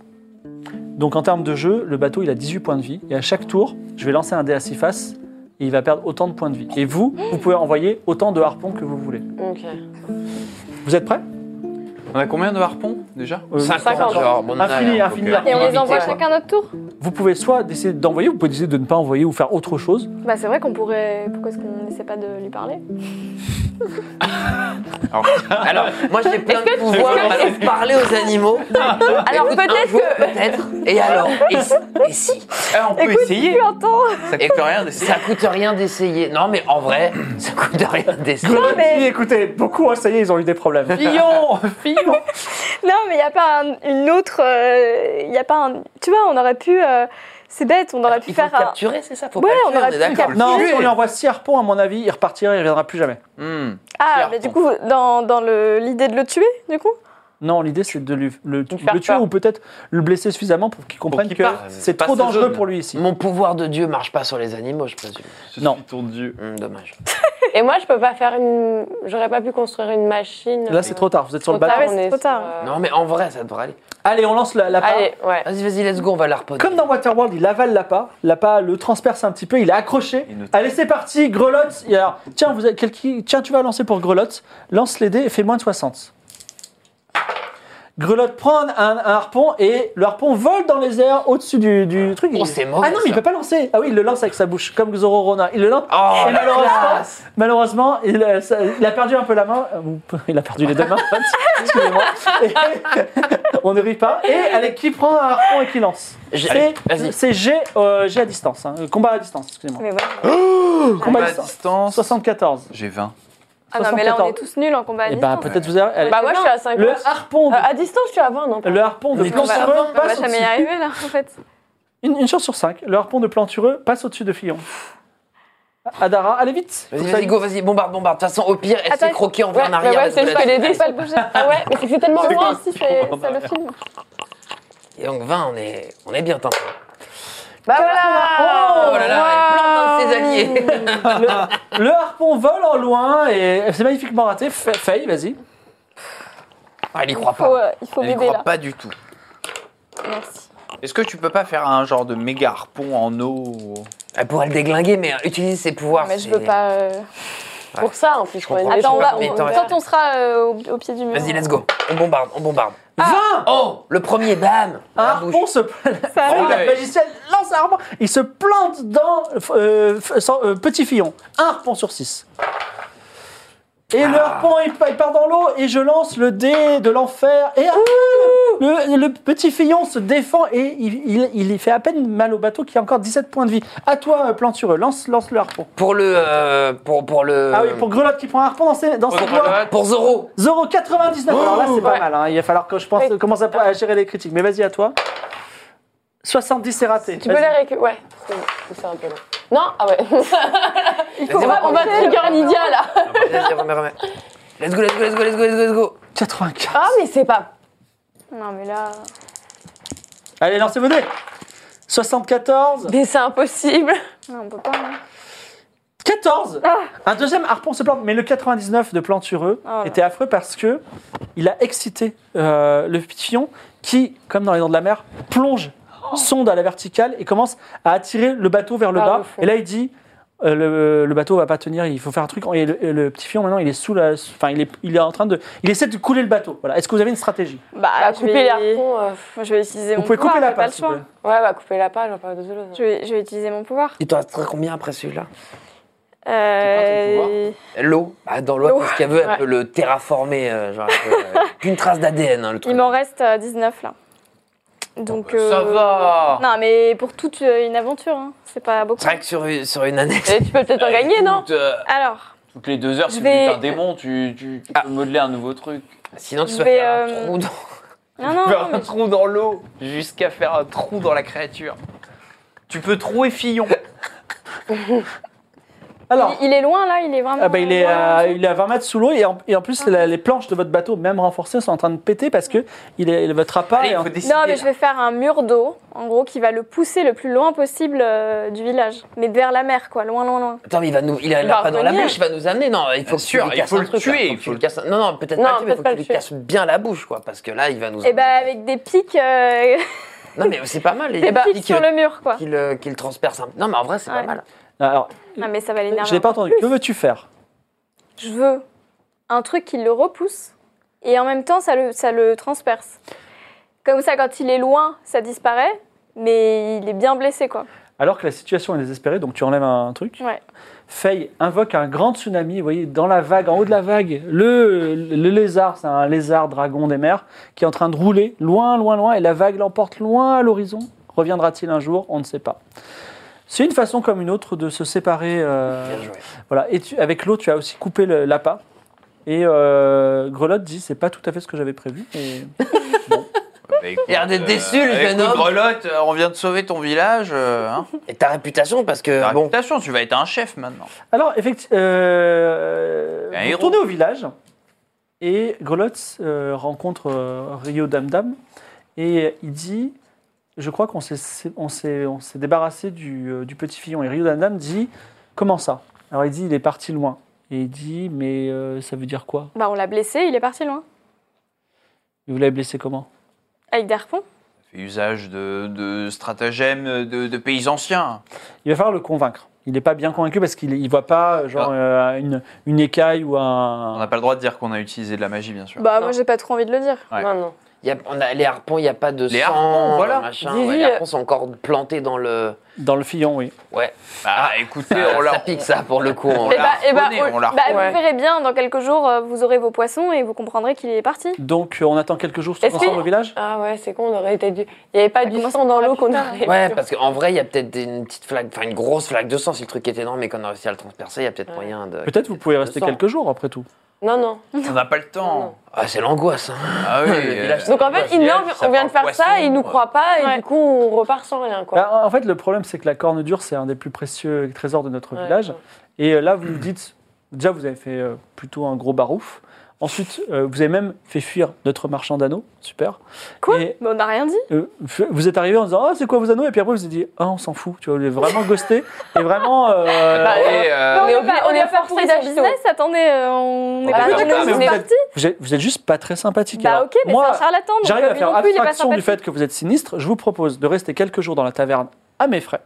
Speaker 2: Donc en termes de jeu, le bateau, il a 18 points de vie. Et à chaque tour, je vais lancer un dé à 6 faces et il va perdre autant de points de vie. Et vous, vous pouvez envoyer autant de harpons que vous voulez.
Speaker 7: Ok.
Speaker 2: Vous êtes prêts
Speaker 4: On a combien de harpons déjà
Speaker 2: Euh,
Speaker 6: 50 genre, bon,
Speaker 2: Infini,
Speaker 6: alors,
Speaker 2: infini.
Speaker 4: ok.
Speaker 2: harpons.
Speaker 5: Et on les
Speaker 6: Limité,
Speaker 5: envoie
Speaker 6: quoi.
Speaker 5: chacun notre tour
Speaker 2: Vous pouvez soit décider d'envoyer, vous pouvez décider de ne pas envoyer ou faire autre chose.
Speaker 5: Bah c'est vrai qu'on pourrait. Pourquoi est-ce qu'on n'essaie pas de lui parler
Speaker 4: Alors,
Speaker 6: Alors, moi j'ai plein de pouvoirs,
Speaker 4: est-ce que-
Speaker 6: alors parler aux animaux.
Speaker 7: Alors,
Speaker 6: Écoute, un
Speaker 7: peut-être
Speaker 6: jour,
Speaker 7: que-
Speaker 6: Peut-être. Et alors Et si, et si
Speaker 4: ah, on peut essayer
Speaker 5: Tu entends
Speaker 4: Ça coûte rien d'essayer.
Speaker 6: Ça coûte rien d'essayer. Non, mais en vrai, ça coûte rien d'essayer.
Speaker 2: Grelotte dit, écoutez, beaucoup, hein, ça y est, ils ont eu des problèmes.
Speaker 4: Fillon Fillon
Speaker 5: Non, mais il n'y a pas un- une autre. Il n'y a pas un. Tu vois, on aurait pu. euh, c'est bête, on aurait
Speaker 6: Ah,
Speaker 5: pu
Speaker 6: Il faut le
Speaker 5: faire un.
Speaker 6: capturer, c'est ça Faut
Speaker 5: Ouais,
Speaker 6: pas le
Speaker 5: on
Speaker 6: tuer,
Speaker 5: aurait
Speaker 6: est
Speaker 5: pu
Speaker 6: d'accord.
Speaker 5: capturer.
Speaker 2: Non,
Speaker 5: Tuer.
Speaker 2: si on lui envoie 6 harpons, à mon avis, il repartira, il reviendra plus jamais.
Speaker 4: Hmm.
Speaker 5: Ah, mais du coup, dans, dans le- l'idée de le tuer, du coup
Speaker 2: Non, l'idée c'est de lui- le,
Speaker 7: lui faire
Speaker 2: le tuer
Speaker 7: peur.
Speaker 2: ou peut-être le blesser suffisamment pour qu'il comprenne
Speaker 4: qu'il
Speaker 2: que
Speaker 4: parte.
Speaker 2: c'est
Speaker 4: Passe
Speaker 2: trop
Speaker 4: la
Speaker 2: dangereux
Speaker 4: zone.
Speaker 2: pour lui ici.
Speaker 6: Mon pouvoir de Dieu marche pas sur les animaux, je présume.
Speaker 4: Je
Speaker 2: Non.
Speaker 4: suis ton dieu.
Speaker 6: Hum, dommage.
Speaker 7: Et moi, je peux pas faire une. J'aurais pas pu construire une machine.
Speaker 2: Là, c'est trop tard, vous êtes sur le
Speaker 7: Trop tard,
Speaker 2: bateau.
Speaker 5: bateau.
Speaker 7: on est
Speaker 5: Trop tard.
Speaker 7: sur, euh,
Speaker 6: Non, mais en vrai, ça devrait aller.
Speaker 2: Allez, on lance la, la part.
Speaker 7: Allez, ouais.
Speaker 6: Vas-y, vas-y, let's go, on va la repoter.
Speaker 2: Comme dans Waterworld, il avale l'appât, l'appât le transperce un petit peu, il est accroché.
Speaker 4: Il nous-
Speaker 2: Allez, c'est parti, grelotte. Et alors, tiens, vous avez quelqu'un- tiens, tu vas lancer pour grelotte. Lance les dés et fais moins de 60. Grelotte prend un, un harpon et le harpon vole dans les airs au-dessus du, du truc.
Speaker 6: Oh,
Speaker 2: Il-
Speaker 6: c'est mauvais,
Speaker 2: Ah non, mais il
Speaker 6: ça.
Speaker 2: peut pas lancer. Ah oui, il le lance avec sa bouche, comme Zoro Ronin. Il le lance.
Speaker 6: Oh,
Speaker 2: Et
Speaker 6: la
Speaker 2: malheureusement,
Speaker 6: classe.
Speaker 2: malheureusement, il, euh, ça- il a perdu un peu la main. Euh, ou- Il a perdu les deux mains, en fait. excusez-moi. Et- On ne rit pas. Et avec qui prend un harpon et qui lance
Speaker 6: J'ai-
Speaker 2: C'est-
Speaker 6: Vas-y.
Speaker 2: C'est G, euh, G à distance. hein. Euh, Combat à distance, excusez-moi.
Speaker 5: Mais voilà.
Speaker 2: Combat à
Speaker 4: Pas
Speaker 2: distance.
Speaker 4: distance.
Speaker 2: 74.
Speaker 4: J'ai 20.
Speaker 5: Ah non, mais là, on
Speaker 2: 74.
Speaker 5: est tous nuls en combat à
Speaker 2: Et bah,
Speaker 5: distance.
Speaker 2: peut-être vous avez. allez.
Speaker 7: Bah, moi, je suis à 5
Speaker 2: le harpon
Speaker 7: Euh,
Speaker 2: de,
Speaker 7: à distance, je suis à 20, non
Speaker 2: le harpon de
Speaker 6: Mais
Speaker 5: on va,
Speaker 2: plantureux
Speaker 5: on va
Speaker 2: passe
Speaker 5: jamais y
Speaker 2: au-dessus.
Speaker 5: arriver là, en fait.
Speaker 2: Une, une chance sur 5. Le harpon de plantureux passe au-dessus de Fillon. Adara, allez vite.
Speaker 6: Vas-y, vas-y, go, vas-y, bombarde, bombarde. De toute façon, au pire, elle
Speaker 5: Attends,
Speaker 6: s'est croquée en
Speaker 7: Ouais,
Speaker 6: vers en
Speaker 7: bah
Speaker 6: arrière.
Speaker 7: ouais,
Speaker 6: parce
Speaker 7: c'est
Speaker 6: que
Speaker 7: juste
Speaker 6: la-
Speaker 7: que les dés, ils peuvent pas bouger. Ah ouais, mais c'est que c'est tellement loin aussi, c'est
Speaker 5: ça le film.
Speaker 6: Et donc 20, on est, on est bien tenté.
Speaker 7: Bah voilà
Speaker 6: Oh là là, elle est plein de ses alliés.
Speaker 2: Le harpon vole en loin et c'est magnifiquement raté. Fa- Faye, vas-y.
Speaker 6: Ah, elle y croit
Speaker 5: Il faut,
Speaker 6: pas.
Speaker 5: euh, il faut
Speaker 4: Je n'y
Speaker 5: m'aider là.
Speaker 4: crois pas du tout.
Speaker 5: Merci.
Speaker 4: Est-ce que tu peux pas faire un genre de méga harpon en eau
Speaker 6: Elle pourrait le déglinguer, mais euh, utiliser ses pouvoirs.
Speaker 5: Ah, mais je
Speaker 6: c'est-
Speaker 5: veux pas. euh,
Speaker 7: pour ça en plus.
Speaker 6: Je
Speaker 7: qu'on est
Speaker 6: comprends.
Speaker 7: des
Speaker 5: Attends, on va-
Speaker 7: gens
Speaker 6: Mais
Speaker 5: on-
Speaker 6: t'en
Speaker 5: quand on sera euh, au, au pied du mur.
Speaker 6: Vas-y, let's go. On bombarde, on bombarde.
Speaker 2: 20
Speaker 6: Oh, le premier, bam
Speaker 2: Un
Speaker 5: Hein
Speaker 6: La bouche.
Speaker 2: harpon se
Speaker 5: Ça
Speaker 2: Oh,
Speaker 4: va.
Speaker 2: la magicienne lance un harpon. Il se plante dans euh, f- sans- euh, Petit Fillon. Un harpon sur six. Et le harpon, il, pa- il part dans l'eau et je lance le dé de l'enfer. Et ah, le, le petit fillon se défend et il, il- il fait à peine mal au bateau qui a encore 17 points de vie. À toi, euh, plantureux, lance, lance le harpon.
Speaker 6: Pour le. euh, pour, pour le.
Speaker 2: Ah oui, pour Grelotte qui prend un harpon dans ses, dans ses
Speaker 6: pour,
Speaker 2: doigts.
Speaker 6: pour Zoro.
Speaker 2: Zoro 99. Alors là, c'est pas
Speaker 7: Ouais.
Speaker 2: mal. hein. Il va falloir que je pense,
Speaker 7: Oui.
Speaker 2: commence à, à gérer les critiques. Mais vas-y, à toi. 70, c'est raté.
Speaker 7: Tu peux
Speaker 2: Vas-y.
Speaker 7: les récupérer. Ouais, c'est- c'est ça un peu long. Non Ah ouais.
Speaker 6: Vas-y,
Speaker 7: on, va, on va trigger Lydia là.
Speaker 6: Vas-y, remets, remets. Let's go, let's go, let's go, let's go, let's go, let's go.
Speaker 2: 95.
Speaker 7: Ah, mais c'est pas.
Speaker 5: Non, mais là.
Speaker 2: Allez, lancez vos dés 74,
Speaker 7: Mais c'est impossible.
Speaker 5: Non, on peut pas. hein.
Speaker 2: 14 Un deuxième harpon se plante, mais le 99 de Plantureux
Speaker 5: Ah là.
Speaker 2: était affreux parce que il a excité euh, le petit fillon qui, comme dans les dents de la mer, plonge,
Speaker 5: Oh.
Speaker 2: sonde à la verticale et commence à attirer le bateau vers le
Speaker 7: Vers
Speaker 2: bas.
Speaker 7: le fond.
Speaker 2: et là, il dit euh, le, le bateau va pas tenir, il faut faire un truc. Et le, et le petit fillon, maintenant, il est sous la. Enfin, il est, il est en train de. Il essaie de couler le bateau. Voilà. Est-ce que vous avez une stratégie
Speaker 5: Bah,
Speaker 7: Bah,
Speaker 5: je
Speaker 7: couper
Speaker 5: vais-
Speaker 7: les harpons. euh,
Speaker 5: Moi, je vais utiliser
Speaker 2: Vous
Speaker 5: mon
Speaker 2: pouvez
Speaker 5: pouvoir.
Speaker 2: couper la
Speaker 5: j'ai pas le
Speaker 2: passe. s'il vous
Speaker 5: choix.
Speaker 2: plaît.
Speaker 7: Ouais, bah couper la page, on parle de Zolo.
Speaker 5: Je vais, je vais utiliser mon pouvoir.
Speaker 6: Il te resterait combien après celui-là
Speaker 5: Euh,
Speaker 6: L'eau. Bah, dans l'eau,
Speaker 5: L'eau.
Speaker 6: parce qu'elle veut, elle
Speaker 5: Ouais.
Speaker 6: peut le terraformer. euh, genre, elle peut, euh, qu'une trace d'ADN, hein, le truc.
Speaker 5: il m'en reste euh, 19 là. Donc. euh,
Speaker 4: Ça va
Speaker 5: Non, mais pour toute euh, une aventure, hein. c'est pas beaucoup.
Speaker 6: C'est vrai que sur, une- sur une année.
Speaker 7: Et tu peux peut-être en gagner, non
Speaker 4: Écoute, euh,
Speaker 5: Alors,
Speaker 4: Toutes les deux heures,
Speaker 5: Je
Speaker 4: si
Speaker 5: vais-
Speaker 4: tu es un démon, tu, tu- tu peux modeler un nouveau truc.
Speaker 6: Sinon, tu
Speaker 5: Je
Speaker 6: vas
Speaker 5: vais,
Speaker 6: faire un
Speaker 5: euh,
Speaker 6: trou dans.
Speaker 4: Tu peux
Speaker 5: non, non, non,
Speaker 4: faire un
Speaker 5: mais-
Speaker 4: trou dans l'eau jusqu'à faire un trou dans la créature. Tu peux trouer Fillon.
Speaker 2: Alors.
Speaker 5: il, il est loin là, il est vraiment.
Speaker 2: Ah bah, il, est,
Speaker 5: loin.
Speaker 2: à- il est à 20 mètres sous l'eau et en, et en plus la- les planches de votre bateau, même renforcées, sont en train de péter parce que il est, votre appât
Speaker 4: Allez,
Speaker 2: est
Speaker 4: Ah, il
Speaker 2: en-
Speaker 4: faut décider.
Speaker 5: hein. Non, mais je vais faire un mur d'eau, en gros, qui va le pousser le plus loin possible euh, du village. Mais vers la mer, quoi, loin, loin, loin.
Speaker 6: Attends, mais il va nous. Il
Speaker 7: Il
Speaker 6: a
Speaker 7: va
Speaker 6: pas dans la
Speaker 7: revenir.
Speaker 6: bouche, il va nous amener. Non, il faut que tu
Speaker 4: Ah, sûr,
Speaker 6: lui
Speaker 4: il
Speaker 6: casses
Speaker 4: faut
Speaker 6: un
Speaker 4: le
Speaker 6: truc, là.
Speaker 4: tuer,
Speaker 6: Faut
Speaker 4: il
Speaker 6: que
Speaker 4: faut
Speaker 6: tu
Speaker 4: le-
Speaker 6: lui casses un- Non, non, peut-être
Speaker 7: Non,
Speaker 6: pas, le tuer, mais
Speaker 7: peut-être
Speaker 6: faut
Speaker 7: pas
Speaker 6: que tu
Speaker 7: le
Speaker 6: lui
Speaker 7: tuer. Eh ben,
Speaker 6: casses bien la bouche, quoi. Parce que là, il va
Speaker 4: Ah.
Speaker 6: nous.
Speaker 5: Et bah, avec des pics, euh,
Speaker 6: Non, mais c'est pas mal. les-
Speaker 7: Eh
Speaker 5: des
Speaker 7: ben,
Speaker 6: les
Speaker 5: pics
Speaker 6: pics,
Speaker 5: sur
Speaker 6: euh,
Speaker 5: le mur, quoi.
Speaker 6: Qu'il euh, qu'il transperce un Non, mais en vrai, c'est pas
Speaker 5: Ouais.
Speaker 6: mal.
Speaker 2: Alors,
Speaker 5: Non, mais ça va l'énerver.
Speaker 2: je l'ai pas entendu. Que veux-tu faire
Speaker 5: Je veux un truc qui le repousse et en même temps ça le, ça le transperce. Comme ça, quand il est loin, ça disparaît, mais il est bien blessé quoi.
Speaker 2: Alors que la situation est désespérée, donc tu enlèves un truc.
Speaker 5: Ouais.
Speaker 2: Faye invoque un grand tsunami, vous voyez, dans la vague, en haut de la vague, le, le lézard, c'est un lézard dragon des mers, qui est en train de rouler loin, loin, loin, et la vague l'emporte loin à l'horizon. Reviendra-t-il un jour On ne sait pas. C'est une façon comme une autre de se séparer. euh,
Speaker 6: Bien joué.
Speaker 2: Voilà, et tu- avec l'eau, tu as aussi coupé le- l'appât. Et euh, Grelotte dit c'est pas tout à fait ce que j'avais prévu. mais-
Speaker 4: Bah,
Speaker 6: Il a l'air d'être déçu, le jeune homme.
Speaker 4: Grelotte,
Speaker 8: Euh, on vient de sauver ton village. euh, hein.
Speaker 4: Ah,
Speaker 6: Et ta réputation, parce que.
Speaker 4: ta
Speaker 6: bon.
Speaker 4: réputation, Bah, tu vas être un chef maintenant.
Speaker 2: Alors, effectivement,
Speaker 4: Un
Speaker 2: euh, vous
Speaker 4: héros.
Speaker 2: retournez au village et Grelotte euh, rencontre euh, Rio Damdam et il dit Je crois qu'on s'est on s'est- on s'est débarrassé du, euh, du petit fillon. Et Rio Damdam dit Comment ça Alors, il dit Il est parti loin. Et il dit Mais euh, ça veut dire quoi
Speaker 5: Bah on l'a blessé, il est parti loin.
Speaker 2: Vous l'avez blessé comment
Speaker 5: Avec des harpons.
Speaker 4: Fais usage de, de stratagèmes de, de pays anciens.
Speaker 2: Il va falloir le convaincre. Il n'est pas bien convaincu parce qu'il ne voit pas euh, genre, euh, une, une écaille ou
Speaker 4: Ah. On
Speaker 2: un.
Speaker 4: n'a pas le droit de dire qu'on a utilisé de la magie, bien sûr.
Speaker 5: Bah
Speaker 7: Non.
Speaker 5: moi j'ai pas trop envie de le dire.
Speaker 4: Ouais.
Speaker 7: Non, non.
Speaker 6: Il y a- on a les harpons, il n'y a pas de
Speaker 4: Les
Speaker 6: sang,
Speaker 4: harpons, voilà.
Speaker 6: machin.
Speaker 7: Dis-lui,
Speaker 6: Ouais, les
Speaker 7: euh,
Speaker 6: harpons sont encore plantés dans le.
Speaker 2: Dans le fillon, oui.
Speaker 6: Ouais.
Speaker 4: Bah, écoutez,
Speaker 6: Ça,
Speaker 4: on
Speaker 6: ça
Speaker 4: l'a.
Speaker 6: pique ça pour le coup. hein. on-
Speaker 4: Mais-
Speaker 5: Eh bah,
Speaker 4: l'a
Speaker 5: eh bah,
Speaker 4: harponné,
Speaker 5: on-
Speaker 4: on l'a
Speaker 5: bah,
Speaker 7: harponné.
Speaker 5: vous verrez bien, dans quelques jours euh, vous aurez vos poissons et vous comprendrez qu'il est parti.
Speaker 2: Donc, euh, on attend quelques jours
Speaker 7: Est-ce
Speaker 2: ensemble
Speaker 7: que-
Speaker 2: au village
Speaker 7: Ah ouais, c'est con, on aurait été du. Il n'y avait pas
Speaker 5: Ah,
Speaker 7: du
Speaker 5: comment
Speaker 7: sang dans
Speaker 5: ça
Speaker 7: l'eau
Speaker 5: va,
Speaker 7: qu'on
Speaker 5: putain.
Speaker 7: aurait.
Speaker 6: Ouais, parce qu'en vrai, il y a peut-être des- une petite flaque, enfin une grosse flaque de sang. Si le truc est énorme et qu'on a réussi à le transpercer, il y a peut-être
Speaker 7: Ouais.
Speaker 6: moyen de.
Speaker 2: Peut-être vous pouvez rester
Speaker 6: sang.
Speaker 2: quelques jours après tout.
Speaker 7: Non, non.
Speaker 4: On n'a pas le temps.
Speaker 6: Ah, c'est l'angoisse. hein.
Speaker 4: Ah oui.
Speaker 6: Le village,
Speaker 4: euh,
Speaker 7: Donc en fait, il meurt,
Speaker 4: ça
Speaker 7: on vient de
Speaker 4: parle
Speaker 7: faire ça,
Speaker 4: poisson,
Speaker 7: il nous
Speaker 4: ouais.
Speaker 7: croit pas, et
Speaker 5: Ouais.
Speaker 7: du coup, on repart sans rien, quoi.
Speaker 2: Bah, en fait, le problème, c'est que la corne dure, c'est un des plus précieux trésors de notre
Speaker 7: Ouais,
Speaker 2: village.
Speaker 7: ouais.
Speaker 2: Et euh, là, vous nous dites, déjà, vous avez fait euh, plutôt un gros barouf. Ensuite, euh, vous avez même fait fuir notre marchand d'anneaux. Super.
Speaker 5: Quoi
Speaker 2: Et-
Speaker 5: Bah, on n'a rien dit.
Speaker 2: Euh, f- vous êtes arrivé en disant, ah, c'est quoi vos anneaux Et puis après, vous vous êtes dit, ah, on s'en fout. Tu vois, vous êtes vraiment ghosté. et vraiment. euh,
Speaker 7: Bah,
Speaker 4: Et, euh,
Speaker 7: on est obligé-
Speaker 5: Bah,
Speaker 7: on
Speaker 5: on
Speaker 7: est
Speaker 5: est
Speaker 7: forcé
Speaker 5: forcé
Speaker 7: d'acheter.
Speaker 5: d'un business, attendez, euh, on est
Speaker 4: Ah,
Speaker 5: parti,
Speaker 4: bah, bah,
Speaker 5: on
Speaker 4: mais
Speaker 5: est
Speaker 2: vous
Speaker 5: parti.
Speaker 2: vous, êtes, vous êtes juste pas très sympathique.
Speaker 5: Bah
Speaker 2: Alors,
Speaker 5: ok, mais c'est
Speaker 2: moi,
Speaker 5: un charlatan, donc
Speaker 2: J'arrive
Speaker 5: euh,
Speaker 2: à
Speaker 5: lui
Speaker 2: faire
Speaker 5: non plus, il est pas
Speaker 2: abstraction du
Speaker 5: sympathique.
Speaker 2: fait que vous êtes sinistre. Je vous propose de rester quelques jours dans la taverne à mes frais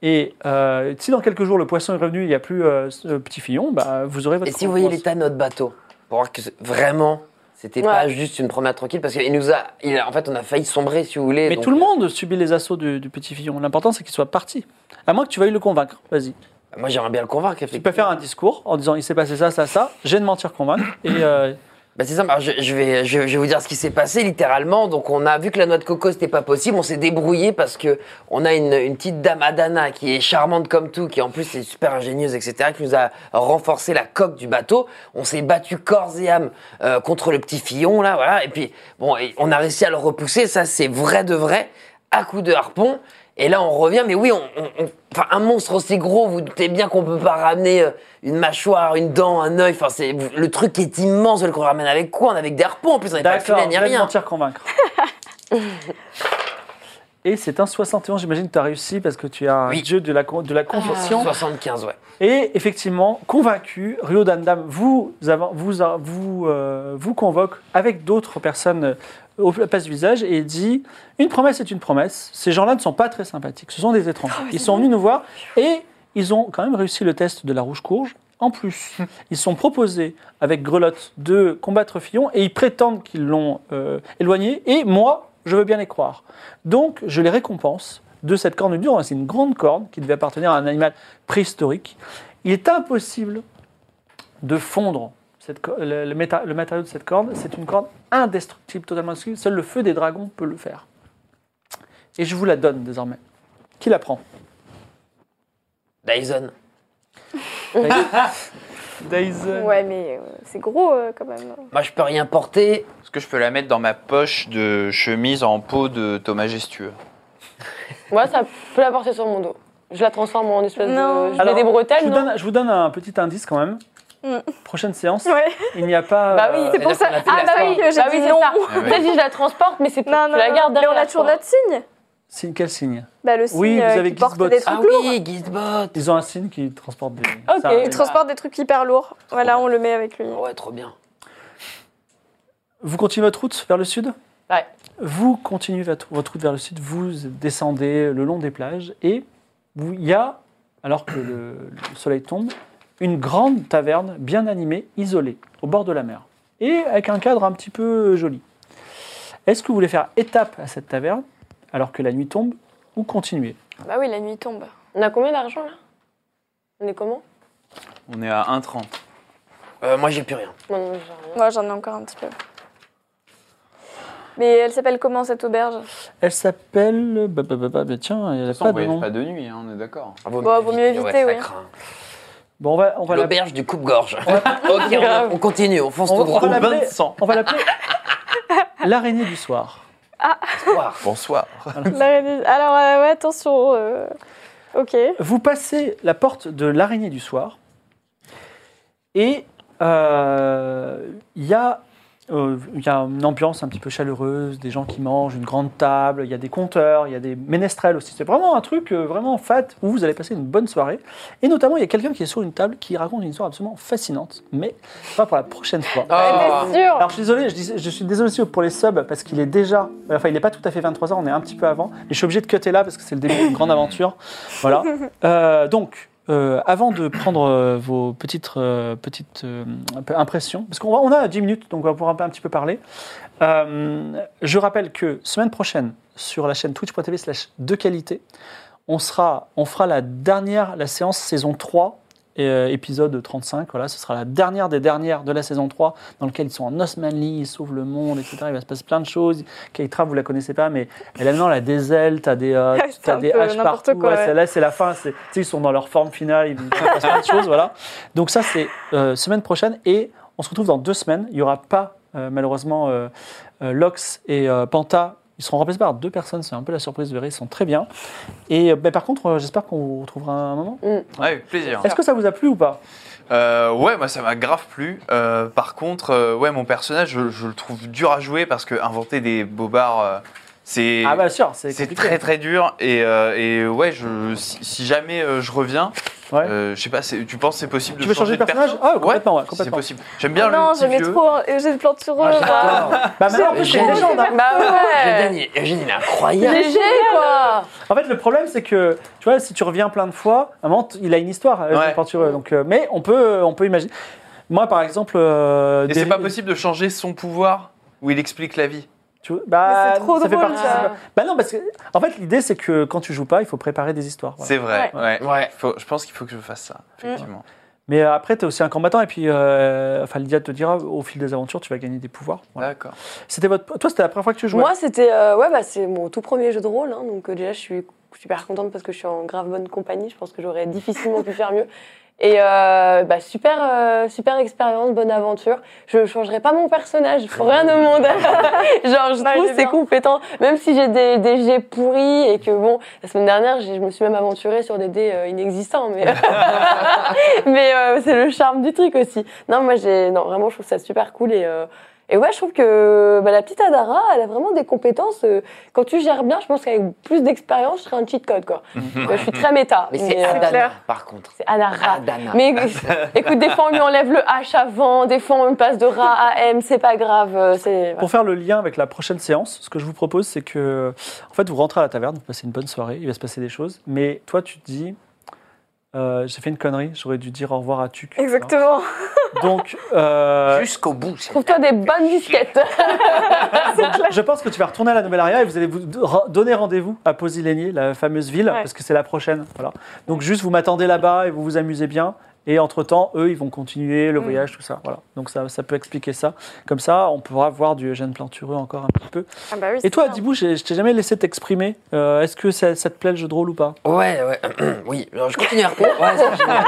Speaker 2: Et euh, si dans quelques jours le poisson est revenu, il n'y a plus euh, ce petit fillon, bah, vous aurez votre
Speaker 6: Et si vous voyez
Speaker 2: récompense.
Speaker 6: l'état de notre bateau, pour voir que c'est- vraiment, c'était pas juste une promenade tranquille, parce qu'il nous a, il a- en fait, on a failli sombrer, si vous voulez.
Speaker 2: Mais
Speaker 6: donc- euh,
Speaker 2: tout le monde subit les assauts du, du petit fillon. L'important, c'est qu'il soit parti. À moins que tu veuilles le convaincre. Vas-y.
Speaker 6: Moi, j'aimerais bien le convaincre.
Speaker 2: Tu peux faire un discours en disant il s'est passé ça, ça, ça. J'ai de mentir convaincre. Et euh,
Speaker 6: Bah, c'est simple, Alors, je, je vais, je, je vais vous dire ce qui s'est passé littéralement. Donc on a vu que la noix de coco c'était pas possible, on s'est débrouillé parce que on a une, une petite dame Adana qui est charmante comme tout, qui en plus est super ingénieuse, etc., qui nous a renforcé la coque du bateau. On s'est battu corps et âme euh, contre le petit fillon là, voilà. Et puis bon, et on a réussi à le repousser, ça c'est vrai de vrai, à coup de harpon. Et là, on revient, mais oui, on, on- on- enfin, un monstre aussi gros, vous doutez bien qu'on peut pas ramener euh, une mâchoire, une dent, un œil. Enfin, c'est le truc est immense, le qu'on ramène avec quoi On Avec des harpons en plus, on n'est pas
Speaker 2: d'accord,
Speaker 6: filet ni
Speaker 2: j'ai de
Speaker 6: rien.
Speaker 2: mentir convaincre. et c'est un 71. J'imagine que tu as réussi parce que tu as un
Speaker 6: Oui.
Speaker 2: dieu de la, con- de la conviction.
Speaker 6: 75, Ah. ouais.
Speaker 2: Et effectivement, convaincu, Rio Dandam vous, avan- vous, a- vous, euh, vous convoque avec d'autres personnes euh, au passe du visage et dit Une promesse est une promesse. Ces gens-là ne sont pas très sympathiques. Ce sont des étrangers. ils sont venus nous voir et ils ont quand même réussi le test de la rouge-courge. En plus, ils sont proposés avec Grelotte de combattre Fillon et ils prétendent qu'ils l'ont euh, éloigné. Et moi, je veux bien les croire. Donc, je les récompense de cette corne dure. C'est une grande corne qui devait appartenir à un animal préhistorique. Il est impossible de fondre cette co- le, le méta- le matériau de cette corne. C'est une corne indestructible, totalement indestructible. Seul le feu des dragons peut le faire. Et je vous la donne désormais. Qui la prend
Speaker 6: Dyson.
Speaker 2: Daisy.
Speaker 5: Ouais, mais euh, c'est gros euh, quand même.
Speaker 6: Moi, je peux rien porter.
Speaker 4: Est-ce que je peux la mettre dans ma poche de chemise en peau de Thomas Majestueux
Speaker 7: Moi, ça peut la porter sur mon dos. Je la transforme en espèce
Speaker 5: Non.
Speaker 7: de. Je mets des bretelles,
Speaker 2: je vous,
Speaker 7: non
Speaker 2: donne, je vous donne un petit indice quand même.
Speaker 5: Mm.
Speaker 2: Prochaine séance,
Speaker 5: Ouais.
Speaker 2: il n'y a pas. euh,
Speaker 7: Bah oui,
Speaker 5: C'est pour ça.
Speaker 6: C'est-à-dire qu'on a
Speaker 5: Ah
Speaker 6: fait
Speaker 5: bah
Speaker 6: la
Speaker 5: oui,
Speaker 6: fin.
Speaker 5: que j'ai
Speaker 7: Bah oui,
Speaker 5: dit
Speaker 7: c'est
Speaker 5: non.
Speaker 7: ça.
Speaker 4: Ah oui.
Speaker 7: Peut-être que je la transporte, mais c'est plus.
Speaker 5: Non,
Speaker 7: tu
Speaker 5: non,
Speaker 7: la
Speaker 5: non,
Speaker 7: gardes
Speaker 5: mais
Speaker 7: derrière.
Speaker 5: on a toujours
Speaker 7: toi.
Speaker 5: notre signe.
Speaker 2: Signe- Quel signe
Speaker 5: Bah, le signe
Speaker 2: Oui, vous
Speaker 5: euh,
Speaker 2: avez
Speaker 5: qui porte
Speaker 2: Gizbot.
Speaker 5: des trucs
Speaker 6: Ah
Speaker 5: lourds.
Speaker 6: oui, Gizbot.
Speaker 2: Ils ont un signe qui transporte des.
Speaker 7: Ok.
Speaker 2: ça,
Speaker 7: Ils
Speaker 5: Il transporte des trucs hyper lourds. Voilà, on le met avec lui.
Speaker 6: Ouais, trop bien.
Speaker 2: Vous continuez votre route vers le sud
Speaker 7: Ouais.
Speaker 2: Vous continuez votre votre route vers le sud, vous descendez le long des plages et vous- il y a, alors que le, le soleil tombe, une grande taverne bien animée, isolée, au bord de la mer. Et avec un cadre un petit peu joli. Est-ce que vous voulez faire étape à cette taverne alors que la nuit tombe ou continuer
Speaker 5: Bah oui, la nuit tombe.
Speaker 7: On a combien d'argent là On est comment
Speaker 4: On est à 1,30.
Speaker 6: Euh, moi, j'ai plus rien.
Speaker 7: Non, non, j'ai rien.
Speaker 5: Moi, j'en ai encore un petit peu. Mais elle s'appelle comment cette auberge
Speaker 2: Elle s'appelle... bah, bah, bah, bah, bah, tiens, elle n'a
Speaker 4: Ça, on
Speaker 2: pas de
Speaker 4: voyage
Speaker 2: nom.
Speaker 4: pas de nuit, hein, on est d'accord.
Speaker 6: Ah, vaut
Speaker 5: Bon, vaut mieux éviter,
Speaker 6: ça
Speaker 5: oui.
Speaker 6: craint.
Speaker 2: Bon, on va, on va la-
Speaker 6: L'auberge du coupe-gorge. ok, on, on continue, on fonce
Speaker 2: on
Speaker 6: tout
Speaker 2: va- on va
Speaker 6: droit.
Speaker 2: l'appeler- on va l'appeler l'araignée du soir.
Speaker 6: Bonsoir.
Speaker 4: Bonsoir.
Speaker 5: L'araignée- Alors, euh, ouais, attention. euh, Ok.
Speaker 2: Vous passez la porte de l'araignée du soir et euh, il y, a, euh, il y a une ambiance un petit peu chaleureuse, des gens qui mangent, une grande table, il y a des compteurs, il y a des ménestrels aussi. C'est vraiment un truc euh, vraiment fat où vous allez passer une bonne soirée. Et notamment, il y a quelqu'un qui est sur une table qui raconte une histoire absolument fascinante, mais pas pour la prochaine fois.
Speaker 6: Oh,
Speaker 5: T'es sûr
Speaker 2: Alors je suis désolé, je, dis- je suis désolé aussi pour les subs parce qu'il est déjà, enfin il n'est pas tout à fait 23h, on est un petit peu avant, mais je suis obligé de cutter là parce que c'est le début d'une grande aventure. Voilà. Euh, donc euh, avant de prendre euh, vos petites, euh, petites euh, un peu impressions, parce qu'on va- on a 10 minutes, donc on va pouvoir un, peu- un petit peu parler. Euh, je rappelle que semaine prochaine sur la chaîne twitch.tv slash de qualité, on sera, on fera la dernière, la séance saison 3. et, euh, épisode 35, voilà, ce sera la dernière des dernières de la saison 3 dans lequel ils sont en Osmanli, ils sauvent le monde, etc. Il va se passer plein de choses. Keitra, vous la connaissez pas, mais elle a maintenant la des ailes, t'as des, euh,
Speaker 5: Ouais, c'est
Speaker 2: t'as
Speaker 5: un
Speaker 2: des
Speaker 5: peu
Speaker 2: haches
Speaker 5: n'importe
Speaker 2: partout.
Speaker 5: quoi,
Speaker 2: Ouais,
Speaker 5: ouais.
Speaker 2: Celle-là, c'est la fin. c'est- tu sais, Ils sont dans leur forme finale, ils il se passe plein de choses. Voilà. Donc ça, c'est euh, semaine prochaine et on se retrouve dans deux semaines. Il n'y aura pas, euh, malheureusement, euh, euh, Lox et euh, Panta. Ils seront remplacés par deux personnes, c'est un peu la surprise, vous verrez, ils sont très bien. Et euh, bah, par contre, euh, j'espère qu'on vous retrouvera un moment.
Speaker 4: Ouais, avec plaisir.
Speaker 2: Est-ce que ça vous a plu ou pas
Speaker 4: Euh, ouais, moi ça m'a grave plu. Euh, par contre, euh, ouais, mon personnage, je, je le trouve dur à jouer parce que inventer des bobards, euh, c'est
Speaker 2: Ah bah sûr, c'est
Speaker 4: c'est
Speaker 2: compliqué.
Speaker 4: très très dur. Et, euh, et ouais, je, si, si jamais euh, je reviens,
Speaker 2: Ouais.
Speaker 8: Euh, je sais pas, c'est- tu penses que c'est possible de
Speaker 2: Tu veux changer de personnage Ah,
Speaker 8: Ah,
Speaker 2: ouais, complètement, ouais,
Speaker 8: C'est
Speaker 2: complètement.
Speaker 8: possible. J'aime bien
Speaker 5: non,
Speaker 8: le. petit
Speaker 5: j'aimais
Speaker 8: vieux.
Speaker 5: trop. euh, J'ai de plantes sur
Speaker 2: Ah,
Speaker 5: eux. bah.
Speaker 2: Bah, maintenant, en plus, c'est une
Speaker 6: Eugène.
Speaker 2: légende. hein.
Speaker 7: Bah ouais
Speaker 6: Eugène, il- Eugène, il est incroyable.
Speaker 7: Léger, quoi
Speaker 2: hein. En fait, le problème, c'est que, tu vois, si tu reviens plein de fois, à un moment, t- il a une histoire, euh,
Speaker 8: Ouais.
Speaker 2: le tortureux. Donc, euh, mais on peut, on peut imaginer. Moi, par exemple. euh,
Speaker 8: Et c'est
Speaker 2: des-
Speaker 8: pas possible de changer son pouvoir où il explique la vie.
Speaker 2: tu vois, bah,
Speaker 5: Mais c'est trop
Speaker 2: ça fait
Speaker 5: drôle,
Speaker 2: partie-
Speaker 5: ça.
Speaker 2: Bah non, parce que. En fait, l'idée, c'est que quand tu joues pas, il faut préparer des histoires. voilà.
Speaker 8: C'est vrai.
Speaker 5: Ouais.
Speaker 8: Ouais.
Speaker 6: Ouais.
Speaker 8: Faut- je pense qu'il faut que je fasse
Speaker 7: Mm.
Speaker 8: ça, effectivement.
Speaker 2: Mais euh, après, tu es aussi un combattant, et puis, euh, enfin, Lydia te dira, au fil des aventures, tu vas gagner des pouvoirs. Voilà.
Speaker 8: D'accord.
Speaker 2: C'était votre. Toi, c'était la première fois que tu jouais.
Speaker 7: Moi, c'était euh, ouais, bah, c'est mon tout premier jeu de rôle. hein, donc, euh, déjà, je suis super contente parce que je suis en grave bonne compagnie. Je pense que j'aurais difficilement pu faire mieux. Et euh, bah, super, euh, super expérience, bonne aventure. Je ne changerai pas mon personnage pour rien au monde. Genre, je
Speaker 5: Ouais,
Speaker 7: trouve
Speaker 5: c'est
Speaker 7: c'est
Speaker 5: bien.
Speaker 7: compétent. Même si j'ai des, des jets pourris et que, bon, la semaine dernière, j'ai- je me suis même aventurée sur des dés euh, inexistants. Mais, mais euh, c'est le charme du truc aussi. Non, moi, j'ai, non, vraiment, je trouve ça super cool. Et, euh, et ouais, je trouve que bah, la petite Adara, elle a vraiment des compétences. euh, quand tu gères bien, je pense qu'avec plus d'expérience, je serais un cheat code, quoi. Euh, je suis très méta.
Speaker 6: Mais c'est
Speaker 7: euh,
Speaker 6: Adana, par contre.
Speaker 7: c'est Adara.
Speaker 6: Adana.
Speaker 7: Mais écoute, des fois on lui enlève le H avant, des fois on lui passe de Ra à M, c'est pas grave. euh, C'est...
Speaker 2: Pour faire le lien avec la prochaine séance, ce que je vous propose, c'est que, en fait, vous rentrez à la taverne, vous passez une bonne soirée, il va se passer des choses, mais toi, tu te dis, euh, j'ai fait une connerie, j'aurais dû dire au revoir à Tuc.
Speaker 5: Exactement.
Speaker 2: Donc, euh,
Speaker 6: Jusqu'au bout. c'est-
Speaker 7: Trouve-toi des bonnes disquettes.
Speaker 2: je pense que tu vas retourner à la Nouvelle Aria et vous allez vous re- donner rendez-vous à Posillénier, la fameuse ville, parce que c'est la prochaine. Voilà. Donc, juste, vous m'attendez là-bas et vous vous amusez bien. Et entre-temps, eux, ils vont continuer le voyage, tout ça. Voilà. Donc, ça, ça peut expliquer ça. Comme ça, on pourra voir du Eugène Plantureux encore un petit peu.
Speaker 5: Ah bah oui,
Speaker 2: Et
Speaker 5: c'est
Speaker 2: toi,
Speaker 5: bien.
Speaker 2: Dibou, j'ai- je t'ai jamais laissé t'exprimer. Euh, Est-ce que ça, ça te plaît le jeu de rôle ou pas
Speaker 6: Ouais, ouais, oui. Alors, je continue à reprendre. Ouais, c'est génial.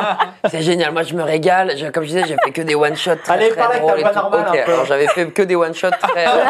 Speaker 6: c'est génial. Moi, je me régale. Je- comme je disais, j'ai fait que des one shots très,
Speaker 2: Allez,
Speaker 6: très
Speaker 2: parle avec ta
Speaker 6: drôles et
Speaker 2: voix
Speaker 6: tout.
Speaker 2: normale,
Speaker 6: Ok,
Speaker 2: un peu.
Speaker 6: alors, j'avais fait que des one shots très. euh,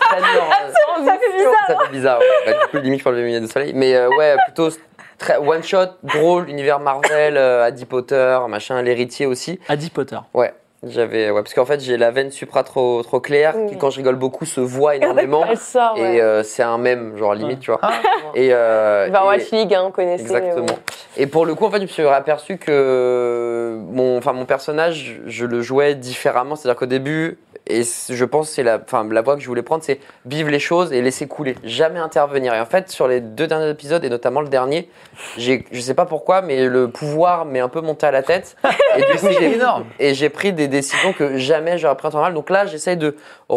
Speaker 6: très normaux.
Speaker 5: Ça fait bizarre.
Speaker 6: Ça fait bizarre. ouais. Bah, du coup, limite, je parle de lumière du soleil. Mais euh, ouais, plutôt très one shot, drôle, univers Marvel, euh, Harry Potter, machin, l'héritier aussi.
Speaker 2: Adi Potter.
Speaker 6: Ouais. J'avais, ouais, parce qu'en fait, j'ai la veine supra trop, trop claire, qui, quand je rigole beaucoup, se voit énormément.
Speaker 7: Elle sort, ouais.
Speaker 6: Et euh, c'est un même, genre limite, tu vois.
Speaker 8: Ah,
Speaker 6: Et, euh,
Speaker 7: Bah,
Speaker 6: et-
Speaker 7: Watch League, hein, connaissez.
Speaker 6: Exactement.
Speaker 7: euh,
Speaker 6: Et pour le coup, en fait, je me suis aperçu que mon, enfin, mon personnage, je le jouais différemment. C'est-à-dire qu'au début, et c- je pense que c'est la, enfin, la voie que je voulais prendre, c'est vivre les choses et laisser couler, jamais intervenir. Et en fait, sur les deux derniers épisodes, et notamment le dernier, j'ai, je sais pas pourquoi, mais le pouvoir m'est un peu monté à la tête. Et du coup, j'ai,
Speaker 8: énorme.
Speaker 6: et j'ai pris des décisions que jamais j'aurais pris en temps normal. Donc là, j'essaye de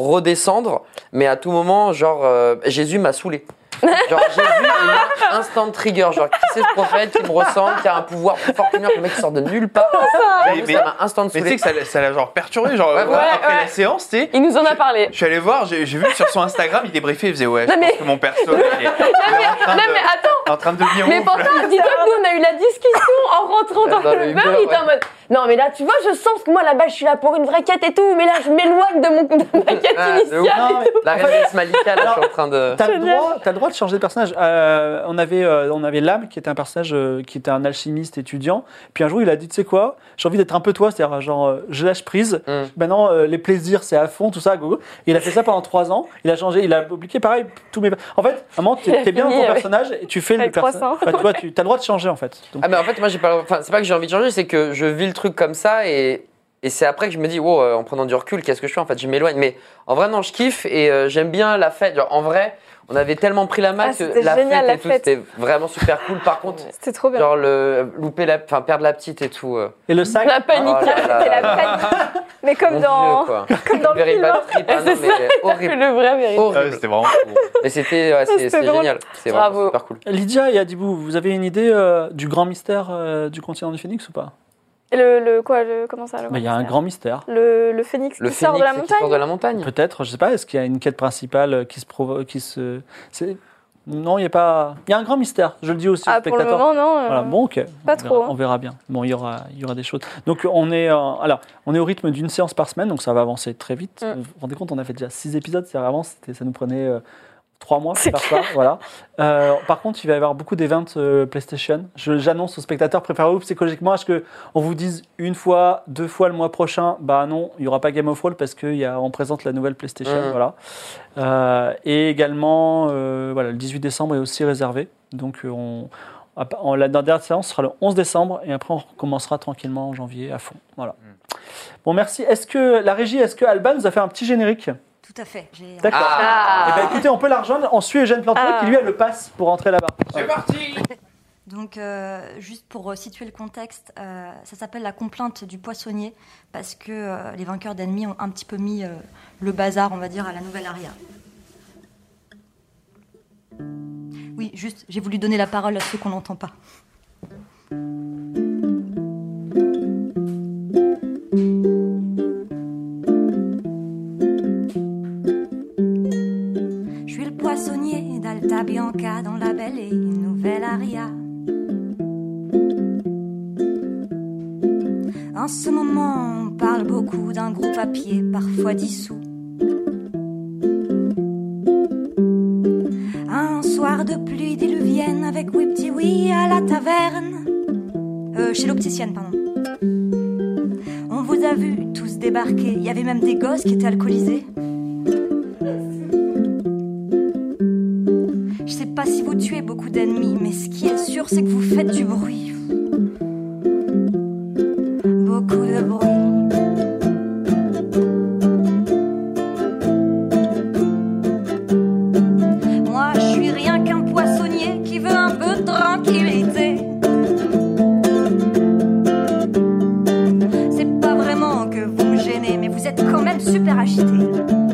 Speaker 6: redescendre, mais à tout moment, genre, euh, Jésus m'a saoulé. Genre, Jésus, il m'a instant trigger. Genre, qui c'est ce prophète qui me ressemble, qui a un pouvoir plus fort que le mien, que le mec qui sort de nulle part.
Speaker 7: Ah,
Speaker 6: J'avoue,
Speaker 8: Mais-
Speaker 6: ça m'a instant
Speaker 8: Mais tu sais
Speaker 6: saoulé.
Speaker 8: que ça l'a- ça l'a genre perturbé, genre
Speaker 6: Ouais,
Speaker 8: euh,
Speaker 6: ouais,
Speaker 8: après
Speaker 7: ouais.
Speaker 8: la séance, tu sais.
Speaker 7: Il nous en a parlé.
Speaker 8: Je suis allé voir, j'ai j'ai vu que sur son Instagram, il débriefait, il faisait ouais, je
Speaker 7: Non, mais-
Speaker 8: pense que mon perso il est, il est en, train
Speaker 7: Non,
Speaker 8: de,
Speaker 7: mais attends,
Speaker 8: en train de devenir
Speaker 7: mais
Speaker 8: ouf,
Speaker 7: pendant,
Speaker 8: là.
Speaker 7: dis-toi que nous, on a eu la discussion en rentrant dans,
Speaker 6: Dans le
Speaker 7: le
Speaker 6: Uber,
Speaker 7: Uber, il était en
Speaker 6: ouais.
Speaker 7: mode Non, mais là, tu vois, je sens que moi, là-bas, je suis là pour une vraie quête et tout, mais là, je m'éloigne de, mon, de ma quête
Speaker 6: Ah, de ouf.
Speaker 7: initiale.
Speaker 2: Non, mais
Speaker 6: La reine Malika, là, je suis en train de.
Speaker 2: T'as le, droit- t'as le droit de changer de personnage. Euh, on avait, euh, on avait Lame, qui était un personnage euh, qui était un alchimiste étudiant. Puis un jour, il a dit, tu sais quoi, j'ai envie d'être un peu toi, c'est-à-dire genre, euh, je lâche prise.
Speaker 6: Mm.
Speaker 2: Maintenant, euh, les plaisirs, c'est à fond, tout ça, gogo. Et il a fait ça pendant trois ans. Il a changé, il a publié pareil tous mes. En fait, à un moment,
Speaker 7: Il
Speaker 2: t'es
Speaker 7: a
Speaker 2: t'es bien dans
Speaker 7: fini
Speaker 2: ton
Speaker 7: avec-
Speaker 2: personnage et tu fais le
Speaker 5: avec
Speaker 2: personnage.
Speaker 5: 300.
Speaker 2: Enfin, tu vois, tu as le droit de changer en fait. Donc,
Speaker 6: Ah, mais en fait, moi, j'ai pas. Enfin, c'est pas que j'ai envie de changer, c'est que je vis le truc comme ça et. Et c'est après que je me dis, wow, euh, en prenant du recul, qu'est-ce que je fais En fait, je m'éloigne. Mais en vrai, non, je kiffe et euh, j'aime bien la fête. Genre, en vrai, on avait tellement pris la masse
Speaker 5: Ah,
Speaker 6: que
Speaker 5: c'était
Speaker 6: la
Speaker 5: génial,
Speaker 6: fête
Speaker 5: la
Speaker 6: et tout,
Speaker 5: fête.
Speaker 6: c'était vraiment super cool. Par contre,
Speaker 5: C'était trop bien.
Speaker 6: genre, le, louper la, enfin, perdre la petite et tout. euh,
Speaker 2: Et le sac.
Speaker 7: La panique.
Speaker 6: Oh là là.
Speaker 5: C'était la panique. Mais comme
Speaker 6: mon
Speaker 5: dans.
Speaker 6: Dieu, quoi.
Speaker 5: comme dans le
Speaker 6: Very
Speaker 5: film.
Speaker 6: bad
Speaker 5: hein.
Speaker 6: trip, ah non,
Speaker 7: C'est
Speaker 6: mais
Speaker 7: ça,
Speaker 6: horrible.
Speaker 7: Le vrai vérité.
Speaker 6: horrible.
Speaker 8: Ah, C'était vraiment cool.
Speaker 6: Mais c'était ouais, c'est-
Speaker 5: C'était
Speaker 6: c'est
Speaker 5: drôle.
Speaker 6: génial. C'est vraiment
Speaker 7: Bravo.
Speaker 6: super cool.
Speaker 2: Lydia et Adibou, vous avez une idée euh, du grand mystère euh, du continent du Phoenix ou pas
Speaker 5: Et Le, le quoi le, Comment ça le
Speaker 2: Bah, Il y a un
Speaker 5: mystère
Speaker 2: grand mystère.
Speaker 5: Le, le phoenix
Speaker 6: Le
Speaker 5: qui sort de la
Speaker 6: phénix qui sort
Speaker 5: montagne.
Speaker 6: de la montagne.
Speaker 2: Peut-être, je sais pas, est-ce qu'il y a une quête principale euh, qui se provo- qui se c'est- Non, il y a pas il y a un grand mystère, je le dis aussi aux
Speaker 5: Ah, pour le
Speaker 2: spectateurs.
Speaker 5: moment, non. euh,
Speaker 2: voilà, bon, OK.
Speaker 5: pas
Speaker 2: on
Speaker 5: trop,
Speaker 2: verra-
Speaker 5: hein.
Speaker 2: On verra bien. Bon, il y aura il y aura des choses. Donc on est euh, alors, on est au rythme d'une séance par semaine, donc ça va avancer très vite.
Speaker 5: Mm.
Speaker 2: Vous vous rendez compte, on a fait déjà six épisodes, c'est vraiment c'était- ça nous prenait euh, Trois mois pour faire ça, voilà. Euh, par contre, il va y avoir beaucoup d'évents euh, PlayStation. Je- J'annonce aux spectateurs, préparez-vous psychologiquement à ce que on vous dise une fois, deux fois le mois prochain, bah non, il n'y aura pas Game of Thrones parce qu'on présente la nouvelle PlayStation.
Speaker 6: Mhm.
Speaker 2: Voilà. Euh, et également, euh, voilà, le 18 décembre est aussi réservé. Donc euh, on, À pa- en- La dernière séance sera le 11 décembre et après on recommencera tranquillement en janvier à fond. Voilà. Bon, merci. Est-ce que la régie, est-ce que Alban nous a fait un petit générique
Speaker 9: Tout à fait. J'ai-
Speaker 2: D'accord.
Speaker 6: Ah.
Speaker 2: Eh ben, écoutez, on peut la rejoindre. On suit Eugène Plantier
Speaker 5: Ah.
Speaker 2: qui lui a le pass pour rentrer là-bas.
Speaker 8: C'est parti
Speaker 9: Donc, euh, juste pour euh, situer le contexte, euh, ça s'appelle la complainte du poissonnier parce que euh, les vainqueurs d'ennemis ont un petit peu mis euh, le bazar, on va dire, à la nouvelle aria. Oui, juste, j'ai voulu donner la parole à ceux qu'on n'entend pas. Je suis le poissonnier d'Alta Bianca dans la belle et nouvelle aria. En ce moment, on parle beaucoup d'un gros papier, parfois dissous. Un soir de pluie diluvienne avec oui petit oui à la taverne. Euh, chez l'opticienne, pardon. On vous a vu tous débarquer. Il y avait même des gosses qui étaient alcoolisés. Je sais pas si vous tuez beaucoup d'ennemis, mais ce qui est sûr, c'est que vous faites du bruit. Beaucoup de bruit. Moi, je suis rien qu'un poissonnier qui veut un peu de tranquillité. C'est pas vraiment que vous me gênez, mais vous êtes quand même super agité.